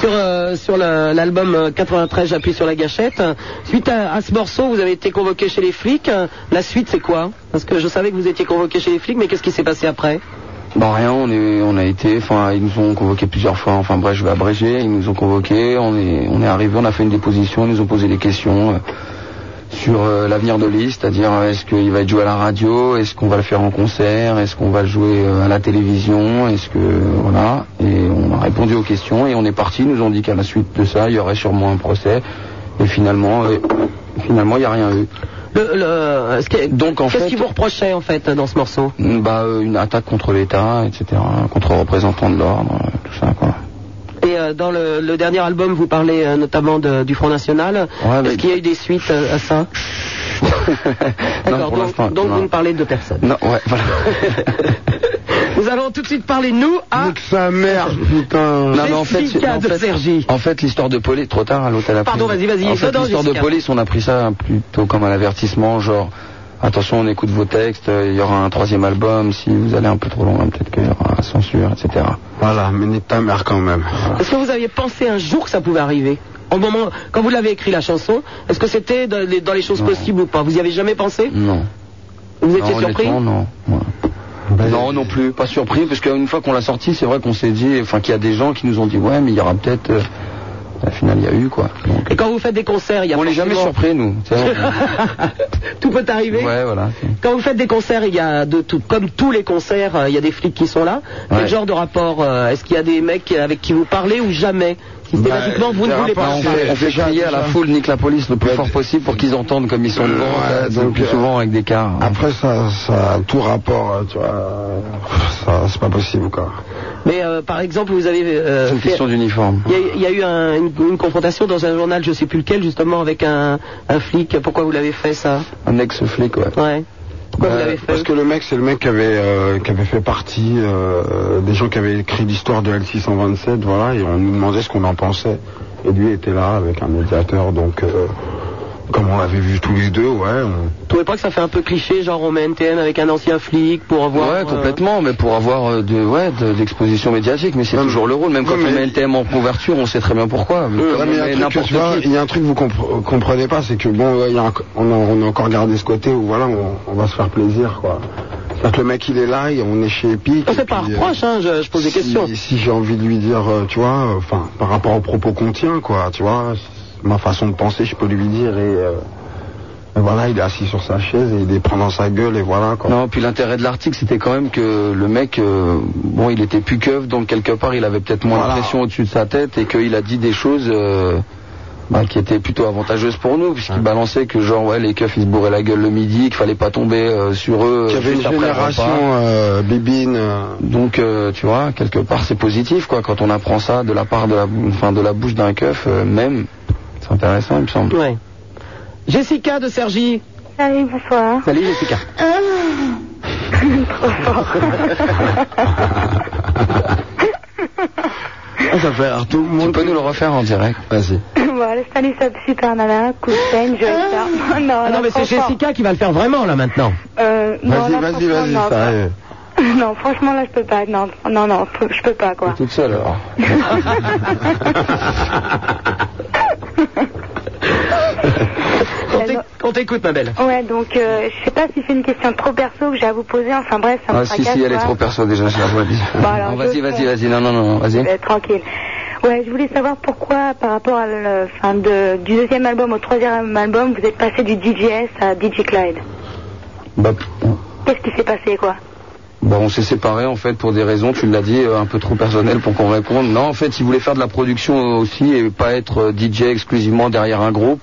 Speaker 4: Sur, euh, sur la- l'album euh, 93, j'appuie sur la gâchette. Suite à, à ce morceau, vous avez été convoqué chez les flics. La suite, c'est quoi Parce que je savais que vous étiez convoqué chez les flics, mais qu'est-ce qui s'est passé après
Speaker 7: Bon rien, on est, on a été, enfin ils nous ont convoqués plusieurs fois, enfin bref je vais abréger, ils nous ont convoqués, on est, on est arrivé, on a fait une déposition, ils nous ont posé des questions euh, sur euh, l'avenir de l'île, c'est-à-dire euh, est-ce qu'il va être joué à la radio, est-ce qu'on va le faire en concert, est-ce qu'on va le jouer euh, à la télévision, est-ce que voilà, et on a répondu aux questions et on est parti, ils nous ont dit qu'à la suite de ça il y aurait sûrement un procès et finalement, euh, finalement il n'y a rien eu. Donc en
Speaker 4: Qu'est-ce
Speaker 7: fait,
Speaker 4: qu'ils vous reprochaient en fait dans ce morceau
Speaker 7: bah, euh, une attaque contre l'État, etc., contre représentants de l'ordre, euh, tout ça, quoi.
Speaker 4: Et euh, dans le, le dernier album, vous parlez euh, notamment de- du Front National.
Speaker 7: Ouais, mais-
Speaker 4: Est-ce qu'il y a eu des suites euh, à ça D'accord,
Speaker 7: pour
Speaker 4: donc,
Speaker 7: l'instant,
Speaker 4: donc
Speaker 7: non.
Speaker 4: vous ne parlez de personne.
Speaker 7: Non, ouais, voilà.
Speaker 4: Nous allons tout de suite parler, nous, à...
Speaker 3: sa mère, putain
Speaker 7: Non, mais en fait,
Speaker 4: Jessica
Speaker 7: en
Speaker 4: de
Speaker 7: fait-
Speaker 4: Sergi.
Speaker 7: en fait, l'histoire de police, trop tard, à l'hôtel après.
Speaker 4: Pardon, vas-y, vas-y,
Speaker 7: En fait,
Speaker 4: dedans,
Speaker 7: l'histoire de
Speaker 4: Jessica.
Speaker 7: police, on a pris ça plutôt comme un avertissement, genre, attention, on écoute vos textes, euh, il y aura un troisième album, si vous allez un peu trop loin, peut-être qu'il y aura censure, etc.
Speaker 3: Voilà, mais nique ta mère quand même.
Speaker 4: Est-ce que vous aviez pensé un jour que ça pouvait arriver Au moment, quand vous l'avez écrit la chanson, est-ce que c'était dans les, dans les choses possibles ou pas Vous y avez jamais pensé
Speaker 7: Non.
Speaker 4: Vous étiez
Speaker 7: Non,
Speaker 4: surpris
Speaker 7: honnêtement, Non, Ouais.
Speaker 3: Ben,
Speaker 7: non, non plus, pas surpris, parce qu'une fois qu'on l'a sorti, c'est vrai qu'on s'est dit, enfin, qu'il y a des gens qui nous ont dit, ouais, mais il y aura peut-être. euh, Au final, il y a eu, quoi. Donc,
Speaker 4: Et quand vous faites des concerts, il y a
Speaker 7: on n'est jamais
Speaker 4: forcément-
Speaker 7: surpris, nous. C'est vrai.
Speaker 4: Tout peut arriver.
Speaker 7: ouais, voilà.
Speaker 4: Quand vous faites des concerts, il y a de tout. Comme tous les concerts, euh, il y a des flics qui sont là. Quel
Speaker 7: Ouais.
Speaker 4: genre de rapport euh, Est-ce qu'il y a des mecs avec qui vous parlez ou jamais Systématiquement, vous ne voulez pas.
Speaker 7: on
Speaker 4: en parler.
Speaker 7: fait, Bah, on fait crier à la foule, nique la police le plus fort possible pour qu'ils entendent comme ils sont devant.
Speaker 3: Ouais,
Speaker 7: donc,
Speaker 3: donc, euh,
Speaker 7: souvent avec des cars.
Speaker 3: Après, ça, ça a tout rapport, euh, tu vois, euh, ça, c'est pas possible, quoi.
Speaker 4: Mais euh, par exemple, vous avez. euh,
Speaker 7: C'est une
Speaker 4: fait-
Speaker 7: question d'uniforme.
Speaker 4: Il y, a, il y a eu un- une, une confrontation dans un journal, je sais plus lequel, justement, avec un, un flic. Pourquoi vous l'avez fait ça
Speaker 7: Un ex-flic, ouais.
Speaker 4: Ouais. Pourquoi vous
Speaker 3: Euh,
Speaker 4: l'avez fait
Speaker 3: Parce que le mec, c'est le mec qui avait, euh, qui avait fait partie euh, des gens qui avaient écrit l'histoire de L627, voilà, et on nous demandait ce qu'on en pensait. Et lui était là avec un médiateur, donc euh, comme on l'avait vu tous les deux, ouais.
Speaker 4: Vous trouvez pas que ça fait un peu cliché, genre on met NTN avec un ancien flic pour avoir.
Speaker 7: Ouais,
Speaker 4: euh,
Speaker 7: complètement, mais pour avoir euh, de, ouais, de- d'exposition médiatique, mais c'est toujours le rôle. Même quand
Speaker 3: non,
Speaker 7: on
Speaker 3: mais- Euh,
Speaker 7: met LTM en couverture, on sait très bien pourquoi. mais
Speaker 3: Ouais,
Speaker 7: comme
Speaker 3: mais il y
Speaker 7: on
Speaker 3: a un
Speaker 7: met
Speaker 3: truc que
Speaker 7: n'importe
Speaker 3: tu vois,
Speaker 7: qui.
Speaker 3: il y a un truc que vous compre- euh, comprenez pas, c'est que bon, ouais, il y a un- on, a, on a encore gardé ce côté où voilà, on, on va se faire plaisir, quoi. C'est-à-dire que le mec, il est là, et on est chez Epic.
Speaker 4: C'est pas un reproche, hein, je, je pose des
Speaker 3: si-
Speaker 4: questions.
Speaker 3: Si j'ai envie de lui dire, euh, tu vois, euh, enfin, par rapport aux propos qu'on tient, quoi, tu vois, c'est ma façon de penser, je peux lui dire et, euh, et voilà, il est assis sur sa chaise et il est prend dans sa gueule et voilà, quoi.
Speaker 7: Non, puis l'intérêt de l'article, c'était quand même que le mec, euh, bon, il était plus keuf, donc quelque part, il avait peut-être moins de pression au-dessus de sa tête et qu'il a dit des choses euh, bah, qui étaient plutôt avantageuses pour nous, puisqu'il balançait que genre, ouais, les keufs, ils se bourraient la gueule le midi, qu'il fallait pas tomber euh, sur eux.
Speaker 3: Il y avait une
Speaker 7: juste après le repas.
Speaker 3: génération euh, bibine.
Speaker 7: Donc, euh, tu vois, quelque part, c'est positif, quoi, quand on apprend ça de la part de la, enfin, de la bouche d'un keuf, euh, même. C'est intéressant, il me semble.
Speaker 4: Ouais. Jessica de Sergi,
Speaker 12: Salut, bonsoir. Ah.
Speaker 20: Salut Jessica.
Speaker 12: Trop fort.
Speaker 7: Ah, ça fait alors, tout le monde. Tu peux nous le refaire en direct Vas-y.
Speaker 12: bon, allez, salut, ça super nana, Couchen, Joyce. Non,
Speaker 4: Ah non, mais c'est
Speaker 12: franchement,
Speaker 4: Jessica qui va le faire vraiment là maintenant.
Speaker 12: Euh, non,
Speaker 4: Vas-y,
Speaker 12: là,
Speaker 4: vas-y,
Speaker 12: franchement,
Speaker 4: vas-y,
Speaker 12: non,
Speaker 4: sérieux.
Speaker 12: Non, franchement, là, je peux pas. Non, non, non, faut- je peux pas, quoi.
Speaker 7: Toute seule alors.
Speaker 4: On t'éc- On t'écoute, ma belle.
Speaker 12: Ouais, donc, euh, je sais pas si c'est une question trop perso que j'ai à vous poser. Enfin, bref, ça me
Speaker 7: Ah si,
Speaker 12: tracasse,
Speaker 7: si, elle est
Speaker 12: quoi.
Speaker 7: trop perso déjà, je la vois bien.
Speaker 12: Bon, alors,
Speaker 7: Non, vas-y,
Speaker 12: je
Speaker 7: vas-y,
Speaker 12: fais.
Speaker 7: vas-y, non, non, non, non, vas-y.
Speaker 12: Euh, tranquille. Ouais, je voulais savoir pourquoi, par rapport à le, enfin, de, du deuxième album au troisième album, vous êtes passé du DJS à DJ Clyde.
Speaker 7: Bah,
Speaker 12: Qu'est-ce qui s'est passé, quoi
Speaker 7: Bon, on s'est séparés en fait pour des raisons, tu l'as dit, euh, un peu trop personnelles pour qu'on réponde. Non, en fait, il voulait faire de la production aussi et pas être euh, DJ exclusivement derrière un groupe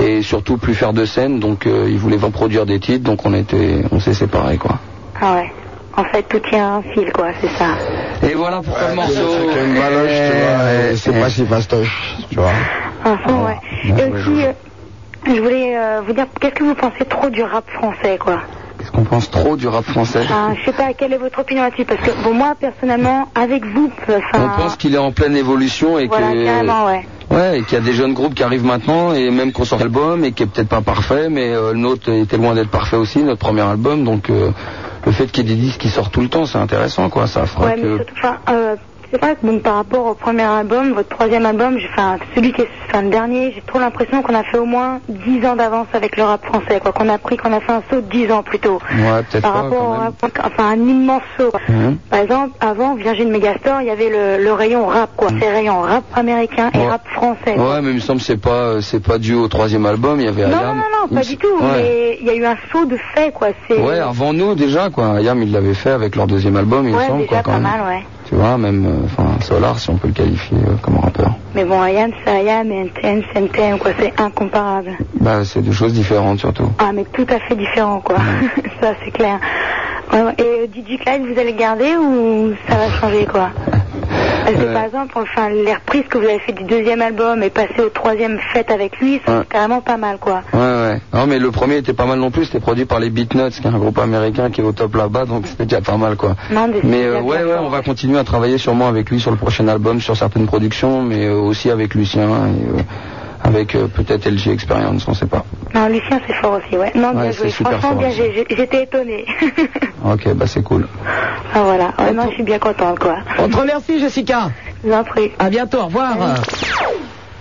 Speaker 7: et surtout plus faire de scène. Donc, euh, il voulait pas produire des titres, donc on était, on s'est séparés quoi.
Speaker 12: Ah ouais. En fait, tout tient un fil, quoi, c'est ça.
Speaker 7: Et voilà pourquoi le morceau.
Speaker 3: C'est une baloche, tu vois, et c'est pas si fastoche, tu vois.
Speaker 12: Enfin, ouais. Et aussi, euh, je voulais euh, vous dire, qu'est-ce que vous pensez trop du rap français, quoi
Speaker 7: On pense trop du rap français.
Speaker 12: Enfin, Je sais pas, quelle est votre opinion là-dessus Parce que, bon, moi, personnellement, avec vous, euh,
Speaker 7: On
Speaker 12: enfin,
Speaker 7: pense qu'il est en pleine évolution et
Speaker 12: Ah. voilà,
Speaker 7: que.
Speaker 12: carrément, ouais.
Speaker 7: Ouais, et qu'il y a des jeunes groupes qui arrivent maintenant et même qu'on sort un album et qui est peut-être pas parfait, mais euh, le nôtre était loin d'être parfait aussi, notre premier album. Donc euh, le fait qu'il y ait des disques qui sortent tout le temps, c'est intéressant, quoi. Ça fera
Speaker 12: Ouais, mais
Speaker 7: que.
Speaker 12: surtout, enfin, euh, c'est vrai que bon, par rapport au premier album, votre troisième album, j'ai- enfin, celui qui est enfin, le dernier, j'ai trop l'impression qu'on a fait au moins 10 ans d'avance avec le rap français, quoi, qu'on a pris, qu'on a fait un saut de 10 ans plus tôt.
Speaker 7: Ouais, peut-être
Speaker 12: Par
Speaker 7: pas,
Speaker 12: rapport
Speaker 7: quand
Speaker 12: au
Speaker 7: même.
Speaker 12: rap, enfin, un immense saut. quoi.
Speaker 7: Mhm.
Speaker 12: Par exemple, avant Virgin Megastore, il y avait le, le rayon rap, quoi. C'est rayon rap américain et rap français.
Speaker 7: Mm. Ouais, mais il me semble que c'est pas, euh, c'est pas dû au troisième album, il y avait
Speaker 12: Non, non,
Speaker 7: Ayam.
Speaker 12: non,
Speaker 7: Il
Speaker 12: non,
Speaker 7: me
Speaker 12: pas
Speaker 7: se-
Speaker 12: du tout,
Speaker 7: ouais.
Speaker 12: mais il y a eu un saut de fait, quoi. C'est,
Speaker 7: Ouais, avant nous déjà, quoi. Ayam, ils l'avaient fait avec leur deuxième album, il me
Speaker 12: Ouais,
Speaker 7: semble,
Speaker 12: déjà
Speaker 7: quoi, quand
Speaker 12: pas
Speaker 7: même.
Speaker 12: mal, ouais.
Speaker 7: Tu vois, même, euh, enfin, Solar, si on peut le qualifier euh, comme rappeur.
Speaker 12: Mais bon, Ayam, c'est Ayam et NTM, c'est NTM, quoi. C'est incomparable.
Speaker 7: Bah, c'est deux choses différentes surtout.
Speaker 12: Ah, mais tout à fait différent, quoi. ça, c'est clair. Ouais, ouais. Et euh, DJ Clyde, vous allez le garder ou ça va changer, quoi Parce que,
Speaker 7: Euh.
Speaker 12: par exemple, enfin, les reprises que vous avez fait du deuxième album et passer au troisième fête avec lui, c'est
Speaker 7: Ouais.
Speaker 12: carrément pas mal, quoi.
Speaker 7: Ouais, ouais. Non, mais le premier était pas mal non plus. C'était produit par les Beatnuts, qui est un groupe américain qui est au top là-bas, donc c'était déjà pas mal, quoi.
Speaker 12: Non, mais c'est
Speaker 7: Mais euh,
Speaker 12: déjà
Speaker 7: ouais,
Speaker 12: bien.
Speaker 7: ouais, on va continuer à travailler sûrement avec lui sur le prochain album, sur certaines productions, mais euh, aussi avec Lucien et euh, avec euh, peut-être LG Experience, on sait pas.
Speaker 12: Non, Lucien, c'est fort aussi, ouais. Non, bien
Speaker 7: Ouais,
Speaker 12: joué.
Speaker 7: c'est super
Speaker 12: Franchement,
Speaker 7: fort,
Speaker 12: bien,
Speaker 7: aussi.
Speaker 12: j'ai- j'ai- j'étais étonnée.
Speaker 7: Ok, bah c'est cool.
Speaker 12: ah, voilà. Ouais, non, je suis bien contente, quoi.
Speaker 7: Oh,
Speaker 4: On te remercie, Jessica.
Speaker 12: Je vous en prie.
Speaker 4: À bientôt, au revoir.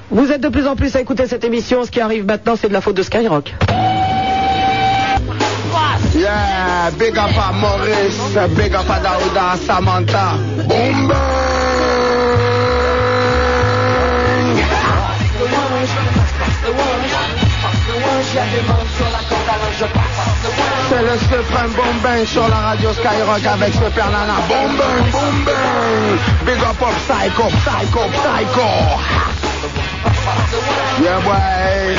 Speaker 4: Vous êtes de plus en plus à écouter cette émission. Ce qui arrive maintenant, c'est de la faute de Skyrock.
Speaker 2: Yeah, big up à Maurice, big up à Daouda, à Samantha. Boom C'est le suprême boom bang sur la radio Skyrock avec Super Nana. Boom bang, boom bang. Big up up psycho, psycho, psycho. Yeah boy.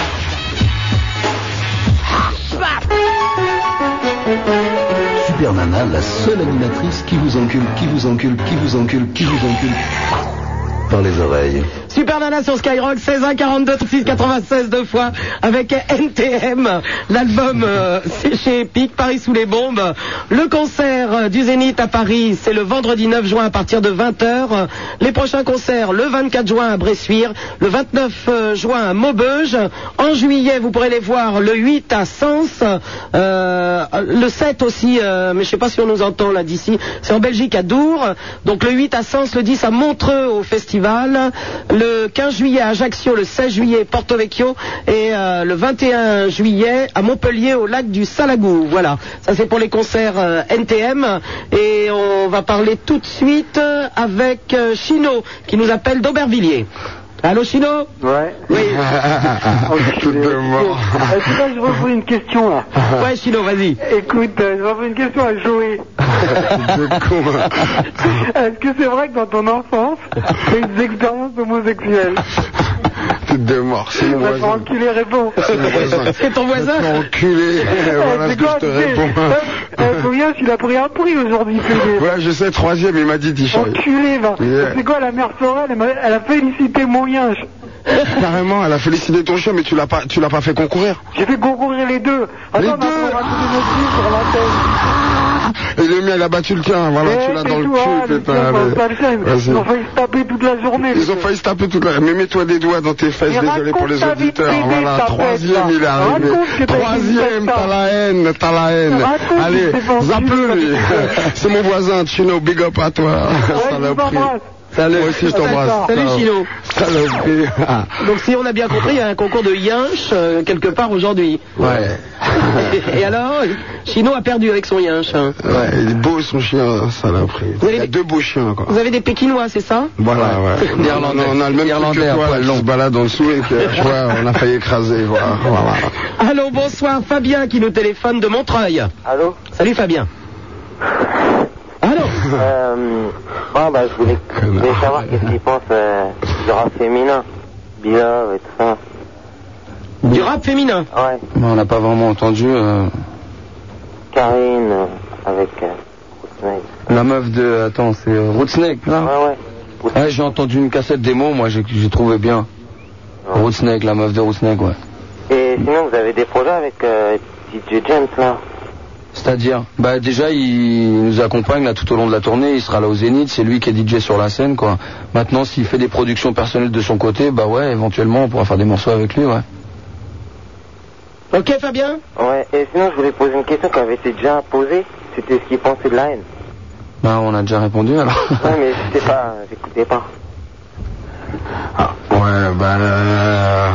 Speaker 20: Super Nana, la seule animatrice qui vous encule, qui vous encule, qui vous encule, qui vous encule. Par les oreilles.
Speaker 4: Super Nana sur Skyrock, 16 1 42 36 96 deux fois avec NTM, l'album euh, c'est chez Epic, Paris sous les bombes. Le concert euh, du Zénith à Paris, c'est le vendredi 9 juin à partir de 20h. Les prochains concerts, le 24 juin à Bressuire, le 29 euh, juin à Maubeuge. En juillet, vous pourrez les voir le 8 à Sens, euh, le 7 aussi, euh, mais je sais pas si on nous entend là d'ici. C'est en Belgique à Dour. Donc le 8 à Sens, le 10 à Montreux au festival, le 15 juillet à Ajaccio, le 16 juillet Porto Vecchio et euh, le 21 juillet à Montpellier au lac du Salagou. Voilà, ça c'est pour les concerts euh, NTM et on va parler tout de suite euh, avec euh, Chino qui nous appelle d'Aubervilliers. Allô Chino
Speaker 21: Ouais.
Speaker 4: Oui.
Speaker 21: Euh, putain, je vous pose une question là.
Speaker 4: Ouais, Chino, vas-y.
Speaker 21: Écoute, euh, je vous pose une question à Joey. Est-ce que c'est vrai que dans ton enfance, t'as eu des expériences Bah, homosexuelles
Speaker 3: Tête de mort, c'est mon
Speaker 21: Vachement
Speaker 3: voisin.
Speaker 21: enculé, réponds.
Speaker 3: C'est mon voisin.
Speaker 21: C'est ton voisin
Speaker 3: Vachement enculé.
Speaker 21: Eh,
Speaker 3: Voilà ce
Speaker 21: c'est
Speaker 3: que
Speaker 21: quoi,
Speaker 3: je te
Speaker 21: tu sais,
Speaker 3: réponds.
Speaker 21: eh, eh, faut bien, il a pris un prix aujourd'hui, Félix.
Speaker 3: Ouais, je sais, troisième, il m'a dit, Tichon.
Speaker 21: Enculé, va.
Speaker 3: Yeah.
Speaker 21: C'est quoi la mère Sorel elle, m'a- elle a félicité mon yinche.
Speaker 3: Carrément, elle a félicité ton chien, mais tu l'as pas, tu l'as pas fait concourir.
Speaker 21: J'ai fait concourir les deux.
Speaker 3: Les
Speaker 21: Attends, mais
Speaker 3: deux.
Speaker 21: après, on va trouver notre fille sur l'antenne.
Speaker 3: Et le mien, il a battu le tien. Voilà,
Speaker 21: Eh,
Speaker 3: tu l'as
Speaker 21: c'est
Speaker 3: dans le
Speaker 21: tout,
Speaker 3: cul.
Speaker 21: hein, les
Speaker 3: putain,
Speaker 21: gars,
Speaker 3: mais-
Speaker 21: on va pas le faire.
Speaker 3: Vas-y.
Speaker 21: Ils ont failli se taper toute la journée. les
Speaker 3: Ils ont
Speaker 21: deux.
Speaker 3: failles se taper toute la... Mais mets-toi des doigts dans tes fesses,
Speaker 21: Mais
Speaker 3: désolé pour les
Speaker 21: raconte ta vie de
Speaker 3: auditeurs.
Speaker 21: bébé,
Speaker 3: voilà,
Speaker 21: ta
Speaker 3: troisième,
Speaker 21: bête,
Speaker 3: il est
Speaker 21: là.
Speaker 3: arrivé.
Speaker 21: Raconte que t'as
Speaker 3: Troisième, t'as la haine, t'as la haine.
Speaker 21: Raconte,
Speaker 3: Allez,
Speaker 21: c'est bon,
Speaker 3: zappe-le, C'est mon voisin, Chino, big up à toi. Saloperie. Salut. Moi aussi, je t'embrasse.
Speaker 4: Salut, Chino.
Speaker 3: Saloperie. Ah.
Speaker 4: Donc si on a bien compris, il y a un concours de yinche euh, quelque part aujourd'hui.
Speaker 3: Ouais.
Speaker 4: Et, et alors, Chino a perdu avec son yinche. hein.
Speaker 3: Ouais, il est beau son chien, saloperie. Il y a deux beaux chiens, quoi.
Speaker 4: Vous avez des Pékinois, c'est ça
Speaker 3: Voilà, Ah ouais.
Speaker 4: Des
Speaker 3: Non,
Speaker 4: Irlandais.
Speaker 3: non, On a le même truc
Speaker 4: Irlandais
Speaker 3: que
Speaker 4: à
Speaker 3: toi, là,
Speaker 4: poil
Speaker 3: qui
Speaker 4: long.
Speaker 3: se balade en dessous et que, tu vois, on a failli écraser, voilà. voilà.
Speaker 4: Allô, bonsoir, Fabien qui nous téléphone de Montreuil.
Speaker 16: Allô
Speaker 4: Salut Fabien. Allô
Speaker 16: euh, ah, bah, je voulais, je voulais savoir qu'est-ce qu'il pense euh, du rap féminin. Bilove et tout ça.
Speaker 4: Du rap féminin
Speaker 16: Ouais,
Speaker 7: Mais Bah, on n'a pas vraiment entendu. euh,
Speaker 16: Karine euh, avec. euh, ouais.
Speaker 7: La meuf de. Attends, c'est euh, Root Snake, là
Speaker 16: Ouais,
Speaker 7: ouais. j'ai entendu une cassette démo, moi, j'ai j'ai trouvé bien. Root Snake, la meuf de Root Snake, ouais.
Speaker 16: Et sinon, vous avez des projets avec euh, DJ James là
Speaker 7: C'est-à-dire Bah, déjà, il nous accompagne là tout au long de la tournée, il sera là au Zénith, c'est lui qui est DJ sur la scène, quoi. Maintenant, s'il fait des productions personnelles de son côté, bah ouais, éventuellement, on pourra faire des morceaux avec lui, ouais.
Speaker 4: Ok, Fabien
Speaker 16: Ouais, et sinon, je voulais poser une question qui avait été déjà posée. C'était ce qu'il pensait de la haine.
Speaker 7: Bah, on a déjà répondu, alors.
Speaker 16: Ouais, mais j'étais pas, euh, j'écoutais pas.
Speaker 3: Ouais, bah. euh,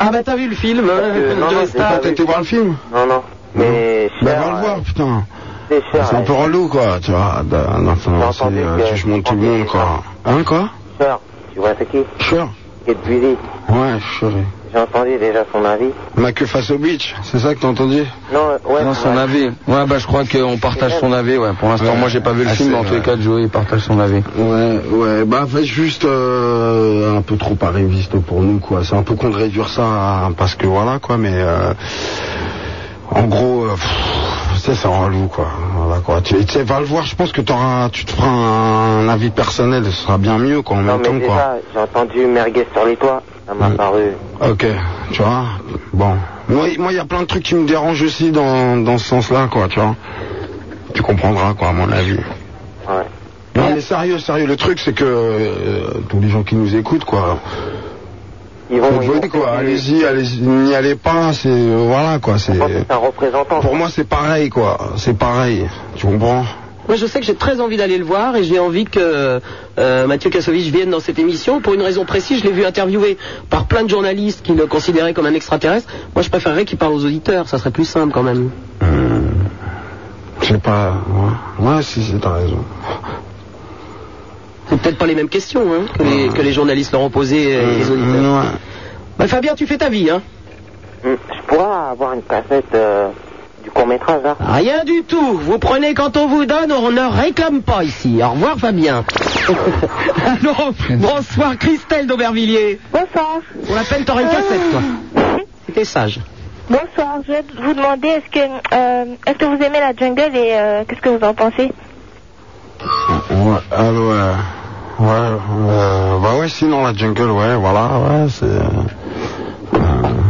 Speaker 4: Ah bah t'as vu le film hein,
Speaker 16: Euh, non,
Speaker 4: Joe
Speaker 16: non, j'ai
Speaker 4: Star.
Speaker 16: pas vu.
Speaker 3: T'as été voir le film
Speaker 16: Non, non. Mais. euh,
Speaker 3: Bah, va le voir, putain.
Speaker 16: C'est cher.
Speaker 3: C'est un peu relou, quoi, tu vois. d'un- d'un- d'un- C'est euh, jugement de tout le monde, quoi. Hein, quoi
Speaker 16: Cher. Tu vois, c'est qui
Speaker 3: Cher.
Speaker 16: Kate Bully.
Speaker 3: Ouais, chérie.
Speaker 16: J'ai entendu déjà son avis.
Speaker 3: On a que face au beach, c'est ça que t'as entendu
Speaker 16: Non, euh, ouais.
Speaker 7: Non, son avis. Ouais, bah, je crois qu'on partage son avis, ouais. Pour l'instant,
Speaker 3: Ouais.
Speaker 7: moi, j'ai pas vu le
Speaker 3: Ah,
Speaker 7: film, mais
Speaker 3: c'est
Speaker 7: en tous les
Speaker 3: vrai.
Speaker 7: cas, Joey, il partage son avis.
Speaker 3: Ouais, ouais, bah en fait, juste euh, un peu trop arriviste pour nous, quoi. C'est un peu con de réduire ça à- parce que voilà, quoi, mais euh, en gros, euh, pff, ça, c'est relou, quoi. Voilà, quoi. Tu tu sais, va le voir, je pense que t'auras, tu te feras un, avis personnel, ce sera bien mieux, quoi, en
Speaker 16: Non,
Speaker 3: même
Speaker 16: mais
Speaker 3: temps, quoi.
Speaker 16: déjà, j'ai entendu Merguez sur les toits. Ça m'a paru.
Speaker 3: Ok, tu vois, bon. Moi, il moi, il y a plein de trucs qui me dérangent aussi dans, dans ce sens-là, quoi, tu vois. Tu comprendras, quoi, à mon avis.
Speaker 16: Ouais.
Speaker 3: Non, mais sérieux, sérieux, le truc, c'est que euh, tous les gens qui nous écoutent, quoi.
Speaker 16: Ils vont.
Speaker 3: Faites voter, quoi. Allez-y, allez-y, n'y allez pas, c'est. euh, voilà, quoi, c'est.
Speaker 16: un représentant.
Speaker 3: Pour moi, c'est pareil, quoi. C'est pareil. Tu comprends
Speaker 4: Moi, je sais que j'ai très envie d'aller le voir et j'ai envie que euh, Mathieu Kassovitch vienne dans cette émission. Pour une raison précise, je l'ai vu interviewé par plein de journalistes qui le considéraient comme un extraterrestre. Moi, je préférerais qu'il parle aux auditeurs, ça serait plus simple quand même.
Speaker 3: Je sais Euh, pas. Ouais, Ouais, si, si, t'as raison.
Speaker 4: C'est peut-être pas les mêmes questions hein, que, les, que les journalistes leur ont posées euh, les auditeurs. Bah, Fabien, tu fais ta vie, hein
Speaker 22: Hmm,
Speaker 16: Hum, Je pourrais avoir une cassette euh, du court-métrage, hein. là
Speaker 4: Rien du tout. Vous prenez quand on vous donne, on ne réclame pas ici. Au revoir Fabien. Alors, bonsoir Christelle d'Aubervilliers.
Speaker 22: Bonsoir. Ah.
Speaker 4: On l'appelle, t'auras une cassette toi. C'était sage.
Speaker 22: Bonsoir, je vais vous demander est-ce que, euh, est-ce que vous aimez la jungle et euh, qu'est-ce que vous en pensez
Speaker 3: Ouais, alors, ouais. Ouais, euh, bah ouais, sinon, la jungle, ouais, voilà, ouais, c'est. euh, euh,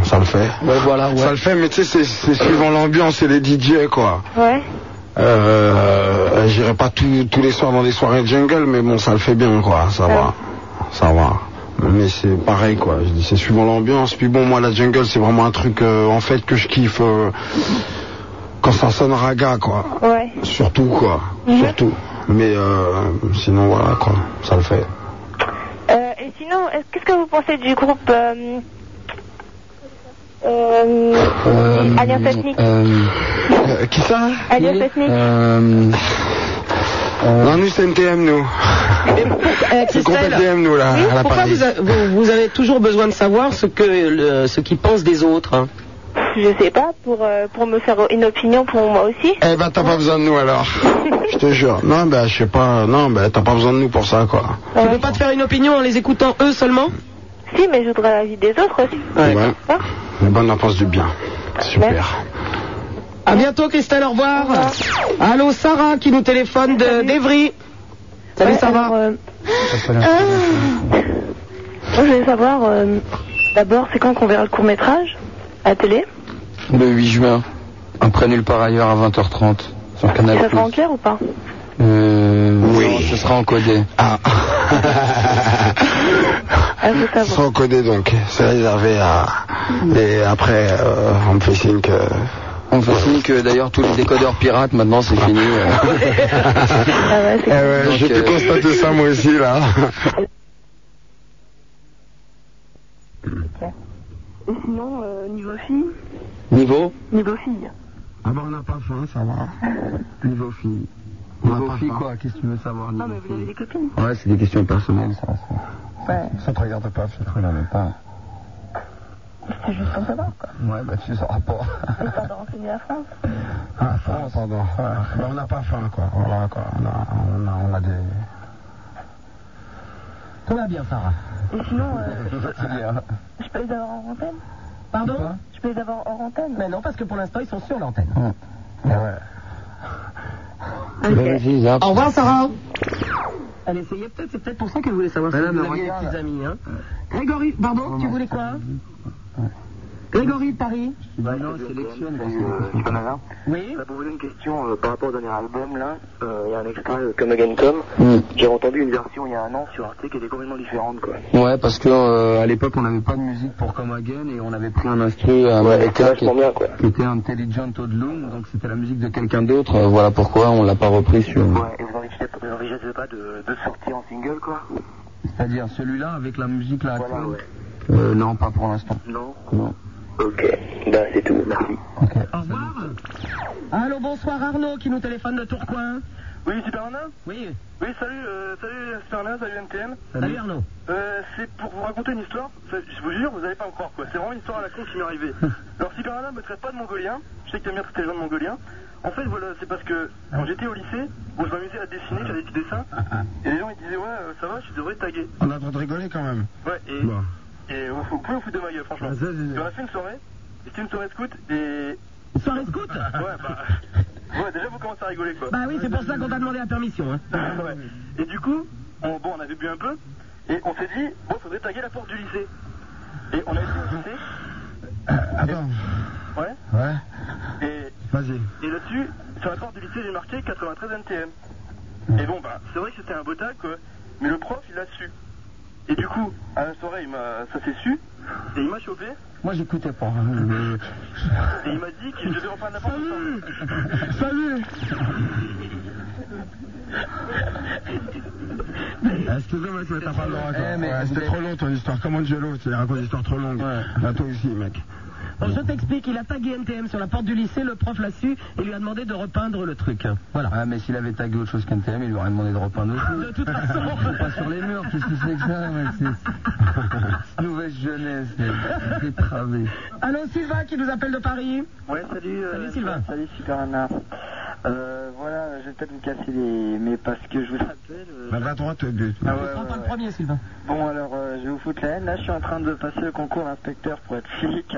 Speaker 3: ça le fait.
Speaker 7: Ouais, voilà,
Speaker 3: Ça le fait, mais tu sais, c'est- c'est suivant l'ambiance et les DJ, quoi.
Speaker 22: Ouais.
Speaker 3: Euh, j'irai pas tous- tous les soirs dans des soirées jungle, mais bon, ça le fait bien, quoi, ça va. Ça va. Mais c'est pareil, quoi. Je dis, c'est suivant l'ambiance. Puis bon, moi, la jungle, c'est vraiment un truc, euh, en fait, que je kiffe euh, quand ça sonne raga, quoi.
Speaker 22: Ouais.
Speaker 3: Surtout, quoi. Surtout. Mais euh, sinon, voilà, quoi. Ça le fait.
Speaker 22: Euh, et sinon, est-ce- qu'est-ce que vous pensez du groupe euh, euh, Alien Sasnik
Speaker 3: euh, qui ça
Speaker 22: Alien Sasnik
Speaker 3: Non, nous, c'est NTM, nous. C'est le groupe
Speaker 4: Euh, Christelle,
Speaker 3: NTM, nous, là, à la
Speaker 4: pourquoi
Speaker 3: Paris.
Speaker 4: vous, a- vous- vous avez toujours besoin de savoir ce que le- ce qu'ils pensent des autres hein
Speaker 22: Je sais pas, pour, euh, pour me faire une opinion pour moi aussi.
Speaker 3: Eh ben, t'as pas besoin de nous, alors. Je te jure. Non, ben, je sais pas. Non, ben, t'as pas besoin de nous pour ça, quoi.
Speaker 4: Tu ne peux pas te faire une opinion en les écoutant eux seulement
Speaker 22: Si, mais je voudrais l'avis des autres aussi.
Speaker 3: Ouais. Mais bonne en pense du bien. Super.
Speaker 4: À bientôt Christelle, au revoir. Allô Sarah qui nous téléphone euh, ah. de d'Evry. Salut Sarah.
Speaker 8: Moi, je voulais savoir, euh, d'abord, c'est quand qu'on verra le court-métrage à la télé
Speaker 7: Le 8 juin, après nulle part ailleurs à 20h30 sur
Speaker 8: Et
Speaker 7: Canal+.
Speaker 8: Ah, Ça sera en clair ou pas
Speaker 7: Euh, oui. ce sera encodé. Ah.
Speaker 2: Sans coder donc, c'est réservé à. Et après, euh, on me fait signe que.
Speaker 7: On me fait signe que d'ailleurs tous les décodeurs pirates maintenant c'est fini.
Speaker 3: Ah
Speaker 2: Eh ouais, j'ai pu constater ça moi aussi là.
Speaker 8: Et sinon, euh, niveau fille
Speaker 7: Niveau
Speaker 8: Niveau fille.
Speaker 3: Ah ben on n'a pas faim, ça va. Niveau fille.
Speaker 7: Niveau fille,
Speaker 3: quoi Qu'est-ce que tu veux savoir Non Ah, mais vous avez des copines
Speaker 7: Ouais, c'est des questions personnelles ça.
Speaker 3: Ouais. Ça te regarde pas, je te regarde pas.
Speaker 8: C'est juste pour savoir.
Speaker 3: Ouais, bah tu sauras pas.
Speaker 8: Et pas Ah, de renseigner la France.
Speaker 3: Ah, France, pardon. Ouais. Bah, on n'a pas faim, quoi. Voilà, quoi. On a, on a, on a des... Tout va bien, Sarah.
Speaker 8: Et sinon,
Speaker 3: euh,
Speaker 8: je peux les avoir en antenne
Speaker 4: Pardon
Speaker 8: Je peux les avoir hors antenne
Speaker 4: Mais non, parce que pour l'instant, ils sont sur l'antenne.
Speaker 7: Au revoir, Sarah.
Speaker 4: Elle essayait peut-être, c'est peut-être pour ça qu'elle voulait savoir
Speaker 3: Mais
Speaker 4: si
Speaker 3: là,
Speaker 4: vous
Speaker 3: mais
Speaker 4: aviez des
Speaker 3: regarde.
Speaker 4: petits amis. Hein. Grégory, pardon, tu voulais quoi Grégory de Paris
Speaker 3: Bah non, sélectionne.
Speaker 10: Euh,
Speaker 4: Oui
Speaker 10: Vous poser une question euh, par rapport au dernier album là. Euh, Il y a un extrait euh, Come Again Come. J'ai entendu une version il y a un an sur Arte qui était complètement différente quoi.
Speaker 7: Ouais, parce que euh, à l'époque on n'avait pas de musique pour Come Again et on avait pris un instru à
Speaker 10: Ouais,
Speaker 7: américain
Speaker 10: c'est vachement bien, quoi.
Speaker 7: qui était Intelligent Odlum, donc c'était la musique de quelqu'un d'autre. euh, voilà pourquoi on l'a pas repris sur.
Speaker 10: Et vous envisagez, vous envisagez pas de, de sortir en single quoi
Speaker 7: C'est-à-dire celui-là avec la musique là. actuelle Euh, non, pas pour l'instant.
Speaker 10: Non.
Speaker 7: Non.
Speaker 10: Ok, bah c'est tout, merci.
Speaker 4: Au revoir. Allô, bonsoir Arnaud qui nous téléphone de Tourcoing.
Speaker 10: Oui, Superman
Speaker 4: Oui.
Speaker 10: Oui, salut, euh, salut Superman, salut NTM.
Speaker 4: Salut Arnaud.
Speaker 10: Euh, c'est pour vous raconter une histoire. Ça, Je vous jure, vous allez pas me croire quoi. C'est vraiment une histoire à la con qui m'est arrivée. Alors si Bernard me traite pas de mongolien, je sais que t'aimes bien traiter les gens de mongolien. En fait, voilà, c'est parce que quand j'étais au lycée, où je m'amusais à dessiner, j'avais des dessins,
Speaker 4: Ah,
Speaker 10: et les gens ils disaient ouais, euh, ça va, je devrais taguer.
Speaker 2: On a de rigoler quand même.
Speaker 10: Ouais, et, et vous, vous pouvez vous foutre de ma gueule, franchement.
Speaker 2: Ah, ça, c'est-
Speaker 10: Et on a fait une soirée, c'était une soirée scout, et.
Speaker 4: Une soirée scout Ouais,
Speaker 10: bah. Ouais, déjà vous commencez à rigoler quoi.
Speaker 4: Bah oui, c'est pour ça qu'on t'a demandé la permission. Hein.
Speaker 10: Ah Ouais. Et du coup, on, bon, on avait bu un peu, et on s'est dit, bon, faudrait taguer la porte du lycée. Et on a été au lycée.
Speaker 7: Euh,
Speaker 2: Attends.
Speaker 10: Ouais.
Speaker 2: Ouais.
Speaker 10: Et,
Speaker 2: Vas-y.
Speaker 10: et là-dessus, sur la porte du lycée, j'ai marqué 93 NTM. Et bon, bah, c'est vrai que c'était un beau tag, quoi. Mais le prof, il l'a su. Et du coup, à la soirée, il m'a, ça s'est su. Et il m'a chopé.
Speaker 3: Moi, j'écoutais pas.
Speaker 7: hein,
Speaker 10: Et il m'a dit qu'il devait reprendre la porte.
Speaker 3: Salut Eh, Excusez-moi, je t'as pas le droit. toi.
Speaker 2: mais
Speaker 3: Ouais,
Speaker 2: vous
Speaker 3: C'était
Speaker 2: avez-
Speaker 3: trop long ton histoire. Comment de l'autre Tu racontes une histoire trop longue. Bah, toi aussi, mec.
Speaker 4: Bon, je t'explique, il a tagué NTM sur la porte du lycée, le prof l'a su et lui a demandé de repeindre le truc. Voilà.
Speaker 7: Ah, mais s'il avait tagué autre chose qu'un TM, il lui aurait demandé de repeindre autre chose.
Speaker 4: De toute façon.
Speaker 7: pas sur les murs, qu'est-ce que c'est que ça, mec C'est- Nouvelle jeunesse, c'est dépravé.
Speaker 4: Allô, Sylvain qui nous appelle de Paris.
Speaker 9: Ouais, salut. euh,
Speaker 4: Salut, Sylvain.
Speaker 9: Salut, Super Anna. Euh, voilà, je vais peut-être vous casser les. Mais parce que je vous appelle. euh,
Speaker 2: Bah, va à droite, toi, but.
Speaker 9: Ah ouais, ouais, ouais.
Speaker 4: Premier, Sylvain.
Speaker 9: Bon, alors, euh, je vais vous foutre la haine. Là, je suis en train de passer le concours inspecteur pour être flic,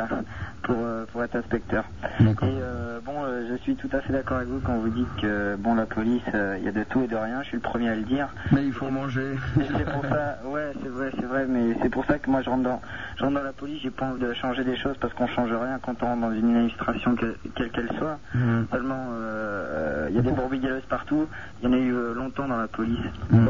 Speaker 9: pour, euh, pour être inspecteur. Et euh, bon, euh, je suis tout à fait d'accord avec vous quand vous dites que, bon, la police, euh, il y a de tout et de rien. Je suis le premier à le dire.
Speaker 7: Mais il faut manger.
Speaker 9: Et c'est pour ça, ouais, c'est vrai, c'est vrai, mais c'est pour ça que moi je rentre dans, je rentre dans la police, j'ai pas envie de changer des choses parce qu'on change rien quand on rentre dans une administration, que- quelle qu'elle soit.
Speaker 4: Mm.
Speaker 9: Seulement, euh, il y a des bourbigaleuses partout, il y en a eu euh, longtemps dans la police.
Speaker 2: ouais,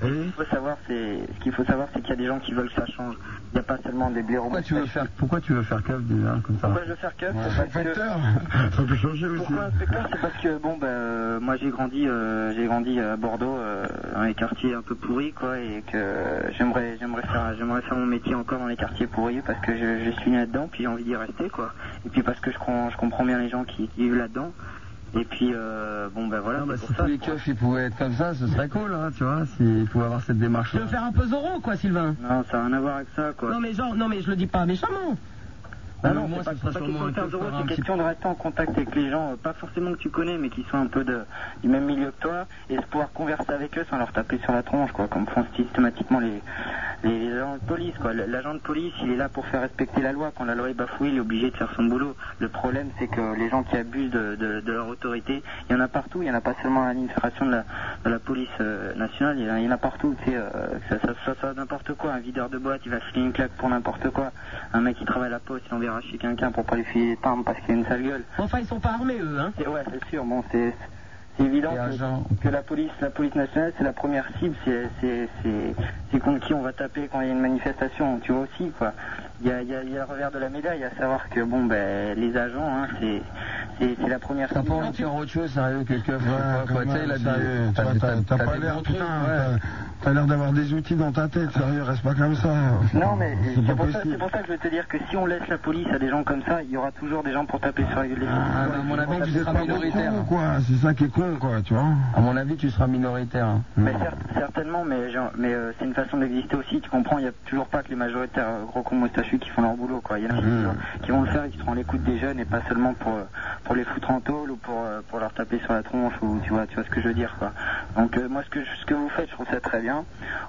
Speaker 9: Ce qu'il faut savoir, c'est, ce qu'il faut savoir, c'est qu'il y a des gens qui veulent que ça change. Il n'y a pas seulement des blaireaux.
Speaker 7: Pourquoi tu veux faire, pourquoi tu veux faire cave déjà, comme ça
Speaker 9: Pourquoi je veux faire keuf
Speaker 7: Ouais.
Speaker 9: Parce que- Pourquoi inspecteur C'est parce que bon bah euh, moi j'ai grandi euh, j'ai grandi à Bordeaux euh, dans les quartiers un peu pourris quoi et que euh, j'aimerais j'aimerais faire j'aimerais faire mon métier encore dans les quartiers pourris parce que je, je suis né là-dedans puis j'ai envie d'y rester quoi et puis parce que je comprends je comprends bien les gens qui qui vivent là-dedans et puis euh, bon bah voilà
Speaker 7: Non,
Speaker 9: c'est
Speaker 7: bah,
Speaker 9: pour
Speaker 7: si
Speaker 9: ça.
Speaker 7: tous les keufs ils pouvaient être comme ça, ce serait cool, hein, tu vois, s'ils pouvaient avoir cette démarche.
Speaker 4: Tu veux faire un peu Zorro, quoi, Sylvain
Speaker 9: Non, ça n'a rien à voir avec ça, quoi.
Speaker 4: Non, mais genre, non, mais je le dis pas méchamment.
Speaker 9: Ah non, c'est pas, c'est pas question de faire zéro, c'est question de rester en contact avec les gens, euh, pas forcément que tu connais, mais qui sont un peu de, du même milieu que toi, et de pouvoir converser avec eux sans leur taper sur la tronche, quoi, comme font systématiquement les, les, les agents de police. quoi. Le- L'agent de police, il est là pour faire respecter la loi. Quand la loi est bafouée, il est obligé de faire son boulot. Le problème, c'est que les gens qui abusent de, de- de leur autorité, il y en a partout. Il y en a pas seulement à l'administration de la, de la police euh, nationale. Il y, en a- il y en a partout. tu sais, euh, ça, ça, ça, ça, n'importe quoi. Un videur de boîte, il va filer une claque pour n'importe quoi. Un mec qui travaille à la poste, il enverra chez quelqu'un pour pas lui filer des timbres parce qu'il a une sale gueule.
Speaker 4: Enfin, ils sont pas armés, eux, hein
Speaker 9: Ouais, c'est sûr, bon, c'est c'est évident que, que la police, la police nationale, c'est la première cible, c'est- c'est c'est- c'est contre qui on va taper quand il y a une manifestation, tu vois aussi, quoi. Il y a, il y a- il y a le revers de la médaille, à savoir que, bon, ben, les agents, hein, c'est c'est- c'est la première cible.
Speaker 7: Pour un petit rotueux, sérieux, quelqu'un,
Speaker 9: Ouais,
Speaker 7: quoi,
Speaker 9: quand
Speaker 7: tu sais, il a
Speaker 9: même,
Speaker 7: des-
Speaker 9: sérieux,
Speaker 7: t'as-
Speaker 9: tu vois,
Speaker 7: t'as-
Speaker 9: t'as
Speaker 7: t'as
Speaker 9: pas
Speaker 7: des
Speaker 9: l'air
Speaker 7: gros trucs,
Speaker 9: putain,
Speaker 7: ouais.
Speaker 3: T'as l'air d'avoir des outils dans ta tête, sérieux, reste pas comme ça.
Speaker 9: Non, mais
Speaker 3: C'est
Speaker 9: c'est
Speaker 3: pas
Speaker 9: pour, ça-
Speaker 3: possible.
Speaker 9: c'est pour ça que je veux te dire que si on laisse la police à des gens comme ça, il y aura toujours des gens pour taper sur les les-
Speaker 7: Ah, À mon
Speaker 9: pour
Speaker 7: avis,
Speaker 9: taper
Speaker 7: tu
Speaker 9: sur
Speaker 7: seras
Speaker 9: les-
Speaker 7: minoritaire.
Speaker 3: Quoi, c'est ça qui est con, quoi, tu vois.
Speaker 7: À mon avis, tu seras minoritaire. hein.
Speaker 9: Mais certes- certainement, mais, genre- mais euh, c'est une façon d'exister aussi, tu comprends, il n'y a toujours pas que les majoritaires euh, gros cons moustachus qui font leur boulot, quoi. Il y en a qui, qui vont le faire et qui seront à l'écoute des jeunes et pas seulement pour, euh, pour les foutre en tôle ou pour, euh, pour leur taper sur la tronche ou tu vois, tu vois ce que je veux dire, quoi. Donc euh, moi, ce que, je- ce que vous faites, je trouve ça très bien.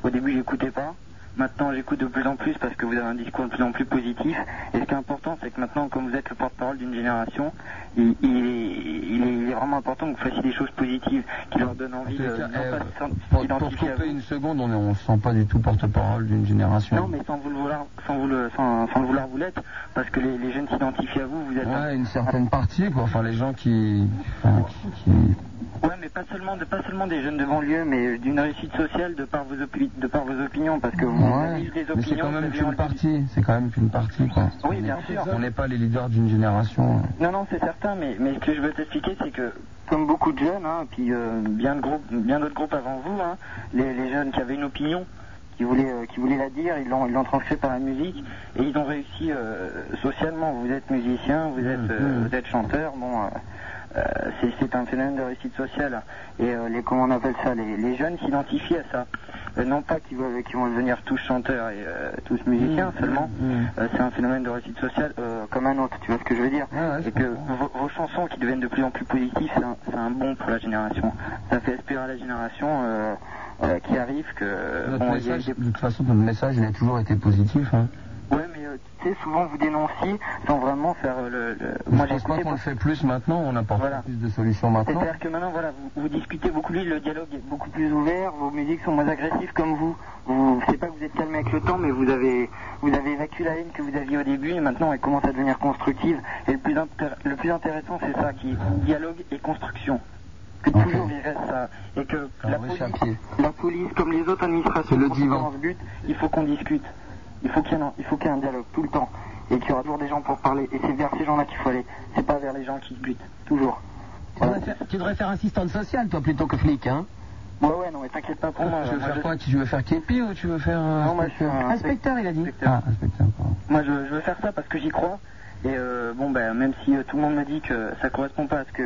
Speaker 9: Au début, j'écoutais pas. Maintenant, j'écoute de plus en plus parce que vous avez un discours de plus en plus positif. Et ce qui est important, c'est que maintenant, comme vous êtes le porte-parole d'une génération, il, il est, il est- il est vraiment important que vous fassiez des choses positives qui leur donnent envie de
Speaker 7: En tout cas,
Speaker 9: non
Speaker 7: euh,
Speaker 9: pas de se sentir
Speaker 7: Pour, pour se
Speaker 9: identifiés à
Speaker 7: couper une seconde, on est- on se sent pas du tout porte-parole d'une génération.
Speaker 9: non, mais sans vous le vouloir, sans vous le, sans, sans le vouloir vous l'êtes, parce que les, les jeunes s'identifient à vous, vous êtes.
Speaker 7: Ouais, une certaine partie, quoi. Enfin, les gens qui. enfin, qui- qui-
Speaker 9: Ouais, mais pas seulement, de, pas seulement des jeunes de banlieue, mais d'une réussite sociale de par vos, opi- de par vos opinions, parce que vous avez
Speaker 7: Ouais,
Speaker 9: eu des
Speaker 7: mais c'est quand
Speaker 9: opinions.
Speaker 7: même
Speaker 9: vous avez
Speaker 7: qu'une partie. C'est quand même qu'une partie, quoi.
Speaker 9: Oui, bien sûr.
Speaker 7: On n'est pas les leaders d'une génération.
Speaker 9: Non, non, c'est certain, mais, mais ce que je veux t'expliquer, c'est que, comme beaucoup de jeunes, hein, puis euh, bien, de groupes, bien d'autres groupes avant vous, hein, les, les jeunes qui avaient une opinion, qui voulaient, euh, qui voulaient la dire, ils l'ont, ils l'ont transférée par la musique, et ils ont réussi euh, socialement. Vous êtes musicien, vous êtes, euh, vous êtes chanteur, bon, euh, euh, c'est, c'est un phénomène de réussite sociale. Et euh, les, comment on appelle ça, les, les jeunes s'identifient à ça. Euh, non pas qu'ils, veulent- qu'ils vont devenir tous chanteurs et euh, tous musiciens seulement, euh, c'est un phénomène de réussite sociale euh, comme un autre, tu vois ce que je veux dire Et que vos, vos chansons qui deviennent de plus en plus positives, c'est un, c'est un bon pour la génération. Ça fait espérer à la génération euh, euh, qui arrive que...
Speaker 7: Notre
Speaker 9: Euh, bon, il y a
Speaker 7: message,
Speaker 9: des-
Speaker 7: de toute façon, notre message, il a toujours été positif. Hein.
Speaker 9: Ouais, mais euh, tu sais, souvent vous dénonciez sans vraiment faire euh, le... le-
Speaker 7: Moi, je pense pas qu'on le fait plus maintenant, on apporte plus de solutions maintenant.
Speaker 9: C'est-à-dire que maintenant, voilà, vous, vous discutez beaucoup plus, le dialogue est beaucoup plus ouvert, vos musiques sont moins agressives comme vous. Vous, c'est pas que vous êtes calme avec le temps, mais vous avez, vous avez évacué la haine que vous aviez au début et maintenant elle commence à devenir constructive. Et le plus, intér- le plus intéressant, c'est ça, qui est dialogue et construction. Que toujours il reste ça. Et que la police, la police, comme les autres administrations, quand on dans ce but, il faut qu'on discute. Il faut qu'il y ait un, il faut qu'il y ait un dialogue tout le temps. Et qu'il y aura toujours des gens pour parler. Et c'est vers ces gens-là qu'il faut aller. C'est pas vers les gens qui se butent. Toujours.
Speaker 4: Tu devrais faire- Tu devrais faire assistante sociale, toi, plutôt que flic, hein
Speaker 9: Ouais, ouais, non, mais t'inquiète pas pour moi.
Speaker 7: tu veux
Speaker 9: moi,
Speaker 7: faire
Speaker 9: je-
Speaker 7: quoi Tu veux faire képi ou tu veux faire. euh,
Speaker 9: Non, moi, je suis un
Speaker 4: Inspecteur, il a dit.
Speaker 7: Ah, inspecteur.
Speaker 9: Moi, je, je veux faire ça parce que j'y crois. Et euh, bon, ben, même si euh, tout le monde me dit que ça correspond pas à ce que,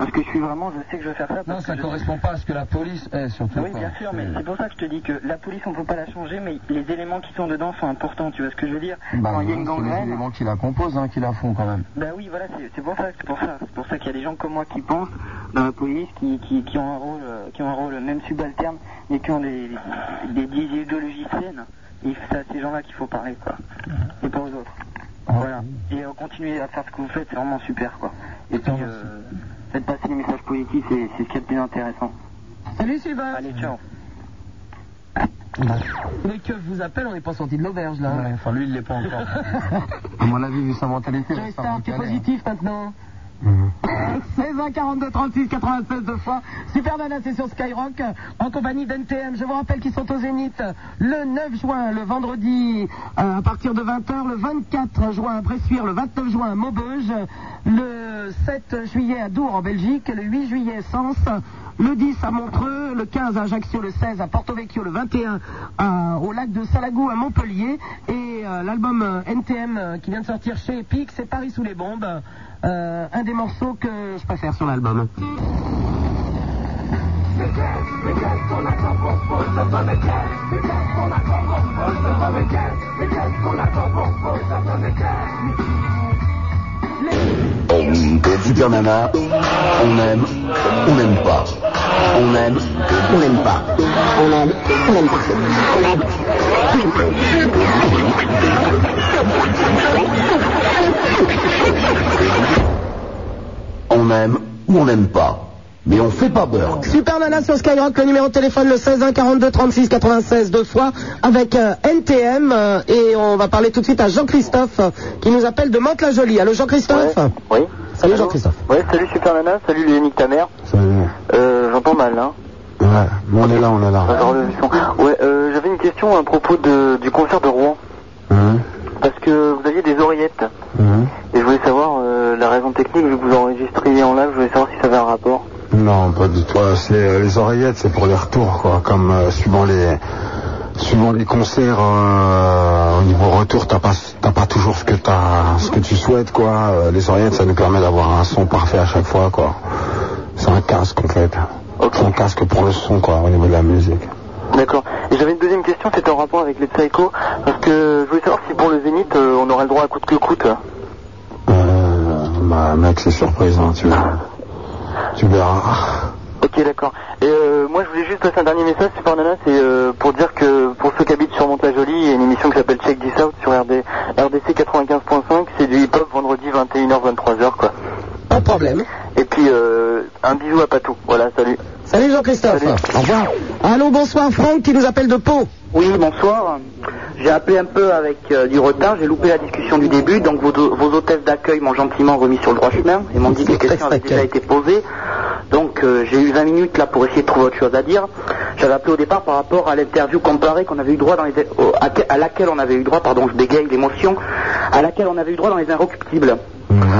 Speaker 9: à ce que je suis vraiment, je sais que je veux faire ça.
Speaker 7: Non,
Speaker 9: parce
Speaker 7: ça
Speaker 9: que je-
Speaker 7: correspond pas à ce que la police est, surtout.
Speaker 9: Oui,
Speaker 7: quoi.
Speaker 9: bien sûr, mais c'est pour ça que je te dis que la police, on peut pas la changer, mais les éléments qui sont dedans sont importants, tu vois ce que je veux dire
Speaker 7: Bah,
Speaker 9: Quand il y a
Speaker 7: c'est
Speaker 9: une
Speaker 7: les
Speaker 9: gangrène,
Speaker 7: éléments qui la composent, hein, qui la font quand même.
Speaker 9: Ben oui, voilà, c'est c'est pour ça, c'est pour ça, c'est pour ça qu'il y a des gens comme moi qui pensent dans la police, qui, qui, qui ont un rôle, euh, qui ont un rôle même subalterne, mais qui ont des, des, des idéologies saines. Et c'est à ces gens-là qu'il faut parler, quoi.
Speaker 4: Mhm.
Speaker 9: Et pas aux autres. Voilà. Et euh, continuez à faire ce que vous faites, c'est vraiment super, quoi. Et puis, euh, faites passer les messages positifs, c'est c'est ce qui est le plus intéressant.
Speaker 4: Salut Sylvain
Speaker 9: Allez, ciao
Speaker 4: Le keuf vous appelle, on n'est pas sorti de l'auberge, là.
Speaker 7: Ouais, enfin, lui, il l'est pas encore. à mon avis, vu sa mentalité, il va se faire
Speaker 4: Joystar, tu es
Speaker 7: recaler, hein.
Speaker 4: positif maintenant 16 20 42 36 96 deux fois. Super Nana, c'est sur Skyrock euh, en compagnie d'NTM. Je vous rappelle qu'ils sont au Zénith euh, le 9 juin, le vendredi euh, à partir de 20h, le 24 juin à Bressuire, le 29 juin à Maubeuge, euh, le 7 juillet à Dour en Belgique, le 8 juillet à Sens, le 10 à Montreux, le 15 à Ajaccio, le 16 à Porto Vecchio, le 21 à- au lac de Salagou à Montpellier et euh, l'album euh, NTM euh, qui vient de sortir chez Epic, c'est Paris sous les bombes. Euh, un des morceaux que je préfère sur l'album.
Speaker 2: On peut Super Nana, on aime, on n'aime pas. On aime, on n'aime pas. On aime, on n'aime pas. On aime, On aime ou on n'aime pas. Mais on fait pas beurre.
Speaker 4: Super Nana hein, sur Skyrock, le numéro de téléphone le 16 1 42 36 96 deux fois avec euh, NTM euh, et on va parler tout de suite à Jean-Christophe euh, qui nous appelle de Mantes-la-Jolie. Allô Jean-Christophe
Speaker 23: Oui.
Speaker 4: Salut Jean-Christophe.
Speaker 23: Ouais, salut Super Nana, salut les nique ta mère. Euh, J'entends mal, hein.
Speaker 3: Ouais, mais on est là, on est là.
Speaker 23: Pas genre le son. Ouais, euh, j'avais une question à propos de- du concert de Rouen.
Speaker 3: Hein
Speaker 23: Parce que vous aviez des oreillettes. Et je voulais savoir euh, la raison technique, vu que vous enregistriez en live, je voulais savoir si ça avait un rapport.
Speaker 3: Non, pas du tout. Euh, C'est euh, les oreillettes, c'est pour les retours, quoi. Comme euh, suivant les suivant les concerts, euh, au niveau retour, t'as pas t'as pas toujours ce que t'as ce que tu souhaites, quoi. Euh, Les oreillettes, ça nous permet d'avoir un son parfait à chaque fois, quoi. C'est un casque en fait. C'est un casque pour le son, quoi, au niveau de la musique.
Speaker 23: D'accord. Et j'avais une deuxième question, c'était en rapport avec les Psycho. Parce que je voulais savoir si pour le Zénith, euh, on aurait le droit à coûte que coûte.
Speaker 3: Euh, bah, mec, c'est surprise, hein, tu tu verras.
Speaker 23: Ok, d'accord. Et euh, moi, je voulais juste passer un dernier message, Super Nana, c'est euh, pour dire que pour ceux qui habitent sur Mont-la-Jolie, il y a une émission qui s'appelle Check This Out sur RD, RDC 95.5, c'est du hip-hop vendredi 21h-23h, quoi.
Speaker 4: Pas de problème.
Speaker 23: Et puis, euh, un bisou à Patou. Voilà, salut.
Speaker 4: Salut Jean-Christophe. Au revoir. Allô, bonsoir Franck qui nous appelle de Pau.
Speaker 9: Oui, bonsoir. J'ai appelé un peu avec euh, du retard, j'ai loupé la discussion du début, donc vos, vos hôtesses d'accueil m'ont gentiment remis sur le droit chemin et m'ont dit que les questions avaient déjà été posées. Donc euh, j'ai eu 20 minutes là pour essayer de trouver autre chose à dire. J'avais appelé au départ par rapport à l'interview comparée qu'on avait eu droit dans les, au- à, que- à laquelle on avait eu droit, pardon, je bégaye l'émotion, à laquelle on avait eu droit dans les inrecuptibles.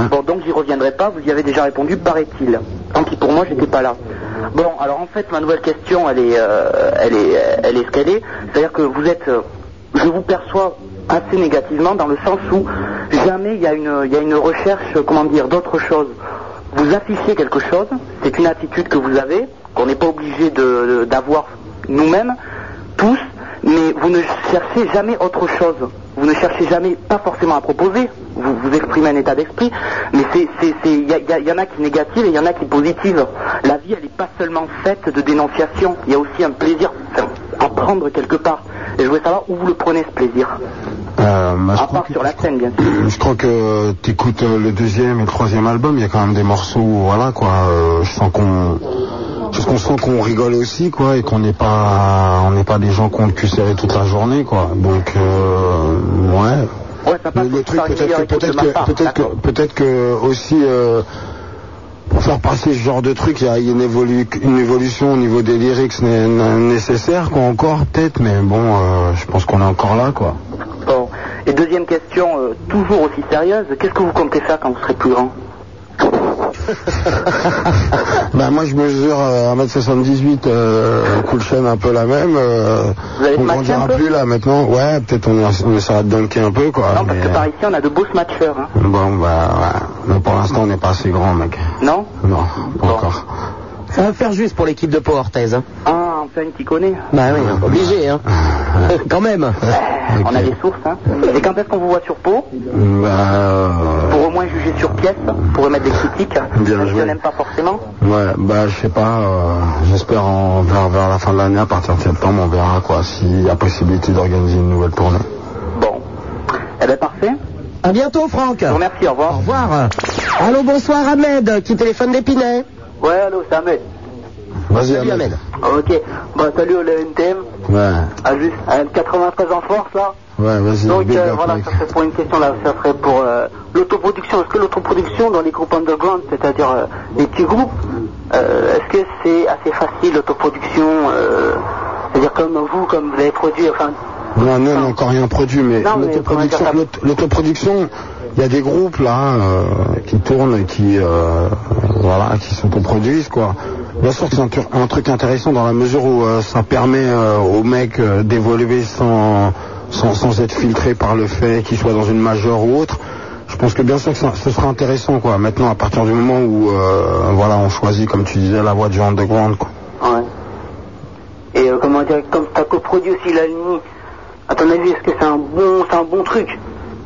Speaker 9: Bon, donc j'y reviendrai pas, vous y avez déjà répondu, paraît-il. Tant pis pour moi, j'étais pas là. Bon, alors en fait, ma nouvelle question, elle est, euh, elle est, elle est ce qu'elle est. C'est-à-dire que vous êtes, euh, je vous perçois assez négativement dans le sens où jamais il y a une, il y a une recherche, euh, comment dire, d'autre chose. Vous affichez quelque chose, c'est une attitude que vous avez, qu'on n'est pas obligé de- de- d'avoir nous-mêmes, tous, mais vous ne cherchez jamais autre chose. Vous ne cherchez jamais, pas forcément à proposer, vous, vous exprimez un état d'esprit, mais c'est- c'est- c'est- il y, a- il y a- il y en a qui négative et il y en a qui positive. La vie, elle n'est pas seulement faite de dénonciation, il y a aussi un plaisir enfin, à prendre quelque part. Et je voulais savoir où vous le prenez ce plaisir.
Speaker 3: Euh, bah, je
Speaker 9: À part sur la scène, bien sûr.
Speaker 3: Euh, Je crois que t'écoutes euh, le deuxième et le troisième album, il y a quand même des morceaux, où, voilà quoi. euh, je sens qu'on, je qu'on sent qu'on rigole aussi quoi et qu'on n'est pas, on n'est pas des gens qui ont le cul serré toute la journée quoi. Donc euh, ouais. Le- le truc peut-être que peut-être que peut-être que peut-être que aussi. euh, pour faire passer ce genre de truc, il y a il y a une, évolu- une évolution au niveau des lyrics né- né- nécessaire, quoi, encore, peut-être, mais bon, euh, je pense qu'on est encore là, quoi.
Speaker 9: Bon. Et deuxième question, euh, toujours aussi sérieuse, qu'est-ce que vous comptez faire quand vous serez plus grand
Speaker 3: Bah moi je mesure euh, 1m78, euh, cool chaîne un peu la même. euh, on grandira plus là maintenant. Ouais, peut-être on, est- on essaiera de dunker un peu quoi. Non, parce que par
Speaker 9: ici on a de beaux smatchers. hein.
Speaker 3: Bon bah ouais. Mais pour l'instant on n'est pas assez grand mec.
Speaker 9: Non
Speaker 3: Non, pas encore.
Speaker 4: Ça va faire juste pour l'équipe de Pau Orthez. hein.
Speaker 9: Ah, enfin, qui connaît
Speaker 4: Bah oui,
Speaker 10: Euh,
Speaker 4: obligé, hein. Quand même.
Speaker 9: On a des sources, hein. Et quand est-ce qu'on vous voit sur Pau
Speaker 4: Bah, euh,
Speaker 9: Pour au moins juger sur pièce, pour émettre des critiques, même si on n'aime pas forcément.
Speaker 3: Ouais, bah je sais pas, euh, j'espère en- vers, vers la fin de l'année, à partir de septembre, on verra quoi, s'il y a possibilité d'organiser une nouvelle tournée.
Speaker 9: Eh bien, parfait.
Speaker 4: À bientôt, Franck.
Speaker 9: Merci, au revoir.
Speaker 4: Au revoir. Allô, bonsoir Ahmed qui téléphone d'Épinay.
Speaker 9: Ouais, allô, c'est Ahmed.
Speaker 3: Vas-y,
Speaker 4: Salut, Ahmed.
Speaker 9: Ok, bah salut le NTM,
Speaker 3: Ouais,
Speaker 9: à Ah, juste à 93 en force là.
Speaker 3: ouais, vas-y.
Speaker 9: Donc
Speaker 3: big
Speaker 9: euh,
Speaker 3: up,
Speaker 9: voilà,
Speaker 3: mec.
Speaker 9: ça serait pour une question là, ça serait pour euh, l'autoproduction. Est-ce que l'autoproduction dans les groupes underground, c'est-à-dire euh, les petits groupes, euh, est-ce que c'est assez facile l'autoproduction euh, C'est-à-dire comme vous, comme vous avez produit, enfin,
Speaker 3: Non, nous, on n'a encore rien produit, mais
Speaker 9: Non, mais
Speaker 3: l'autoproduction, l'aut- l'autoproduction, il y a des groupes là euh, qui tournent et qui, euh, voilà, qui s'autoproduisent quoi. Bien sûr, que c'est un, tru- un truc intéressant dans la mesure où euh, ça permet euh, aux mecs euh, d'évoluer sans, sans, sans être filtré par le fait qu'ils soient dans une majeure ou autre. Je pense que bien sûr que ça- ce sera intéressant quoi. Maintenant, à partir du moment où, euh, voilà, on choisit, comme tu disais, la voie du underground quoi.
Speaker 9: ouais. Et euh, comment dire, comme t'as coproduit aussi la ligne, à ton avis, est-ce que c'est un bon, c'est un bon truc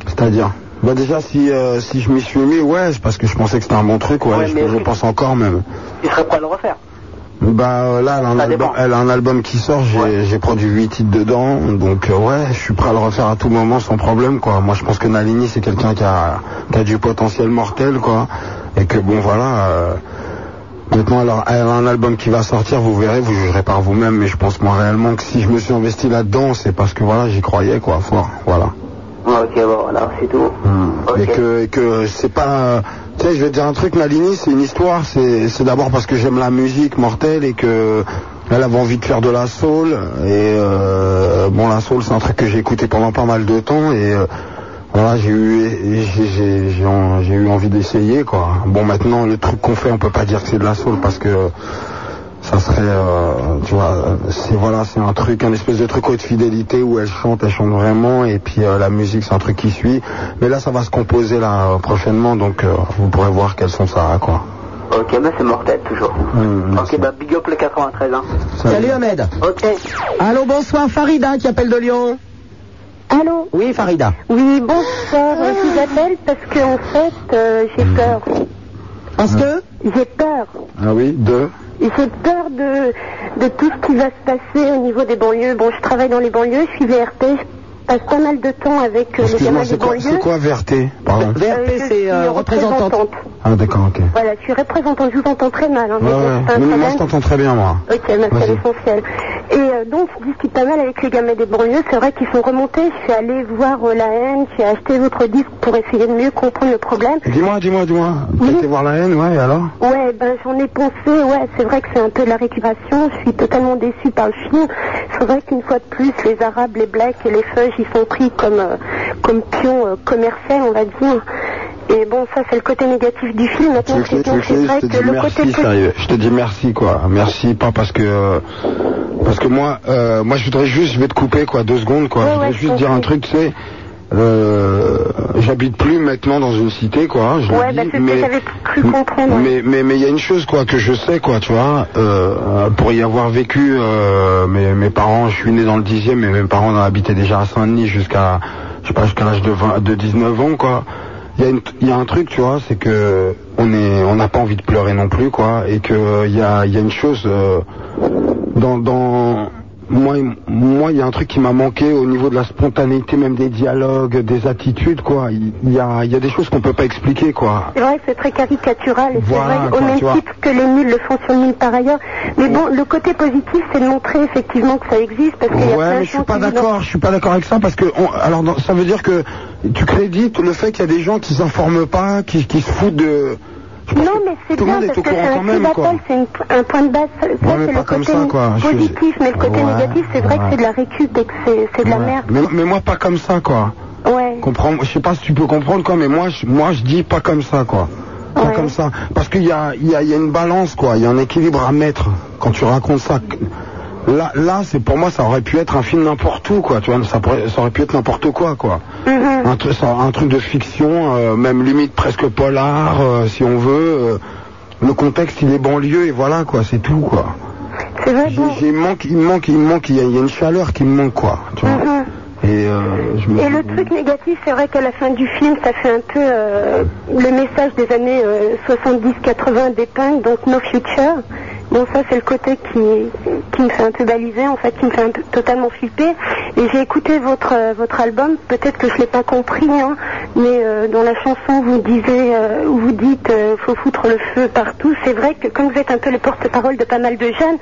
Speaker 3: C'est-à-dire bah déjà si euh, si je m'y suis mis ouais c'est parce que je pensais que c'était un bon truc ouais, je, je pense encore même.
Speaker 9: Tu serais prêt à le refaire
Speaker 3: Bah euh, là, elle a, un album, elle a un album qui sort, j'ai j'ai produit 8 titres dedans, donc euh, ouais, je suis prêt à le refaire à tout moment sans problème, quoi. Moi, je pense que Nalini, c'est quelqu'un qui a, qui a du potentiel mortel, quoi. Et que bon, voilà, euh, maintenant, alors, elle a un album qui va sortir, vous verrez, vous jugerez par vous-même, mais je pense moi réellement que si je me suis investi là-dedans, c'est parce que voilà, j'y croyais, quoi, fort, voilà.
Speaker 16: Ok, bon, voilà, c'est tout.
Speaker 3: Et Hmm. que, et que c'est pas. euh, Tu sais, je vais te dire un truc, Nalini, c'est une histoire. C'est c'est d'abord parce que j'aime la musique mortelle et que. Elle avait envie de faire de la soul. Et euh, bon, la soul, c'est un truc que j'ai écouté pendant pas mal de temps. Et euh, voilà, j'ai eu, et j'ai- j'ai- j'ai en- j'ai eu envie d'essayer, quoi. Bon, maintenant, le truc qu'on fait, on peut pas dire que c'est de la soul parce que ça serait, euh, tu vois, euh, c'est voilà, c'est un truc, un espèce de truc haute fidélité où elle chante, elle chante vraiment, et puis euh, la musique c'est un truc qui suit. Mais là, ça va se composer là euh, prochainement, donc euh, vous pourrez voir quels sont ça, quoi.
Speaker 24: Ok, mais c'est mortel toujours.
Speaker 3: Hmm.
Speaker 24: ok, bah big up le 93. Hein.
Speaker 15: Salut Ahmed.
Speaker 24: Ok.
Speaker 15: Allô, bonsoir Farida qui appelle de Lyon.
Speaker 17: Allô
Speaker 15: Oui Farida.
Speaker 17: Oui, bonsoir. Je vous appelle parce que, en fait, euh, j'ai
Speaker 3: Mhm.
Speaker 17: peur.
Speaker 15: Parce que
Speaker 17: J'ai peur.
Speaker 3: Ah oui, deux.
Speaker 17: J'ai peur de, de tout ce qui va se passer au niveau des banlieues. Bon, je travaille dans les banlieues, je suis VRP, je passe pas mal de temps avec euh, les gamins
Speaker 3: Excuse-moi,
Speaker 17: des
Speaker 3: c'est quoi,
Speaker 17: banlieues.
Speaker 3: c'est quoi Verté Pardon.
Speaker 17: Euh, je suis représentante.
Speaker 3: Ah d'accord, ok.
Speaker 17: Voilà, je suis représentante, je vous entends très mal. hein,
Speaker 3: Ah Ouais,
Speaker 17: mais bon,
Speaker 3: ouais.
Speaker 17: c'est un
Speaker 3: Mais moi,
Speaker 17: problème.
Speaker 3: je t'entends très bien, moi.
Speaker 17: Ok, mais c'est
Speaker 3: Vas-y.
Speaker 17: l'essentiel. Et euh, donc, je discute pas mal avec les gamins des banlieues. C'est vrai qu'ils sont remontés. Je suis allée voir euh, la haine, j'ai acheté votre disque pour essayer de mieux comprendre le problème.
Speaker 3: Dis-moi, dis-moi, dis-moi. Mhm. T'as été voir la haine, ouais, et alors
Speaker 17: Ouais, ben j'en ai pensé, ouais, c'est vrai que c'est un peu la récupération, je suis totalement déçue par le film. C'est vrai qu'une fois de plus, les Arabes, les Blacks et les Feuges, ils sont pris comme, euh, comme pions euh, commerciaux, on va dire. Et bon, ça c'est le côté négatif du film.
Speaker 3: Tu veux
Speaker 17: Maintenant,
Speaker 3: que je
Speaker 17: c'est
Speaker 3: te- tu veux
Speaker 17: bien,
Speaker 3: que je te dise, je te dis
Speaker 17: c'est vrai que le côté
Speaker 3: merci,
Speaker 17: positif-
Speaker 3: sérieux. Je te dis merci, quoi. Merci, pas parce que. euh, Parce que moi, euh, moi, je voudrais juste, je vais te couper, quoi, deux secondes, quoi. je voudrais juste dire un truc, tu sais. euh, J'habite plus maintenant dans une cité, quoi. hein, Je
Speaker 17: Ouais,
Speaker 3: le
Speaker 17: bah,
Speaker 3: dis,
Speaker 17: c'est ce que
Speaker 3: mais,
Speaker 17: j'avais cru comprendre.
Speaker 3: mais mais mais il y a une chose quoi que je sais quoi tu vois euh, pour y avoir vécu euh, mes mes parents je suis né dans le dixième et mes parents habitaient déjà à Saint-Denis jusqu'à je sais pas jusqu'à l'âge de 20 de 19 ans quoi il y a une- il y a un truc tu vois c'est que on est on n'a pas envie de pleurer non plus quoi et que euh, il y a il y a une chose euh, dans dans moi, il- moi, il y a un truc qui m'a manqué au niveau de la spontanéité, même des dialogues, des attitudes, quoi. Il il y a, il y a des choses qu'on peut pas expliquer, quoi.
Speaker 17: C'est vrai que c'est très caricatural et
Speaker 3: Voilà,
Speaker 17: c'est vrai
Speaker 3: quoi,
Speaker 17: au même
Speaker 3: tu vois. Mm.
Speaker 17: titre que les nuls le font sur nuls par ailleurs. Mais bon, le côté positif, c'est de montrer effectivement que ça existe parce qu'il y
Speaker 3: Ouais,
Speaker 17: a plein
Speaker 3: mais
Speaker 17: de
Speaker 3: je suis
Speaker 17: gens
Speaker 3: pas
Speaker 17: qui vivent
Speaker 3: d'accord. Je suis pas d'accord avec ça parce que on- alors dans- ça veut dire que tu crédites le fait qu'il y a des gens qui s'informent pas, qui, qui se foutent de. Je pense
Speaker 17: Non,
Speaker 3: que
Speaker 17: mais c'est
Speaker 3: tout le
Speaker 17: bien
Speaker 3: monde est
Speaker 17: parce
Speaker 3: au
Speaker 17: que c'est
Speaker 3: courant
Speaker 17: un
Speaker 3: quand
Speaker 17: coup
Speaker 3: même, quoi.
Speaker 17: d'appel, c'est une- un point de base. Ça,
Speaker 3: Ouais, mais
Speaker 17: c'est
Speaker 3: pas
Speaker 17: le
Speaker 3: comme
Speaker 17: côté
Speaker 3: ça, quoi. Je suis-
Speaker 17: positif, mais le côté
Speaker 3: Ouais,
Speaker 17: négatif, c'est vrai
Speaker 3: ouais.
Speaker 17: que c'est de la récup et que c'est c'est de la
Speaker 3: Ouais.
Speaker 17: merde.
Speaker 3: Mais, mais moi pas comme ça, quoi.
Speaker 17: Ouais.
Speaker 3: Comprends. Je sais pas si tu peux comprendre, quoi. Mais moi, je, moi, je dis pas comme ça, quoi. Pas comme ça. Parce qu'il y a, il y a- il y a une balance, quoi. Il y a un équilibre à mettre quand tu racontes ça. Là, là, c'est pour moi, ça aurait pu être un film n'importe où, quoi. Tu vois, ça, pourrait- ça aurait pu être n'importe quoi, quoi.
Speaker 17: Mm-hmm.
Speaker 3: un, truc, ça- un truc de fiction, euh, même limite presque polar, euh, si on veut. euh, le contexte, il est banlieue et voilà, quoi. C'est tout, quoi.
Speaker 17: C'est vrai.
Speaker 3: Il me manque, il me manque, il me manque. Il y, a- il y a une chaleur qui me manque, quoi. Tu vois.
Speaker 17: Mm,
Speaker 3: Et euh, je me
Speaker 17: Et le truc négatif, c'est vrai qu'à la fin du film, ça fait un peu euh, le message des années euh, 70-80 dépeint, donc No Future. Bon, ça, c'est le côté qui, qui me fait un peu baliser, en fait, qui me fait un peu totalement flipper. Et j'ai écouté votre, euh, votre album, peut-être que je l'ai pas compris, hein, mais euh, dans la chanson, vous disiez, euh, vous dites, euh, faut foutre le feu partout. C'est vrai que comme vous êtes un peu le porte-parole de pas mal de jeunes,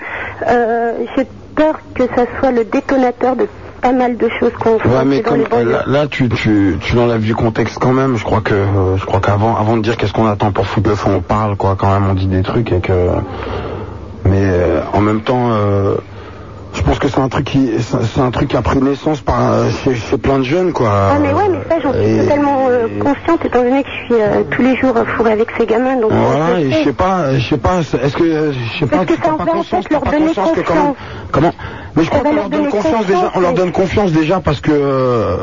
Speaker 17: euh, j'ai peur que ça soit le détonateur de pas mal de choses qu'on fait
Speaker 3: Ouais, mais
Speaker 17: dans
Speaker 3: comme
Speaker 17: les
Speaker 3: euh,
Speaker 17: banlieues.
Speaker 3: là, là, tu, tu, tu l'enlèves du contexte quand même. Je crois que euh, je crois qu'avant avant de dire qu'est-ce qu'on attend pour foutre le fond, on parle quoi quand même, on dit des trucs et que. Mais euh, en même temps, euh, je pense que c'est un truc qui c'est c'est un truc qui a pris naissance par euh, chez, chez plein de jeunes quoi.
Speaker 17: Ah mais ouais, mais ça j'en suis totalement euh, consciente étant donné que je suis euh, tous les jours fourrée avec ces gamins. Donc euh,
Speaker 3: Voilà,
Speaker 17: je
Speaker 3: et
Speaker 17: sais.
Speaker 3: je sais pas, je sais pas, est-ce que, euh, je sais pas,
Speaker 17: Parce que
Speaker 3: tu
Speaker 17: ça
Speaker 3: t'as
Speaker 17: en
Speaker 3: pas
Speaker 17: va en
Speaker 3: conscience,
Speaker 17: fait
Speaker 3: t'as
Speaker 17: leur
Speaker 3: pas
Speaker 17: donner
Speaker 3: conscience que quand même,
Speaker 17: confiance.
Speaker 3: comment, mais je
Speaker 17: Ça
Speaker 3: crois
Speaker 17: va
Speaker 3: qu'on
Speaker 17: leur
Speaker 3: leur donne
Speaker 17: donner
Speaker 3: confiance déjà,
Speaker 17: confiance,
Speaker 3: on leur donne confiance déjà parce que, euh,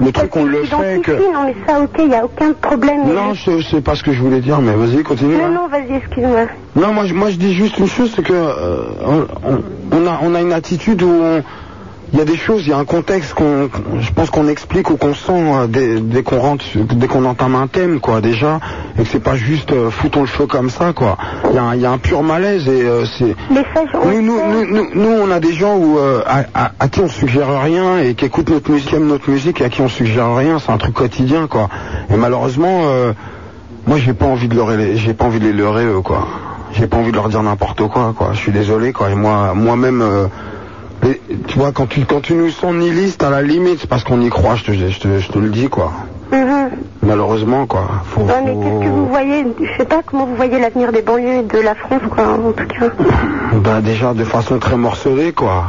Speaker 3: le truc on le fait
Speaker 17: Identifie,
Speaker 3: que.
Speaker 17: Non mais ça ok, il n'y a aucun problème. mais
Speaker 3: Non, je sais pas ce que je voulais dire, mais vas-y, continue.
Speaker 17: Non,
Speaker 3: hein.
Speaker 17: non, vas-y, excuse-moi.
Speaker 3: Non, moi, je- moi je dis juste une chose, c'est que euh, on, on- on a, on a une attitude où on, il y a des choses, il y a un contexte qu'on, je pense qu'on explique ou qu'on sent euh, dès, dès qu'on rentre, sur- dès qu'on entame un thème, quoi, déjà, et que c'est pas juste euh, foutons le feu comme ça, quoi. Il y a, un- il y a un pur malaise et euh, c'est. nous, nous, nous, nous, nous, on a des gens où euh, à, à- à qui on suggère rien et qui écoutent notre musique, qui aiment notre musique et à qui on suggère rien, c'est un truc quotidien, quoi. Et malheureusement, euh, moi, j'ai pas envie de leur, j'ai pas envie de les leurrer, eux, quoi. J'ai pas envie de leur dire n'importe quoi, quoi. Je suis désolé, quoi. Et moi, moi-même. euh, et, tu vois, quand tu, quand tu nous sens nihiliste à la limite, c'est parce qu'on y croit, je te, je te, je te le dis, quoi. Malheureusement, quoi. Faut-
Speaker 17: Ouais, mais qu'est-ce que Mm-hmm. vous voyez Je sais pas comment vous voyez l'avenir des banlieues et de la France, quoi, en tout cas.
Speaker 3: bah, déjà, de façon très morcelée, quoi.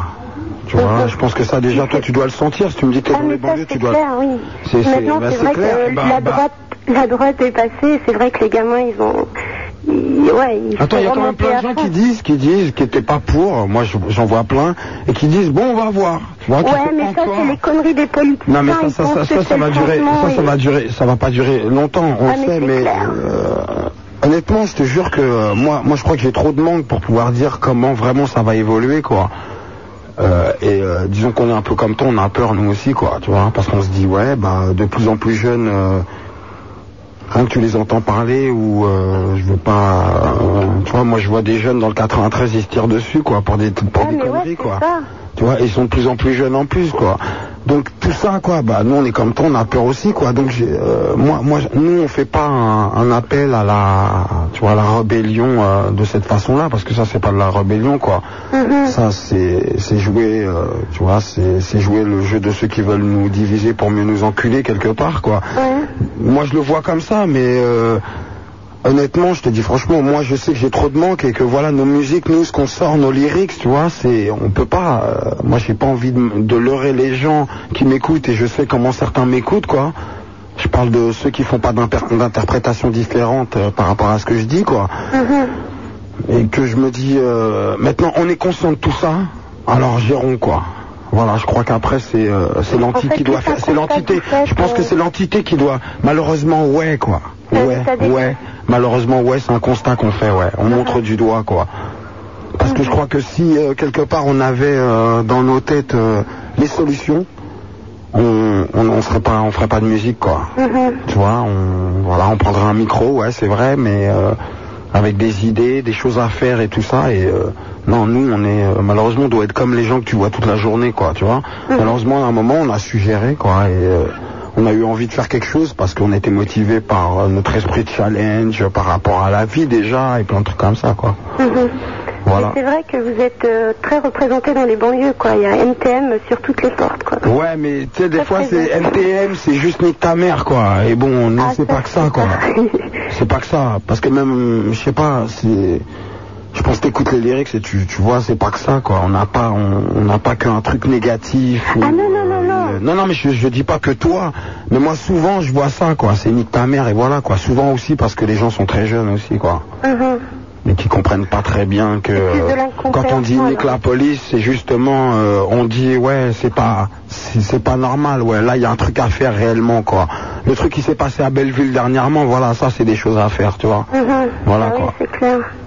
Speaker 3: Tu vois, je pense que ça, déjà, toi, tu dois le sentir. Si tu me dis que t'es dans les banlieues, tu
Speaker 17: Ah, C'est
Speaker 3: dois...
Speaker 17: clair, oui.
Speaker 3: C'est- c'est-
Speaker 17: Maintenant,
Speaker 3: bah,
Speaker 17: c'est
Speaker 3: c'est
Speaker 17: vrai
Speaker 3: clair.
Speaker 17: que
Speaker 3: Bah,
Speaker 17: la,
Speaker 3: bah.
Speaker 17: droite, la droite est passée. C'est vrai que les gamins, ils ont. ils- ouais, ils
Speaker 3: Attends,
Speaker 17: sont
Speaker 3: il y a quand même
Speaker 17: remontés
Speaker 3: plein de
Speaker 17: à
Speaker 3: gens
Speaker 17: fond.
Speaker 3: qui disent, qui disent, qui n'étaient pas pour, moi je- j'en vois plein, et qui disent, bon, on va voir. Tu vois, qui
Speaker 17: Ouais,
Speaker 3: sont
Speaker 17: mais ça,
Speaker 3: encore-
Speaker 17: c'est les conneries des politiciens.
Speaker 3: Non mais ça
Speaker 17: ils
Speaker 3: ça
Speaker 17: pensent
Speaker 3: ça,
Speaker 17: que
Speaker 3: ça, ça
Speaker 17: c'est
Speaker 3: va
Speaker 17: le
Speaker 3: durer ça
Speaker 17: changement,
Speaker 3: ça
Speaker 17: et-
Speaker 3: va durer ça va pas durer longtemps on
Speaker 17: Ah,
Speaker 3: le
Speaker 17: mais
Speaker 3: sait
Speaker 17: c'est
Speaker 3: mais
Speaker 17: clair.
Speaker 3: euh, honnêtement je te jure que euh, moi moi je crois que j'ai trop de manque pour pouvoir dire comment vraiment ça va évoluer quoi. Euh, et euh, disons qu'on est un peu comme toi on a peur nous aussi quoi tu vois parce qu'on se dit ouais bah de plus en plus jeunes euh, Rien que tu les entends parler ou euh, je veux pas, euh, tu vois, moi je vois des jeunes dans le 93 ils se tirent dessus quoi pour des pour des conneries quoi. Tu vois, ils sont de plus en plus jeunes en plus quoi. Donc tout ça quoi, bah nous on est comme toi, on a peur aussi quoi. Donc j'ai, euh, moi moi je- nous on fait pas un, un appel à la, tu vois, à la rébellion euh, de cette façon là parce que ça c'est pas de la rébellion quoi. Ça c'est c'est jouer, euh, tu vois, c'est c'est jouer le jeu de ceux qui veulent nous diviser pour mieux nous enculer quelque part quoi. Moi, je le vois comme ça, mais euh, honnêtement, je te dis franchement, moi, je sais que j'ai trop de manque et que voilà, nos musiques, nous, ce qu'on sort, nos lyrics, tu vois, c'est, on peut pas. euh, moi, j'ai pas envie de, m- de leurrer les gens qui m'écoutent et je sais comment certains m'écoutent, quoi. Je parle de ceux qui font pas d'inter- d'interprétation différente euh, par rapport à ce que je dis, quoi et que je me dis euh, maintenant on est conscient de tout ça, alors gérons quoi. Voilà, je crois qu'après c'est euh, c'est l'entité qui doit faire, c'est l'entité. Je pense que c'est l'entité qui doit malheureusement ouais quoi. Ouais, ouais. Malheureusement ouais, c'est un constat qu'on fait ouais. On montre du doigt quoi. Parce que je crois que si euh, quelque part on avait euh, dans nos têtes euh, les solutions, on, on, on serait pas, on ferait pas de musique quoi. Tu vois, on, voilà, on prendrait un micro, ouais, c'est vrai, mais euh, avec des idées, des choses à faire et tout ça. Et euh, non, nous, on est euh, malheureusement, on doit être comme les gens que tu vois toute la journée, quoi. Tu vois. Malheureusement, à un moment, on a suggéré, quoi, et euh, on a eu envie de faire quelque chose parce qu'on était motivé par euh, notre esprit de challenge, euh, par rapport à la vie déjà et plein de trucs comme ça, quoi.
Speaker 17: Mhm.
Speaker 3: Voilà.
Speaker 17: C'est vrai que vous êtes euh, très représentés dans les banlieues, quoi. Il y a MTM sur toutes les portes, quoi.
Speaker 3: Ouais, mais tu sais, des fois, c'est MTM, c'est juste nique ta mère, quoi. Et bon, non, c'est pas que Ah, ça, quoi. C'est pas que ça. Parce que même, je sais pas, c'est. Je pense que t'écoutes les lyrics et tu, tu vois, c'est pas que ça, quoi. On n'a pas, on on n'a pas qu'un truc négatif. Ah non, non, non, non. non, non, mais je, je dis pas que toi. Mais moi, souvent, je vois ça, quoi. C'est nique ta mère et voilà, quoi. Souvent aussi parce que les gens sont très jeunes aussi, quoi. Mais qui comprennent pas très bien que euh, quand on dit nique la police, c'est justement euh, on dit ouais c'est pas c'est c'est pas normal ouais là il y a un truc à faire réellement quoi. Le truc qui s'est passé à Belleville dernièrement voilà ça c'est des choses à faire tu vois. Voilà quoi.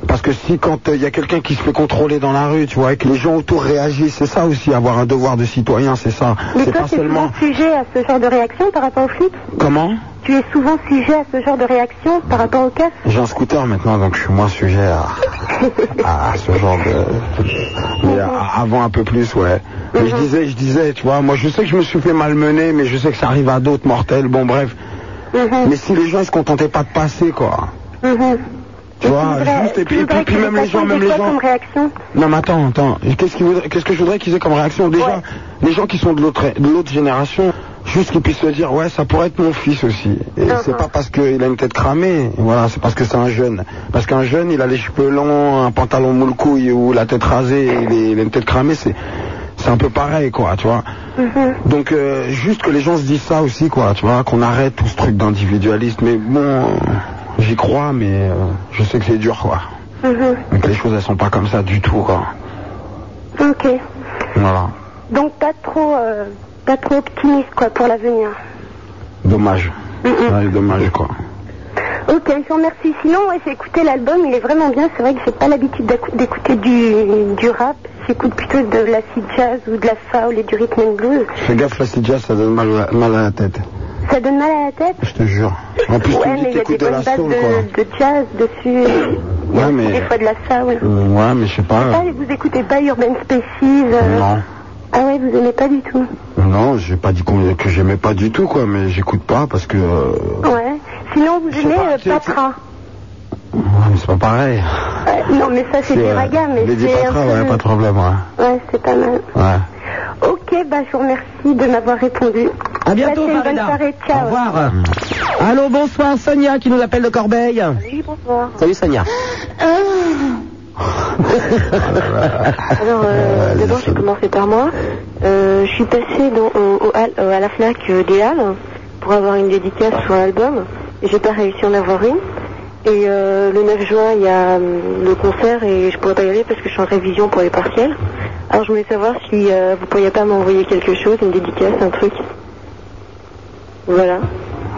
Speaker 3: Parce que si quand euh, il y a quelqu'un qui se fait contrôler dans la rue tu vois et que les gens autour réagissent c'est ça aussi avoir un devoir de citoyen c'est ça.
Speaker 17: Mais
Speaker 3: C'est
Speaker 17: toi,
Speaker 3: pas
Speaker 17: tu es
Speaker 3: seulement
Speaker 17: souvent sujet à ce genre de réaction par rapport aux flics
Speaker 3: comment
Speaker 17: Tu es souvent sujet à ce genre de réaction par rapport aux casse
Speaker 3: J'ai un scooter maintenant, donc je suis moins sujet à, à ce genre de. Mais à- avant un peu plus, ouais. Mais je disais, je disais, tu vois, moi je sais que je me suis fait malmener, mais je sais que ça arrive à d'autres mortels, bon bref. Mais si les gens ils se contentaient pas de passer, quoi. Tu vois, juste, et puis, et puis- puis même les gens, même les gens.
Speaker 17: réaction
Speaker 3: Non mais attends, attends. Qu'est-ce qu'ils voudraient- qu'est-ce que je voudrais qu'ils aient comme réaction Déjà, les gens qui sont de l'autre de l'autre génération, juste qu'ils puissent se dire ouais, ça pourrait être mon fils aussi. Et c'est pas parce qu'il a une tête cramée, voilà, c'est parce que c'est un jeune. Parce qu'un jeune, il a les cheveux longs, un pantalon moule couille ou la tête rasée, et il, est- il a une tête cramée, c'est c'est un peu pareil quoi, tu vois.
Speaker 2: Mm-hmm.
Speaker 3: Donc euh, juste que les gens se disent ça aussi quoi, tu vois, qu'on arrête tout ce truc d'individualisme. Mais bon, euh, j'y crois, mais euh, je sais que c'est dur quoi.
Speaker 17: Mhm.
Speaker 3: Donc les choses elles sont pas comme ça du tout quoi.
Speaker 17: Ok.
Speaker 3: Voilà.
Speaker 17: Donc pas trop, euh, pas trop optimiste, quoi, pour l'avenir.
Speaker 3: Dommage. Ouais, dommage quoi.
Speaker 17: Ok, je vous remercie. Sinon, ouais, j'ai écouté l'album, il est vraiment bien. C'est vrai que j'ai pas l'habitude d'écou- d'écouter du, du rap.
Speaker 2: qui écoutent plutôt de l'acid jazz ou de la foul et du rhythm and blues.
Speaker 3: Fais gaffe, la déjà, ça donne mal, à- mal à la tête.
Speaker 2: Ça donne mal à la tête
Speaker 3: Je te jure. En plus, tu
Speaker 2: Ouais,
Speaker 3: me
Speaker 2: mais
Speaker 3: dis
Speaker 2: il y a des
Speaker 3: t'écoutes de
Speaker 2: bonnes
Speaker 3: la
Speaker 2: bases
Speaker 3: soul, quoi.
Speaker 2: de, de jazz dessus.
Speaker 3: Ouais,
Speaker 2: Des
Speaker 3: mais.
Speaker 2: fois de la soul.
Speaker 3: Euh, ouais, mais je sais pas.
Speaker 2: Ah, et vous écoutez pas Urban Spaces euh,
Speaker 3: Non.
Speaker 2: Ah ouais, vous aimez pas du tout.
Speaker 3: Non, j'ai pas dit qu'on- que j'aimais pas du tout, quoi, mais j'écoute pas parce que. euh,
Speaker 2: Ouais. Sinon, vous aimez euh, Patra.
Speaker 3: ouais, mais c'est pas pareil.
Speaker 2: Ouais, non, mais ça, c'est
Speaker 3: C'est,
Speaker 2: des
Speaker 3: euh,
Speaker 2: ragas, mais
Speaker 3: Lady
Speaker 2: c'est un
Speaker 3: Patra,
Speaker 2: peu-
Speaker 3: ouais, pas de problème, ouais.
Speaker 2: Ouais, c'est pas mal.
Speaker 3: Ouais.
Speaker 2: Ok, bah, je vous remercie de m'avoir répondu.
Speaker 4: À bientôt,
Speaker 2: Passez une bonne
Speaker 4: Farida.
Speaker 2: soirée. Ciao.
Speaker 4: Au revoir. Allô, bonsoir, Sonia qui nous appelle de Corbeil.
Speaker 2: Oui, bonsoir.
Speaker 4: Salut, Sonia.
Speaker 17: Ah. Alors, euh, d'abord, je vais commencer par moi. Euh, je suis passée dans- au- au Hall- euh, à la FNAC euh, des Halles pour avoir une dédicace sur un album. Et J'ai pas réussi à en avoir une. Et euh, le 9 juin, il y a hum, le concert et je pourrais pas y aller parce que je suis en révision pour les partiels. Alors, je voulais savoir si euh, vous pourriez pas m'envoyer quelque chose, une dédicace, un truc. Voilà.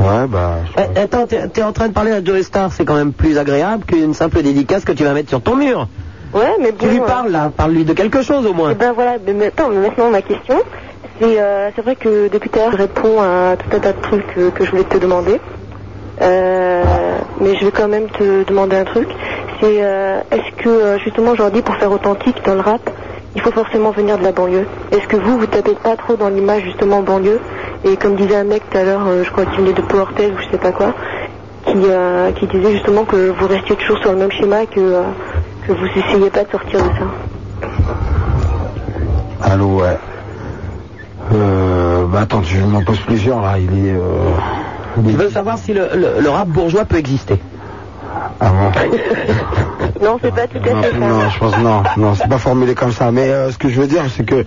Speaker 3: Ouais, bah.
Speaker 4: Eh, attends, t'es t'es en train de parler à Joe Star, c'est quand même plus agréable qu'une simple dédicace que tu vas mettre sur ton mur.
Speaker 17: Ouais, mais
Speaker 4: Tu lui
Speaker 17: bon, euh,
Speaker 4: parles là, parle-lui de quelque chose au moins.
Speaker 17: Eh ben voilà, mais maintenant, mais maintenant ma question, c'est euh, c'est vrai que depuis tout à l'heure je réponds à tout un tas de trucs euh, que je voulais te demander. Euh, mais je vais quand même te demander un truc. C'est euh, est-ce que euh, justement aujourd'hui pour faire authentique dans le rap, il faut forcément venir de la banlieue Est-ce que vous, vous tapez pas trop dans l'image justement banlieue Et comme disait un mec tout à l'heure, euh, je crois qu'il venait de Portel ou je sais pas quoi, qui, euh, qui disait justement que vous restiez toujours sur le même schéma et que, euh, que vous essayez pas de sortir de ça.
Speaker 3: Allô, ouais. Euh, bah attends, tu m'en poses plusieurs là, il est. Euh...
Speaker 4: Tu veux savoir si
Speaker 17: Eh
Speaker 4: le, le- le rap bourgeois peut exister
Speaker 3: Ah bon
Speaker 17: Non, c'est pas tout à fait
Speaker 3: Non, non, je pense non, non, c'est pas formulé comme ça. Mais euh, ce que je veux dire, c'est que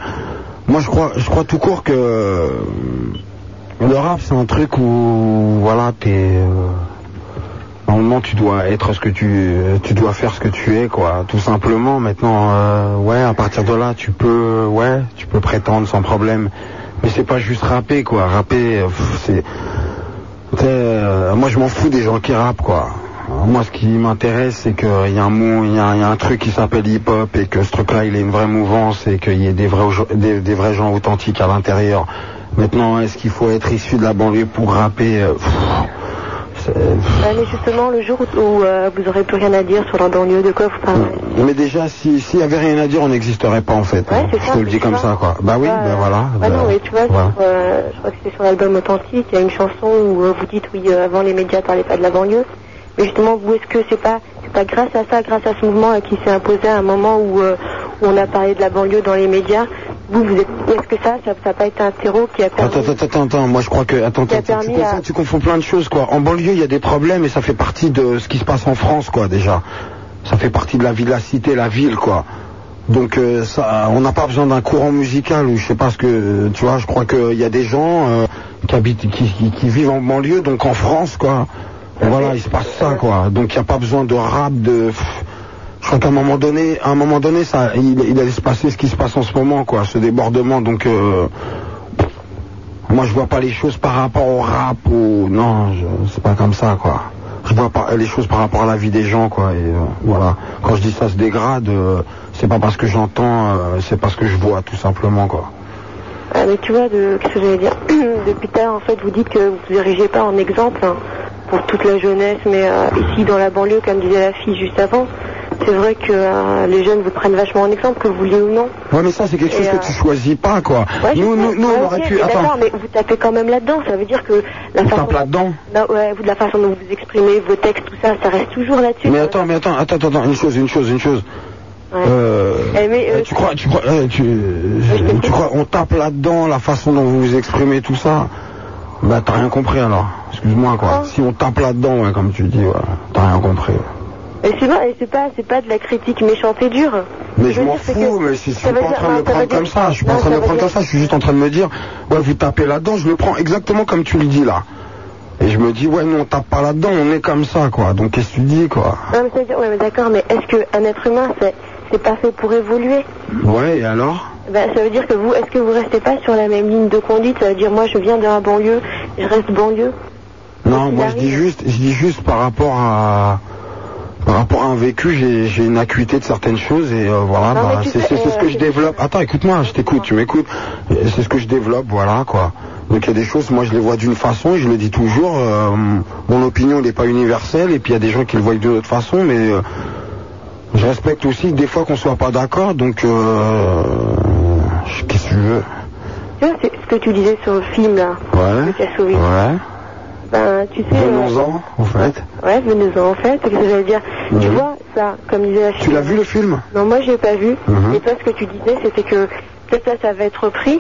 Speaker 3: moi, je crois, je crois tout court que euh, le rap, c'est un truc où, voilà, t'es euh, normalement, tu dois être ce que tu, euh, tu dois faire ce que tu es, quoi, tout simplement. Maintenant, euh, ouais, à partir de là, tu peux, ouais, tu peux prétendre sans problème. Mais c'est pas juste rapper, quoi. Rapper, euh, pff, c'est tu sais, euh, moi je m'en fous des gens qui rappent quoi. Euh, Moi ce qui m'intéresse c'est qu'il y a un mot, il y, a il y a un truc qui s'appelle hip hop et que ce truc là il ait une vraie mouvance et qu'il y ait des vrais, jo- des, des vrais gens authentiques à l'intérieur. Maintenant est-ce qu'il faut être issu de la banlieue pour rapper euh, pff, c'est- pff.
Speaker 17: Ouais, mais justement, le jour où, où, euh, vous aurez plus rien à dire sur la banlieue, de hein. quoi vous parlez
Speaker 3: Mais déjà si- s'il y avait rien à dire on n'existerait pas en fait. hein.
Speaker 17: c'est
Speaker 3: je
Speaker 17: ça,
Speaker 3: te le
Speaker 17: c'est
Speaker 3: dis comme
Speaker 17: ça.
Speaker 3: ça quoi. Bah oui,
Speaker 17: Ouais.
Speaker 3: ben voilà. ben,
Speaker 17: Bah non, mais tu vois,
Speaker 3: voilà.
Speaker 17: sur, euh, je crois que c'est sur l'album Authentique, il y a une chanson où euh, vous dites, oui, euh, avant les médias parlaient pas de la banlieue. Mais justement, vous, est-ce que c'est pas, c'est pas grâce à ça, grâce à ce mouvement euh, qui s'est imposé à un moment où, euh, où on a parlé de la banlieue dans les médias Vous, vous êtes, est-ce que ça, ça n'a pas été un terreau qui a permis...
Speaker 3: Attends, attends, attends, attends, moi je crois que. Attends,
Speaker 17: Qui a
Speaker 3: attends, tu,
Speaker 17: permis
Speaker 3: confonds,
Speaker 17: à-
Speaker 3: tu confonds plein de choses quoi. En banlieue, il y a des problèmes et ça fait partie de ce qui se passe en France quoi déjà. Ça fait partie de la ville, la cité, la ville quoi. Donc euh, ça, on n'a pas besoin d'un courant musical ou je sais pas ce que. euh, Tu vois, je crois qu'il y a des gens euh, qui habitent, qui, qui- qui vivent en banlieue, donc en France quoi. Voilà, il se passe ça quoi. Donc il n'y a pas besoin de rap, de. pff, je crois qu'à un moment donné, à un moment donné, ça, il, il allait se passer ce qui se passe en ce moment, quoi, ce débordement. Donc, euh, moi, je vois pas les choses par rapport au rap ou non, je- c'est pas comme ça, quoi. Je vois pas euh, les choses par rapport à la vie des gens, quoi. Et euh, voilà. Quand je dis ça se dégrade, euh, c'est pas parce que j'entends, euh, c'est parce que je vois, tout simplement, quoi.
Speaker 17: Ah, mais tu vois, de, qu'est-ce que j'allais dire Depuis tard, en fait, vous dites que vous vous érigez pas en exemple hein, pour toute la jeunesse, mais euh, ici, dans la banlieue, comme disait la fille juste avant, c'est vrai que euh, les jeunes vous prennent vachement en exemple, que vous vouliez ou non.
Speaker 3: Ouais, mais ça, c'est quelque
Speaker 17: Et,
Speaker 3: chose
Speaker 17: euh,
Speaker 3: que tu choisis pas, quoi.
Speaker 17: Ouais, je
Speaker 3: nous,
Speaker 17: sais.
Speaker 3: nous, nous,
Speaker 17: Ouais,
Speaker 3: on
Speaker 17: Ah, ok,
Speaker 3: aurait pu.
Speaker 17: mais
Speaker 3: Attends,
Speaker 17: D'accord, mais vous tapez quand même là-dedans, ça veut dire que la
Speaker 3: on
Speaker 17: façon,
Speaker 3: tape là-dedans.
Speaker 17: Non, ouais, vous- la façon dont vous exprimez vos textes, tout ça, ça reste toujours là-dessus.
Speaker 3: Mais attends, mais attends, attends, attends, une chose, une chose, une chose. Euh,
Speaker 17: Eh, mais, euh,
Speaker 3: tu crois, tu crois, euh, tu, tu crois, on tape là-dedans la façon dont vous vous exprimez tout ça. Bah t'as rien compris alors. Excuse-moi
Speaker 17: Oh.
Speaker 3: quoi. Si on tape là-dedans, ouais, comme tu dis, ouais, t'as rien compris.
Speaker 17: Et c'est pas, et c'est pas, c'est pas de la critique méchante et dure.
Speaker 3: Mais je m'en fous, mais si je suis
Speaker 17: ça veut
Speaker 3: pas en
Speaker 17: dire-
Speaker 3: train de le
Speaker 17: non, ça veut
Speaker 3: prendre
Speaker 17: dire-
Speaker 3: comme ça, je suis pas en
Speaker 17: non,
Speaker 3: train de
Speaker 17: ça
Speaker 3: le
Speaker 17: veut
Speaker 3: prendre
Speaker 17: dire-
Speaker 3: comme ça, je suis juste en train de me dire, ouais, vous tapez là-dedans, je le prends exactement comme tu le dis là. Et je me dis, ouais, non, on tape pas là-dedans, on est comme ça, quoi. Donc qu'est-ce que tu dis, quoi
Speaker 17: Non, mais ça veut dire, ouais, mais d'accord, mais est-ce qu'un être humain, c'est, c'est pas fait pour évoluer
Speaker 3: Ouais, et alors
Speaker 17: ben, Ça veut dire que vous, est-ce que vous restez pas sur la même ligne de conduite Ça veut dire, moi, je viens de la banlieue, je reste banlieue.
Speaker 3: Non, moi je dis juste, je dis juste par rapport à Par rapport à un vécu, j'ai- j'ai une acuité de certaines choses et euh, voilà,
Speaker 10: Non, mais
Speaker 3: bah,
Speaker 10: tu
Speaker 3: c'est
Speaker 10: sais,
Speaker 3: c'est- c'est ce
Speaker 10: euh,
Speaker 3: que je développe. Attends, écoute-moi, je t'écoute, tu m'écoutes. Et C'est ce que je développe, voilà quoi. Donc il y a des choses, moi je les vois d'une façon et je le dis toujours, euh, mon opinion n'est pas universelle et puis il y a des gens qui le voient d'une autre façon, mais euh, je respecte aussi des fois qu'on soit pas d'accord, donc euh, je- qu'est-ce que tu veux
Speaker 17: Tu vois, c'est ce que tu disais sur le film, là,
Speaker 3: Ouais.
Speaker 17: que tu as sauvé.
Speaker 3: Ouais.
Speaker 17: Ben, tu sais...
Speaker 3: Venons-en, en fait.
Speaker 17: euh, ouais, venez-en, en fait. Qu'est-ce que j'allais dire Tu
Speaker 3: Mhm.
Speaker 17: vois, ça, comme disait la
Speaker 3: Tu l'as vu le film
Speaker 17: Non, moi, je l'ai pas vu.
Speaker 3: Mhm.
Speaker 17: Et toi, ce que tu disais, c'était que peut-être là, ça va être repris.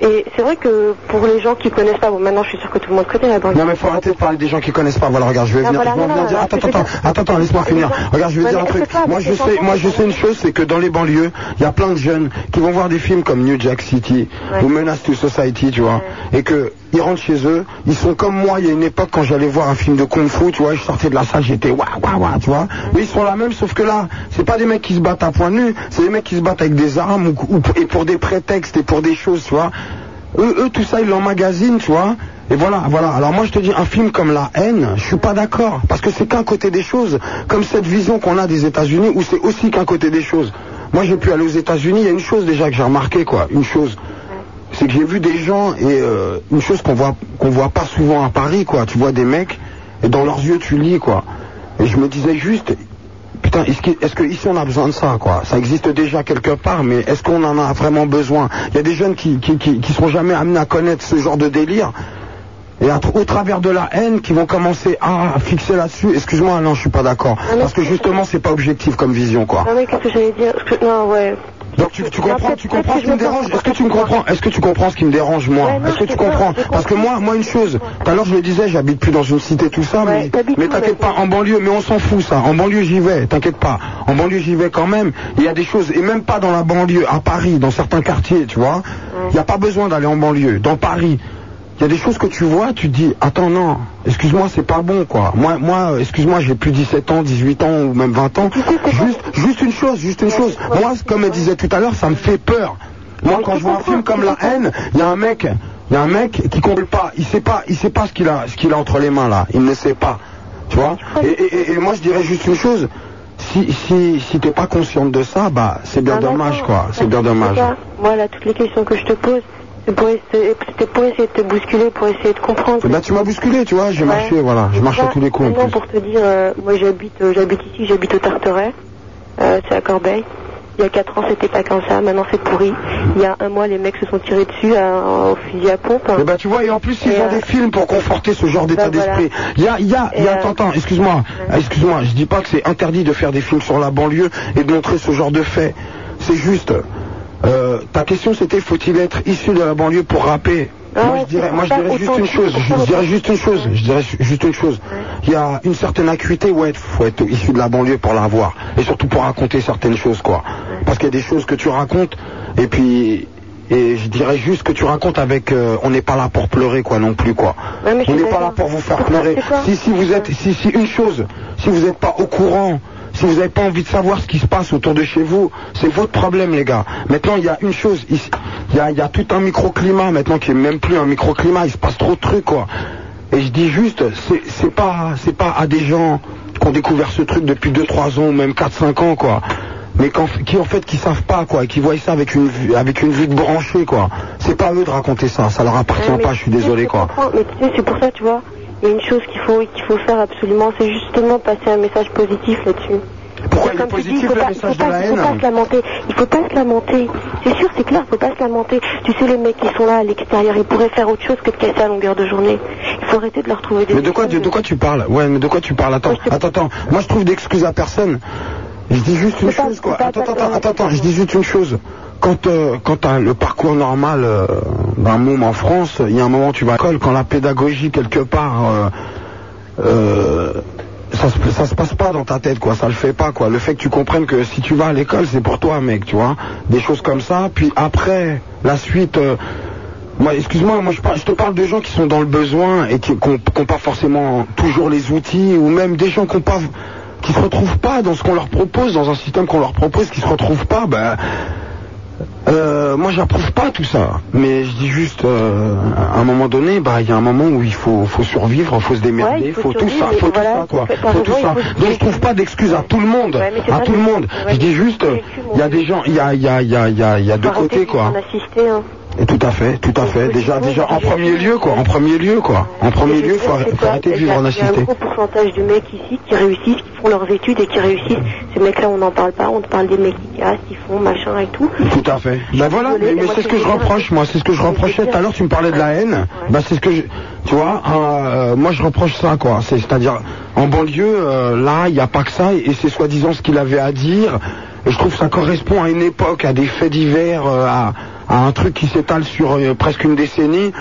Speaker 17: Et c'est vrai que pour les gens qui connaissent pas, bon, maintenant, je suis sûre que tout le monde connaît la banque.
Speaker 3: Non mais faut arrêter de parler des gens qui connaissent pas. Voilà, regarde, je vais
Speaker 17: Ah,
Speaker 3: venir.
Speaker 17: voilà,
Speaker 3: je vais
Speaker 17: non,
Speaker 3: venir
Speaker 17: non,
Speaker 3: dire-
Speaker 17: non,
Speaker 3: attends,
Speaker 17: c'est
Speaker 3: attends,
Speaker 17: ça.
Speaker 3: attends, attends, laisse-moi finir. Regarde, je vais
Speaker 17: Ouais,
Speaker 3: dire un
Speaker 17: mais
Speaker 3: truc.
Speaker 17: c'est ça,
Speaker 3: Moi,
Speaker 17: mais
Speaker 3: je
Speaker 17: c'est
Speaker 3: sais,
Speaker 17: ça.
Speaker 3: moi, je sais une chose, c'est que dans les banlieues, il y a plein de jeunes qui vont voir des films comme New Jack City ou Menace to Society, tu vois, et que ils rentrent chez eux, ils sont comme moi. Il y a une époque quand j'allais voir un film de kung-fu, tu vois, je sortais de la salle, j'étais waouh, waouh, waouh, tu vois. Mais ils sont la même, sauf que là, c'est pas des mecs qui se battent à poing nus, c'est des mecs qui se battent avec des armes ou, ou- et pour des prétextes et pour des choses, tu vois. Eux, eux, tout ça, ils l'emmagasinent, tu vois. Et voilà, voilà. Alors moi, je te dis, un film comme La haine, je suis pas d'accord. Parce que c'est qu'un côté des choses. Comme cette vision qu'on a des États-Unis où c'est aussi qu'un côté des choses. Moi, j'ai pu aller aux États-Unis. Il y a une chose déjà que j'ai remarqué, quoi. Une chose. C'est que j'ai vu des gens et euh, une chose qu'on voit qu'on voit pas souvent à Paris, quoi. Tu vois des mecs et dans leurs yeux tu lis, quoi. Et je me disais juste, Putain, est-ce qu'ici est-ce que ici on a besoin de ça, quoi Ça existe déjà quelque part, mais est-ce qu'on en a vraiment besoin Il y a des jeunes qui, qui, qui, qui sont jamais amenés à connaître ce genre de délire. Et à tr- au travers de la haine, qui vont commencer à fixer là-dessus. Excuse-moi, Ah non, je suis pas d'accord. Parce que justement, c'est pas objectif comme vision, quoi.
Speaker 17: Non, mais Ah qu'est-ce que j'allais dire Parce que- Non, ouais.
Speaker 3: Donc tu, tu comprends, tu
Speaker 17: peut-être
Speaker 3: comprends
Speaker 17: que
Speaker 3: ce
Speaker 17: je
Speaker 3: qui me
Speaker 17: me trompe.
Speaker 3: dérange Est-ce que tu me comprends Est-ce que tu comprends ce qui me dérange moi
Speaker 17: Ouais, non,
Speaker 3: Est-ce que
Speaker 17: je
Speaker 3: tu
Speaker 17: comprends,
Speaker 3: comprends
Speaker 17: je
Speaker 3: Parce que moi, moi une chose. Tout à l'heure je le disais, j'habite plus dans une cité tout ça, mais mais t'inquiète pas, en banlieue, mais on s'en fout ça. En banlieue j'y vais, t'inquiète pas. En banlieue j'y vais quand même. Il y a des choses et même pas dans la banlieue, à Paris, dans certains quartiers, tu vois. Il n'y a pas besoin d'aller en banlieue, dans Paris. Il y a des choses que tu vois, tu te dis, attends, non, excuse-moi, c'est pas bon, quoi. Moi, moi, excuse-moi, j'ai plus 17 ans, 18 ans ou même 20 ans. Juste, juste une chose, juste une chose. Moi, comme elle disait tout à l'heure, ça me fait peur. Moi, quand je vois un film comme La haine, il y a un mec, il y a un mec qui compte pas. Il sait pas, il sait pas ce qu'il a, ce qu'il a entre les mains, là. Il ne sait pas. Tu vois et, et- et- et moi, je dirais juste une chose. Si, si, si t'es pas consciente de ça, bah, c'est bien dommage, quoi. C'est bien dommage.
Speaker 17: Ça, moi, là, toutes les questions que je te pose, c'est pour, essayer- c'était pour essayer de te bousculer, pour essayer de comprendre.
Speaker 3: Eh ben, tu m'as bousculé, tu vois, j'ai
Speaker 17: Ouais.
Speaker 3: marché, voilà. Je marche à
Speaker 17: Là,
Speaker 3: tous les coups, en
Speaker 17: maintenant,
Speaker 3: plus.
Speaker 17: pour te dire, euh, moi j'habite euh, j'habite ici, j'habite au Tarteret, euh, c'est à Corbeil. Il y a 4 ans, c'était pas comme ça, maintenant c'est pourri. Il y a un mois, les mecs se sont tirés dessus euh, à- au fusil à pompe.
Speaker 3: Eh ben, tu vois, et en plus, ils ont des films pour conforter ce genre d'état d'esprit. Il y a, il y a, il y a, attends, attends, excuse-moi, ah, excuse-moi, je dis pas que c'est interdit de faire des films sur la banlieue et de montrer ce genre de faits. C'est juste, euh, ta question c'était, faut-il être issu de la banlieue pour rapper moi je dirais, moi je dirais juste une chose, je dirais juste une chose, je dirais ju- juste une chose. Il y a une certaine acuité, ouais, faut être issu de la banlieue pour l'avoir, et surtout pour raconter certaines choses, quoi. Parce qu'il y a des choses que tu racontes, et puis et je dirais juste que tu racontes avec. euh, on n'est pas là pour pleurer, quoi, non plus, quoi. on n'est pas là pour vous faire pleurer. Si, si vous êtes, si, si une chose, si vous n'êtes pas au courant. Si vous n'avez pas envie de savoir ce qui se passe autour de chez vous, c'est votre problème, les gars. Maintenant, il y a une chose, ici- il y a, il y a tout un microclimat maintenant qui est même plus un microclimat. Il se passe trop de trucs, quoi. Et je dis juste, c'est- c'est pas, c'est pas à des gens qui ont découvert ce truc depuis 2-3 ans ou même 4-5 ans, quoi. Mais qu'en- qui en fait qui savent pas quoi, et qui voient ça avec une vue, avec une vue de branchée quoi. C'est pas à eux de raconter ça, ça leur appartient pas. Je suis désolé quoi.
Speaker 17: comprends, mais tu sais, c'est pour ça, tu vois, il y a une chose qu'il faut, qu'il faut faire absolument, c'est justement passer un message positif là-dessus.
Speaker 3: Pourquoi
Speaker 17: il est positif le message de la haine Il faut pas se lamenter, il faut pas se lamenter. C'est sûr, c'est clair, il faut pas se lamenter. Tu sais, les mecs qui sont là à l'extérieur, ils pourraient faire autre chose que de casser à longueur de journée. Il faut arrêter de leur trouver des
Speaker 3: Mais de quoi, de, de quoi tu parles Ouais, mais de quoi tu parles Attends, attends, attends. Moi, je trouve d'excuses à personne. Je dis juste une chose, quoi. Attends, attends, attends, attends. Je dis juste une chose. Quand, euh, quand t'as le parcours normal euh, d'un môme en France, il y a un moment tu vas à l'école, quand la pédagogie, quelque part, euh, euh, ça, se, ça se passe pas dans ta tête, quoi. Ça le fait pas, quoi. Le fait que tu comprennes que si tu vas à l'école, c'est pour toi, mec, tu vois. Des choses comme ça. Puis après, la suite... euh, moi, excuse-moi, moi je, par- je te parle de gens qui sont dans le besoin et qui n'ont pas forcément toujours les outils, ou même des gens qui ont pas, qui se retrouvent pas dans ce qu'on leur propose, dans un système qu'on leur propose, qui se retrouvent pas. Ben, euh, bah, Euh, moi, j'approuve pas tout ça, mais je dis juste, euh, à un moment donné, bah, il y a un moment où il faut, faut survivre, faut se démerder,
Speaker 2: Ouais, il faut
Speaker 3: faut, tout ça,
Speaker 2: survivre,
Speaker 3: faut
Speaker 2: mais
Speaker 3: tout
Speaker 2: voilà,
Speaker 3: ça, quoi,
Speaker 2: t'as
Speaker 3: faut tout
Speaker 2: raison,
Speaker 3: ça.
Speaker 2: il faut se
Speaker 3: Donc, je trouve pas d'excuses à tout le monde, à tout le monde. Je dis juste, il y a des gens, il y a, il y a, il y a, il y a, il y a deux côtés, quoi.
Speaker 17: Assister, hein.
Speaker 3: Et tout à fait, tout à fait. Déjà, déjà, en premier lieu, quoi, en premier lieu, quoi, en premier lieu, faut arrêter faut arrêter de
Speaker 17: Il y,
Speaker 3: vivre
Speaker 17: a,
Speaker 3: en
Speaker 17: il y a un
Speaker 3: assisté.
Speaker 17: gros pourcentage de mecs ici qui réussissent, qui font leurs études et qui réussissent. Ces mecs-là, on n'en parle pas. On te parle des mecs qui cassent, qui font machin et tout.
Speaker 3: Tout à fait. Ben voilà, mais, mais c'est ce que je reproche, moi, c'est ce que je reprochais. Tout à l'heure, tu me parlais de la haine. Ben c'est ce que je, tu vois, euh, moi je reproche ça, quoi. C'est- C'est-à-dire, en banlieue, euh, là, il n'y a pas que ça, et c'est soi-disant ce qu'il avait à dire. Et je trouve que ça correspond à une époque, à des faits divers, euh, à, à un truc qui s'étale sur euh, presque une décennie.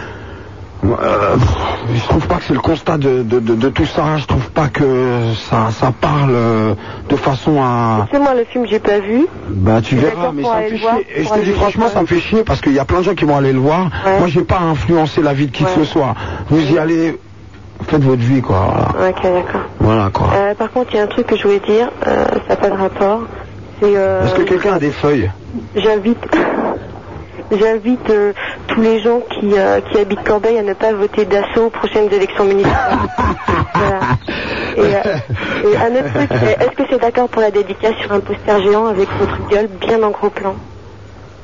Speaker 3: Euh, pff, je trouve pas que c'est le constat de, de, de- de tout ça. Je trouve pas que ça, ça parle euh, de façon à.
Speaker 17: C'est moi le film, j'ai pas vu.
Speaker 3: Bah tu
Speaker 17: Je suis
Speaker 3: verras,
Speaker 17: d'accord
Speaker 3: mais
Speaker 17: pour
Speaker 3: ça me
Speaker 17: aller
Speaker 3: fait
Speaker 17: le
Speaker 3: chier.
Speaker 17: voir,
Speaker 3: Et je
Speaker 17: pour
Speaker 3: te
Speaker 17: aller
Speaker 3: dis
Speaker 17: le
Speaker 3: franchement, ça me fait chier parce qu'il y a plein de gens qui vont aller le voir. Moi, j'ai pas influencé la vie de qui que ce soit. Vous y allez, faites votre vie, quoi. Voilà,
Speaker 17: Ah, Ok, d'accord.
Speaker 3: Voilà, quoi.
Speaker 17: Euh, par contre, il y a un truc que je voulais dire, euh, ça n'a pas de rapport. C'est euh,
Speaker 3: Est-ce que quelqu'un a des feuilles
Speaker 17: j'invite, j'invite euh, tous les gens qui, euh, qui habitent Corbeil à ne pas voter d'assaut aux prochaines élections municipales. Voilà. Et, euh, et un autre truc, c'est, est-ce que c'est d'accord pour la dédicace sur un poster géant avec votre gueule bien en gros plan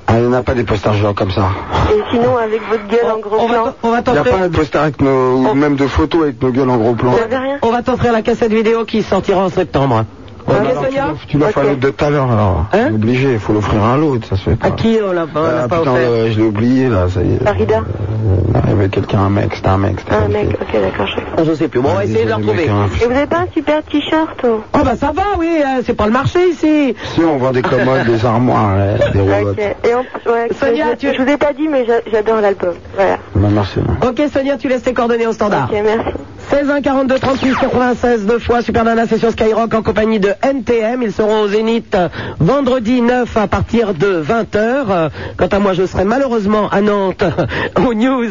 Speaker 3: Ah, Il n'y en a pas des posters géants comme ça.
Speaker 17: Et sinon, avec votre gueule en gros plan.
Speaker 3: Il n'y a pas de posters avec nos,
Speaker 4: Oh.
Speaker 3: ou même de photos avec nos gueules en gros plan. Oh,
Speaker 4: On va t'offrir la cassette vidéo qui sortira en septembre.
Speaker 3: Ouais, mais alors, bah, tu l'offres à l'autre de tout à l'heure, alors. C'est obligé, il faut l'offrir à l'autre, ça se fait pas. À
Speaker 4: Hein qui on l'a on l'a pas
Speaker 3: putain,
Speaker 4: offert Ah.
Speaker 3: euh, je l'ai oublié, là, ça y est.
Speaker 17: Farida
Speaker 3: Il y avait quelqu'un, un mec, c'était un mec. c'était
Speaker 17: Ah,
Speaker 3: Ah,
Speaker 17: Un mec, ok, d'accord, je
Speaker 4: Ah, Je sais plus. Bon, on va essayer de la retrouver.
Speaker 17: Et vous n'avez pas un super t-shirt oh
Speaker 4: Ah bah ça va, oui, euh, c'est pas le marché ici.
Speaker 3: Si, on vend des commodes, des armoires, ouais,
Speaker 4: Ah,
Speaker 3: des roulottes.
Speaker 17: Ok. Et en- ouais,
Speaker 4: Sonia,
Speaker 17: je,
Speaker 4: tu-
Speaker 17: je vous ai pas dit, mais j'a- j'adore l'album. Voilà.
Speaker 3: Bah, merci.
Speaker 4: Ok Sonia, tu laisses tes coordonnées au standard.
Speaker 17: Ok, merci.
Speaker 4: 16 1 42 38 96 deux fois Super Nana c'est sur Skyrock en compagnie de NTM ils seront au Zénith euh, vendredi 9 à partir de 20h quant à moi je serai malheureusement à Nantes aux news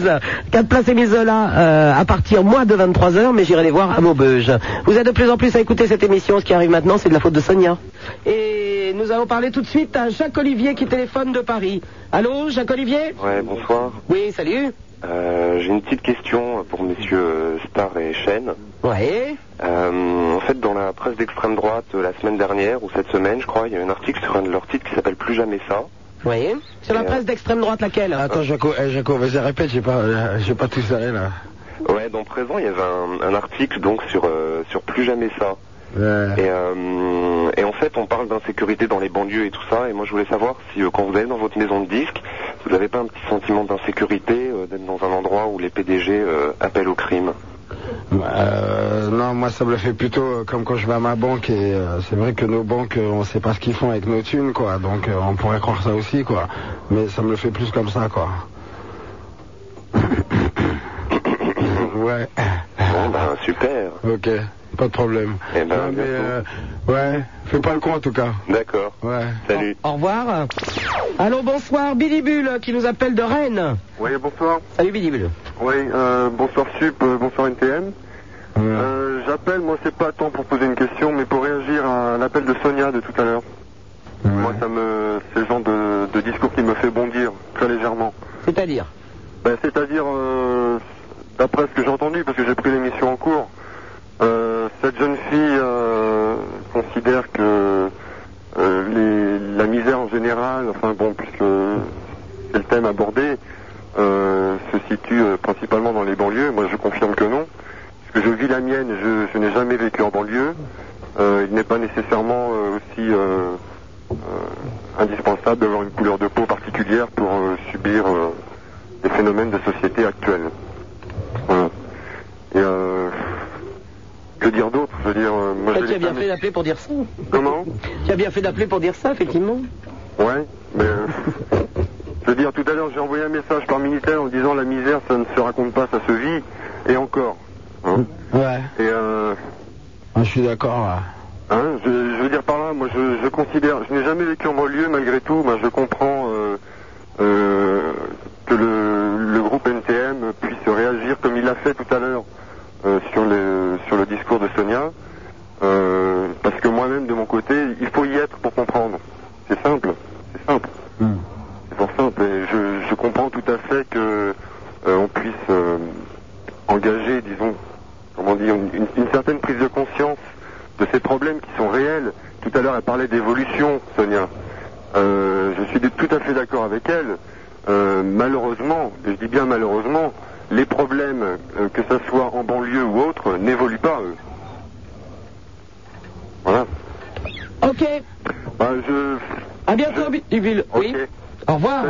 Speaker 4: 4 places Emisola euh, à partir moi de 23h mais j'irai les voir à Maubeuge vous êtes de plus en plus à écouter cette émission ce qui arrive maintenant c'est de la faute de Sonia et nous allons parler tout de suite à Jacques Olivier qui téléphone de Paris allô Jacques Olivier
Speaker 10: Ouais, bonsoir.
Speaker 4: oui salut
Speaker 10: Euh, J'ai une petite question pour messieurs euh, Star et Chen.
Speaker 4: ouais
Speaker 10: Euh, en fait, dans la presse d'extrême droite, euh, la semaine dernière, ou cette semaine, je crois, il y a un article sur un de leurs titres qui s'appelle Plus jamais ça.
Speaker 4: oui sur la
Speaker 10: Et, euh,
Speaker 4: presse d'extrême droite laquelle
Speaker 3: Attends, Jaco, eh, Jaco, vas-y, répète, j'ai pas, euh, j'ai pas tout serré, là.
Speaker 10: Ouais, dans présent, il y avait un, un article donc sur euh, sur plus jamais ça. Et, euh, et en fait, on parle d'insécurité dans les banlieues et tout ça. Et moi, je voulais savoir si euh, quand vous allez dans votre maison de disque, vous n'avez pas un petit sentiment d'insécurité euh, d'être dans un endroit où les PDG euh, appellent au crime.
Speaker 3: Euh, non, moi ça me le fait plutôt euh, comme quand je vais à ma banque et euh, c'est vrai que nos banques, euh, on sait pas ce qu'ils font avec nos thunes, quoi. Donc euh, on pourrait croire ça aussi, quoi. Mais ça me le fait plus comme ça, quoi. ouais.
Speaker 10: Bon, ben super.
Speaker 3: Ok, pas de problème.
Speaker 10: Eh ben,
Speaker 3: Non, mais, euh, ouais, fais pas le con en tout cas.
Speaker 10: D'accord.
Speaker 3: Ouais.
Speaker 10: Salut.
Speaker 4: Au revoir. Allô, bonsoir, Billy Bull euh, qui nous appelle de Rennes.
Speaker 18: Oui, bonsoir.
Speaker 4: Salut Bidibule.
Speaker 18: Oui, euh, bonsoir Sup, euh, bonsoir NTM. Euh, J'appelle, moi c'est pas tant pour poser une question, mais pour réagir à l'appel de Sonia de tout à l'heure. Moi ça me, c'est le genre de, de discours qui me fait bondir très légèrement.
Speaker 4: C'est-à-dire
Speaker 18: Ben, C'est-à-dire, euh, d'après ce que j'ai entendu, parce que j'ai pris l'émission en cours, euh, cette jeune fille euh, considère que euh, les- la misère en général, enfin bon, puisque c'est le thème abordé, euh, se situe euh, principalement dans les banlieues. Moi, je confirme que non, puisque je vis la mienne, je, je n'ai jamais vécu en banlieue. Euh, il n'est pas nécessairement euh, aussi euh, euh, indispensable d'avoir une couleur de peau particulière pour euh, subir... euh, des phénomènes de société actuels. Voilà. Et euh, que dire d'autre Je veux dire, euh, moi
Speaker 4: Toi,
Speaker 18: j'ai
Speaker 4: tu as
Speaker 18: les
Speaker 4: bien
Speaker 18: femmes-
Speaker 4: fait d'appeler pour dire ça.
Speaker 18: Comment
Speaker 4: Tu as bien fait d'appeler pour dire ça, effectivement.
Speaker 18: Ouais, mais euh, je veux dire, tout à l'heure j'ai envoyé un message par militaire en disant la misère, ça ne se raconte pas, ça se vit, et encore. hein.
Speaker 3: Ouais.
Speaker 18: Et euh,
Speaker 3: Ah, je suis d'accord. là.
Speaker 18: Hein, je, je veux dire par là, moi je, je considère, je n'ai jamais vécu en banlieue malgré tout, moi je comprends euh, euh, que le, le groupe NTM puisse réagir comme il l'a fait tout à l'heure euh, sur, le, sur le discours de Sonia, euh, parce que
Speaker 3: Hmm.
Speaker 18: moi-même de mon côté, il faut y être pour comprendre. C'est simple, c'est simple. C'est pour que euh, on puisse euh, engager, disons, comment dire, une, une- une certaine prise de conscience de ces problèmes qui sont réels. Tout à l'heure, elle parlait d'évolution, Sonia. Euh, je suis tout à fait d'accord avec elle. Euh, malheureusement, et je dis bien malheureusement, les problèmes, euh, que ce soit en banlieue ou autre, euh, n'évoluent pas, eux. Voilà.
Speaker 4: Ok.
Speaker 18: Bah, je...
Speaker 4: À bientôt, Bi- Divil. Oui. Au revoir.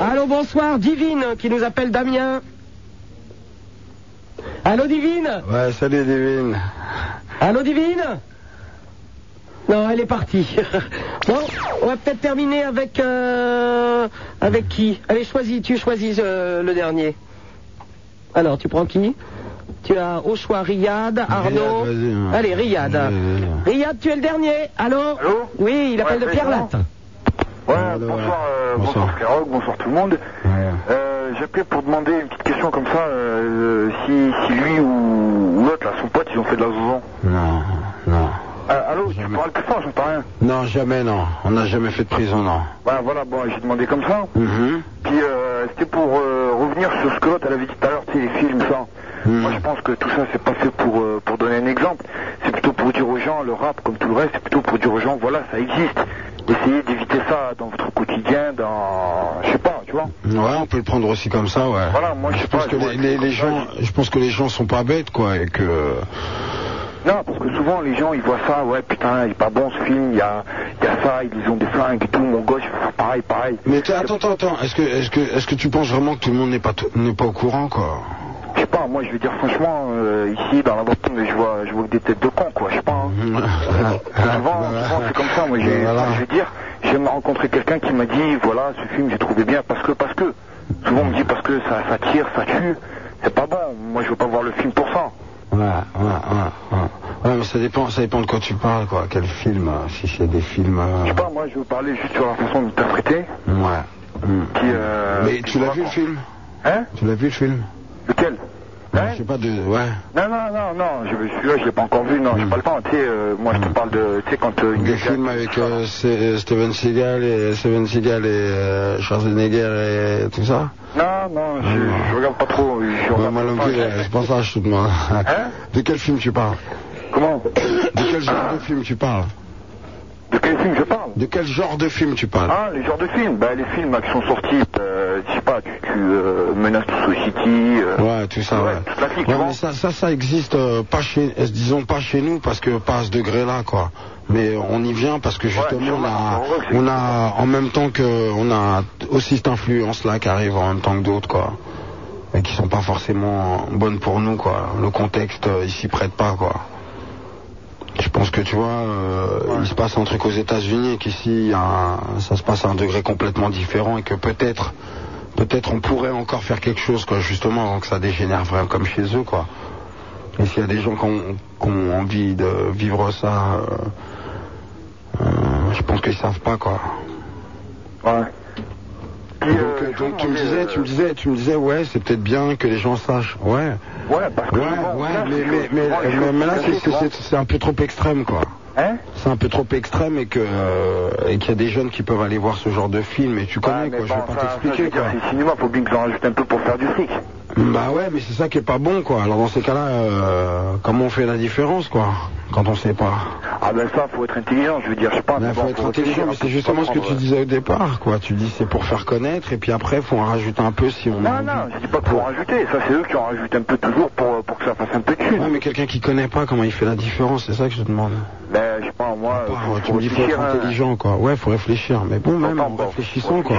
Speaker 4: Allô, bonsoir, Divine qui nous appelle Damien. Allô, Divine
Speaker 3: Ouais, salut Divine.
Speaker 4: Allô, Divine Non, elle est partie. bon, on va peut-être terminer avec. euh, avec qui Allez, choisis, tu choisis euh, le dernier. Alors, tu prends qui Tu as au choix Riyad, Arnaud.
Speaker 3: vas-y, hein.
Speaker 4: Allez, Riyad. Riyad, tu es le dernier. Allô Oui, il appelle
Speaker 10: Ouais,
Speaker 4: de Pierre
Speaker 10: président.
Speaker 4: Latte.
Speaker 10: Ouais, bonsoir, euh, bonsoir Skyrock, bonsoir tout le monde. Euh, J'appelais pour demander une petite question comme ça, euh, si, si lui ou, ou l'autre, là, son pote, ils ont fait de la zouzon.
Speaker 3: Non, non.
Speaker 10: Euh, allô, tu parles plus fort, j'entends rien.
Speaker 3: Non, jamais, non. On n'a jamais fait de prison, non. Mhm.
Speaker 10: Voilà, bah, voilà, bon, j'ai demandé comme ça. Puis euh, c'était pour euh, revenir sur ce que l'autre elle avait dit tout à l'heure, tu sais, les films, ça.
Speaker 3: Hmm.
Speaker 10: Moi, je pense que tout ça, c'est pas fait pour, euh, pour donner un exemple. C'est plutôt pour dire aux gens, le rap, comme tout le reste, c'est plutôt pour dire aux gens, voilà, ça existe. Essayez d'éviter ça dans votre quotidien, dans... Je sais pas, tu vois.
Speaker 3: Ouais, on peut le prendre aussi comme ça, ouais.
Speaker 10: Voilà, moi, je sais
Speaker 3: Je pense
Speaker 10: pas,
Speaker 3: que
Speaker 10: je vois
Speaker 3: les,
Speaker 10: un
Speaker 3: les-
Speaker 10: truc
Speaker 3: les
Speaker 10: comme ça,
Speaker 3: gens, je pense que les gens sont pas bêtes, quoi, et que.
Speaker 10: Non, parce que souvent les gens ils voient ça, ouais putain, il est pas bon ce film, il y a, il y a ça, ils ont des flingues et tout, mon gosse, il faut faire pareil, pareil.
Speaker 3: Mais t'es- attends, attends, attends. Est-ce que, est-ce que, est-ce que tu penses vraiment que tout le monde n'est pas, tout- n'est pas au courant, quoi
Speaker 10: Je sais pas, moi je vais dire franchement, euh, ici dans la Bretagne, je vois, je vois que des têtes de con quoi, je sais pas. hein.
Speaker 3: Mm.
Speaker 10: Euh, souvent, souvent c'est comme ça, moi j'ai- je vais dire, j'ai rencontré quelqu'un qui m'a dit, voilà, ce film j'ai trouvé bien parce que, parce que. Souvent on me dit parce que ça, ça tire, ça tue, c'est pas bon, moi je veux pas voir le film pour ça.
Speaker 3: Ouais, ouais, ouais, ouais. Ouais, mais ça dépend, ça dépend de quoi tu parles, quoi. Quel film, euh, si c'est des films. euh,
Speaker 10: Je sais pas, moi je veux parler juste sur la façon d'interpréter.
Speaker 3: Ouais. Mm.
Speaker 10: Qui, euh,
Speaker 3: Mais
Speaker 10: qui
Speaker 3: tu l'as
Speaker 10: raconte.
Speaker 3: vu le film
Speaker 10: Hein
Speaker 3: Tu l'as vu le film
Speaker 10: Lequel
Speaker 3: Je sais pas de. Ouais.
Speaker 10: Non, non, non, non, je, celui-là, je l'ai pas encore vu, non,
Speaker 3: Hmm.
Speaker 10: j'ai pas le temps, tu sais, euh, moi, je te parle de, tu sais, quand... Euh,
Speaker 3: Des films avec euh, c'est, euh, Steven Seagal et Steven Seagal et euh, Schwarzenegger et tout ça.
Speaker 10: Non, non, je, je regarde pas trop, je
Speaker 3: Ouais,
Speaker 10: regarde
Speaker 3: moi non
Speaker 10: pas. Hein
Speaker 3: plus, euh, c'est pour ça que je te demande. De quel film tu parles
Speaker 10: Comment
Speaker 3: De quel genre de film tu parles
Speaker 10: De quel film je parle
Speaker 3: De quel genre de film tu parles
Speaker 10: Ah, les genres de films, bah, les films là, qui sont sortis, euh, je sais pas, tu, tu euh, menaces tout City... euh,
Speaker 3: Ouais, tout ça, ouais.
Speaker 10: toute la clique,
Speaker 3: Ouais,
Speaker 10: tu vois.
Speaker 3: mais ça, ça, ça existe euh, pas chez, euh, disons pas chez nous parce que pas à ce degré-là, quoi. Mais on y vient parce que justement on a, on a en même temps que on a aussi cette influence-là qui arrive en même temps que d'autres, quoi, et qui sont pas forcément bonnes pour nous, quoi. Le contexte euh, ici prête pas, quoi. Je pense que tu vois, euh, il se passe un truc aux États-Unis et qu'ici, il y a un- ça se passe à un degré complètement différent et que peut-être, peut-être on pourrait encore faire quelque chose, quoi, justement, avant que ça dégénère vraiment comme chez eux, quoi. Et s'il y a des gens qui ont, qui ont envie de vivre ça, euh, euh, je pense qu'ils savent pas, quoi.
Speaker 10: Ouais.
Speaker 3: Donc, euh, donc tu me disais, tu me disais, tu me disais, ouais, c'est peut-être bien que les gens sachent, ouais.
Speaker 10: Ouais, parce que...
Speaker 3: Ouais, bah, ouais, mais, mais, mais, mais- mais là, c'est- c'est- c'est c'est un peu trop extrême, quoi.
Speaker 10: Hein
Speaker 3: C'est un peu trop extrême et que euh, et qu'il y a des jeunes qui peuvent aller voir ce genre de film et tu
Speaker 10: Ah,
Speaker 3: connais,
Speaker 10: Ben,
Speaker 3: quoi. je vais pas t'expliquer, quoi.
Speaker 10: C'est cinéma, faut bien que j'en rajoute un peu pour faire du fric.
Speaker 3: Bah ouais, mais c'est ça qui est pas bon, quoi. Alors dans ces cas-là, euh, comment on fait la différence, quoi, quand on sait pas
Speaker 10: Ah ben ça, faut être intelligent, je veux dire, je pense...
Speaker 3: Il Ben, faut être intelligent, mais c'est justement ce que tu disais au départ, quoi. Tu dis c'est pour faire connaître et puis après faut en rajouter un peu si on.
Speaker 10: Non, non, je dis pas pour rajouter, ça c'est eux qui en rajoutent un peu toujours pour, pour que ça fasse un peu de thune.
Speaker 3: Ouais, mais quelqu'un qui connaît pas, comment il fait la différence C'est ça que je te demande.
Speaker 10: Ben, je sais pas, moi, euh, faut,
Speaker 3: Ah, Tu me dis faut être
Speaker 10: réfléchir, hein.
Speaker 3: intelligent, quoi. Ouais, faut réfléchir, mais bon, même en réfléchissant, quoi.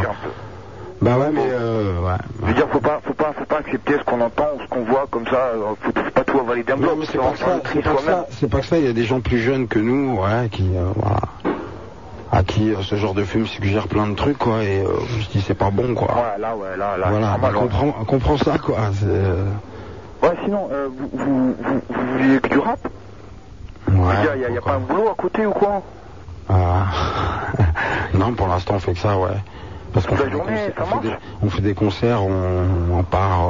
Speaker 3: Bah ouais, mais euh, ouais.
Speaker 10: Je veux dire, faut pas, faut pas, faut pas accepter ce qu'on entend ou ce qu'on voit comme ça, euh, faut, faut pas tout avaler d'un bloc, faut en faire le tri
Speaker 3: C'est pas que
Speaker 10: soi-même.
Speaker 3: ça, c'est pas que ça, il y a des gens plus jeunes que nous, ouais, qui, euh, voilà, à qui euh, ce genre de film suggère plein de trucs, quoi, et euh, je dis c'est pas bon, quoi.
Speaker 10: Ouais, là, ouais, là, là.
Speaker 3: voilà,
Speaker 10: normal,
Speaker 3: bah,
Speaker 10: ouais.
Speaker 3: comprends, comprends ça, quoi. c'est, euh,
Speaker 10: Ouais, sinon, euh, vous, vous, vous, vous vivez que du rap
Speaker 3: Ouais,
Speaker 10: Il y, a- y a pas un boulot à côté ou quoi
Speaker 3: ah. non, pour l'instant, on fait que ça, ouais. Parce qu'on fait, des concerts- on fait des- on fait des concerts, on, on part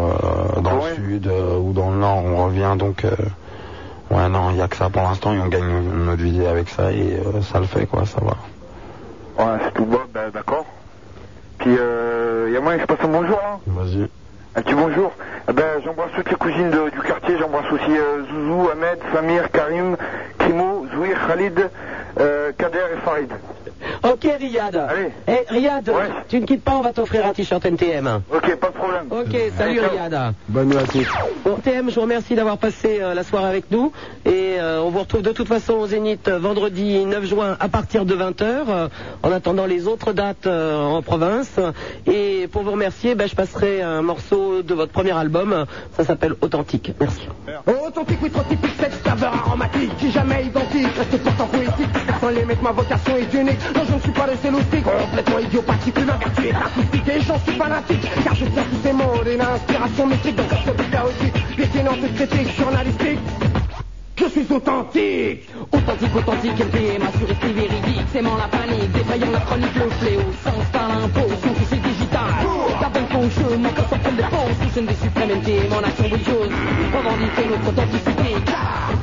Speaker 3: euh, dans le sud euh, ou dans le nord, on revient, donc. euh, ouais, non, il y a que ça pour l'instant, et on gagne notre vie avec ça, et euh, ça le fait, quoi, ça va.
Speaker 10: Ouais, c'est tout bon, ben, d'accord. Puis, euh, il y a moyen que je passe un bonjour, là
Speaker 3: Vas-y.
Speaker 10: Un petit bonjour. Eh ben, j'embrasse toutes les cousines de- du quartier. J'embrasse aussi euh, Zouzou, Ahmed, Samir, Karim, Kimo, Zouir, Khalid, euh, Kader et Farid.
Speaker 4: Ok, Riyad. Allez. Riyad, tu ne quittes pas, on va t'offrir un t-shirt NTM.
Speaker 10: Ok, pas de problème.
Speaker 4: Ok, salut
Speaker 10: Ciao.
Speaker 4: Riyad.
Speaker 3: Bonne nuit à tous.
Speaker 4: Bon, TM, je vous remercie d'avoir passé euh, la soirée avec nous. Et euh, on vous retrouve de toute façon au Zénith euh, vendredi 9 juin à partir de 20h, en attendant les autres dates euh, en province. Et pour vous remercier, ben, je passerai un morceau de votre premier album. Ça s'appelle Authentique. Merci. Oh,
Speaker 25: Authentique, oui, trop typique, cette saveur aromatique qui jamais identique, reste pourtant poétique. Sans les mettre, ma vocation est unique. Non, je ne suis pas le céloustique, complètement idiopathique. Une vertu est acoustique et j'en suis fanatique. Car je tiens tous ces mots d'une inspiration mythique, donc un peu chaotique. Détenant de critique journalistique. Je suis authentique
Speaker 2: Authentique, authentique, LPM, assuriste et véridique, sémant la panique, défaillant la chronique, le fléau, sans star l'impôt, sous tout c'est digital. La bonne fonctionne, mais quand on prend des pauses, sous chaîne des suprêmes NTM en action brillante, revendiquer notre authenticité.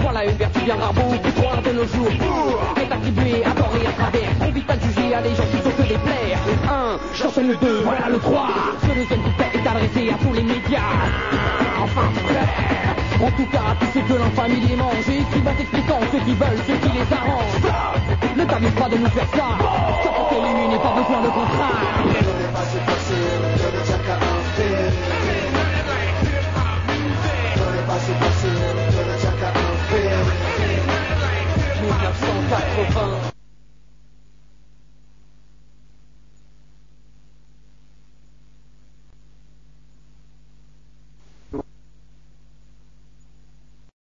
Speaker 2: Voilà une vertu bien rare, beaucoup trop rare de nos jours, pour être attribuée à tort et à travers. On vit pas de juger à des gens qui sont que des plaires. Le 1, j'enchaîne le 2, voilà le 3. Ce deuxième couplet est adressé à tous les médias. Enfin, frère en tout cas, à tous ceux que l'enfant famille les mange et qui va t'expliquant ceux qui veulent, ceux qui les arrangent. Ne t'amuse pas de nous faire ça. Ça pour t'éliminer, pas besoin de contrat.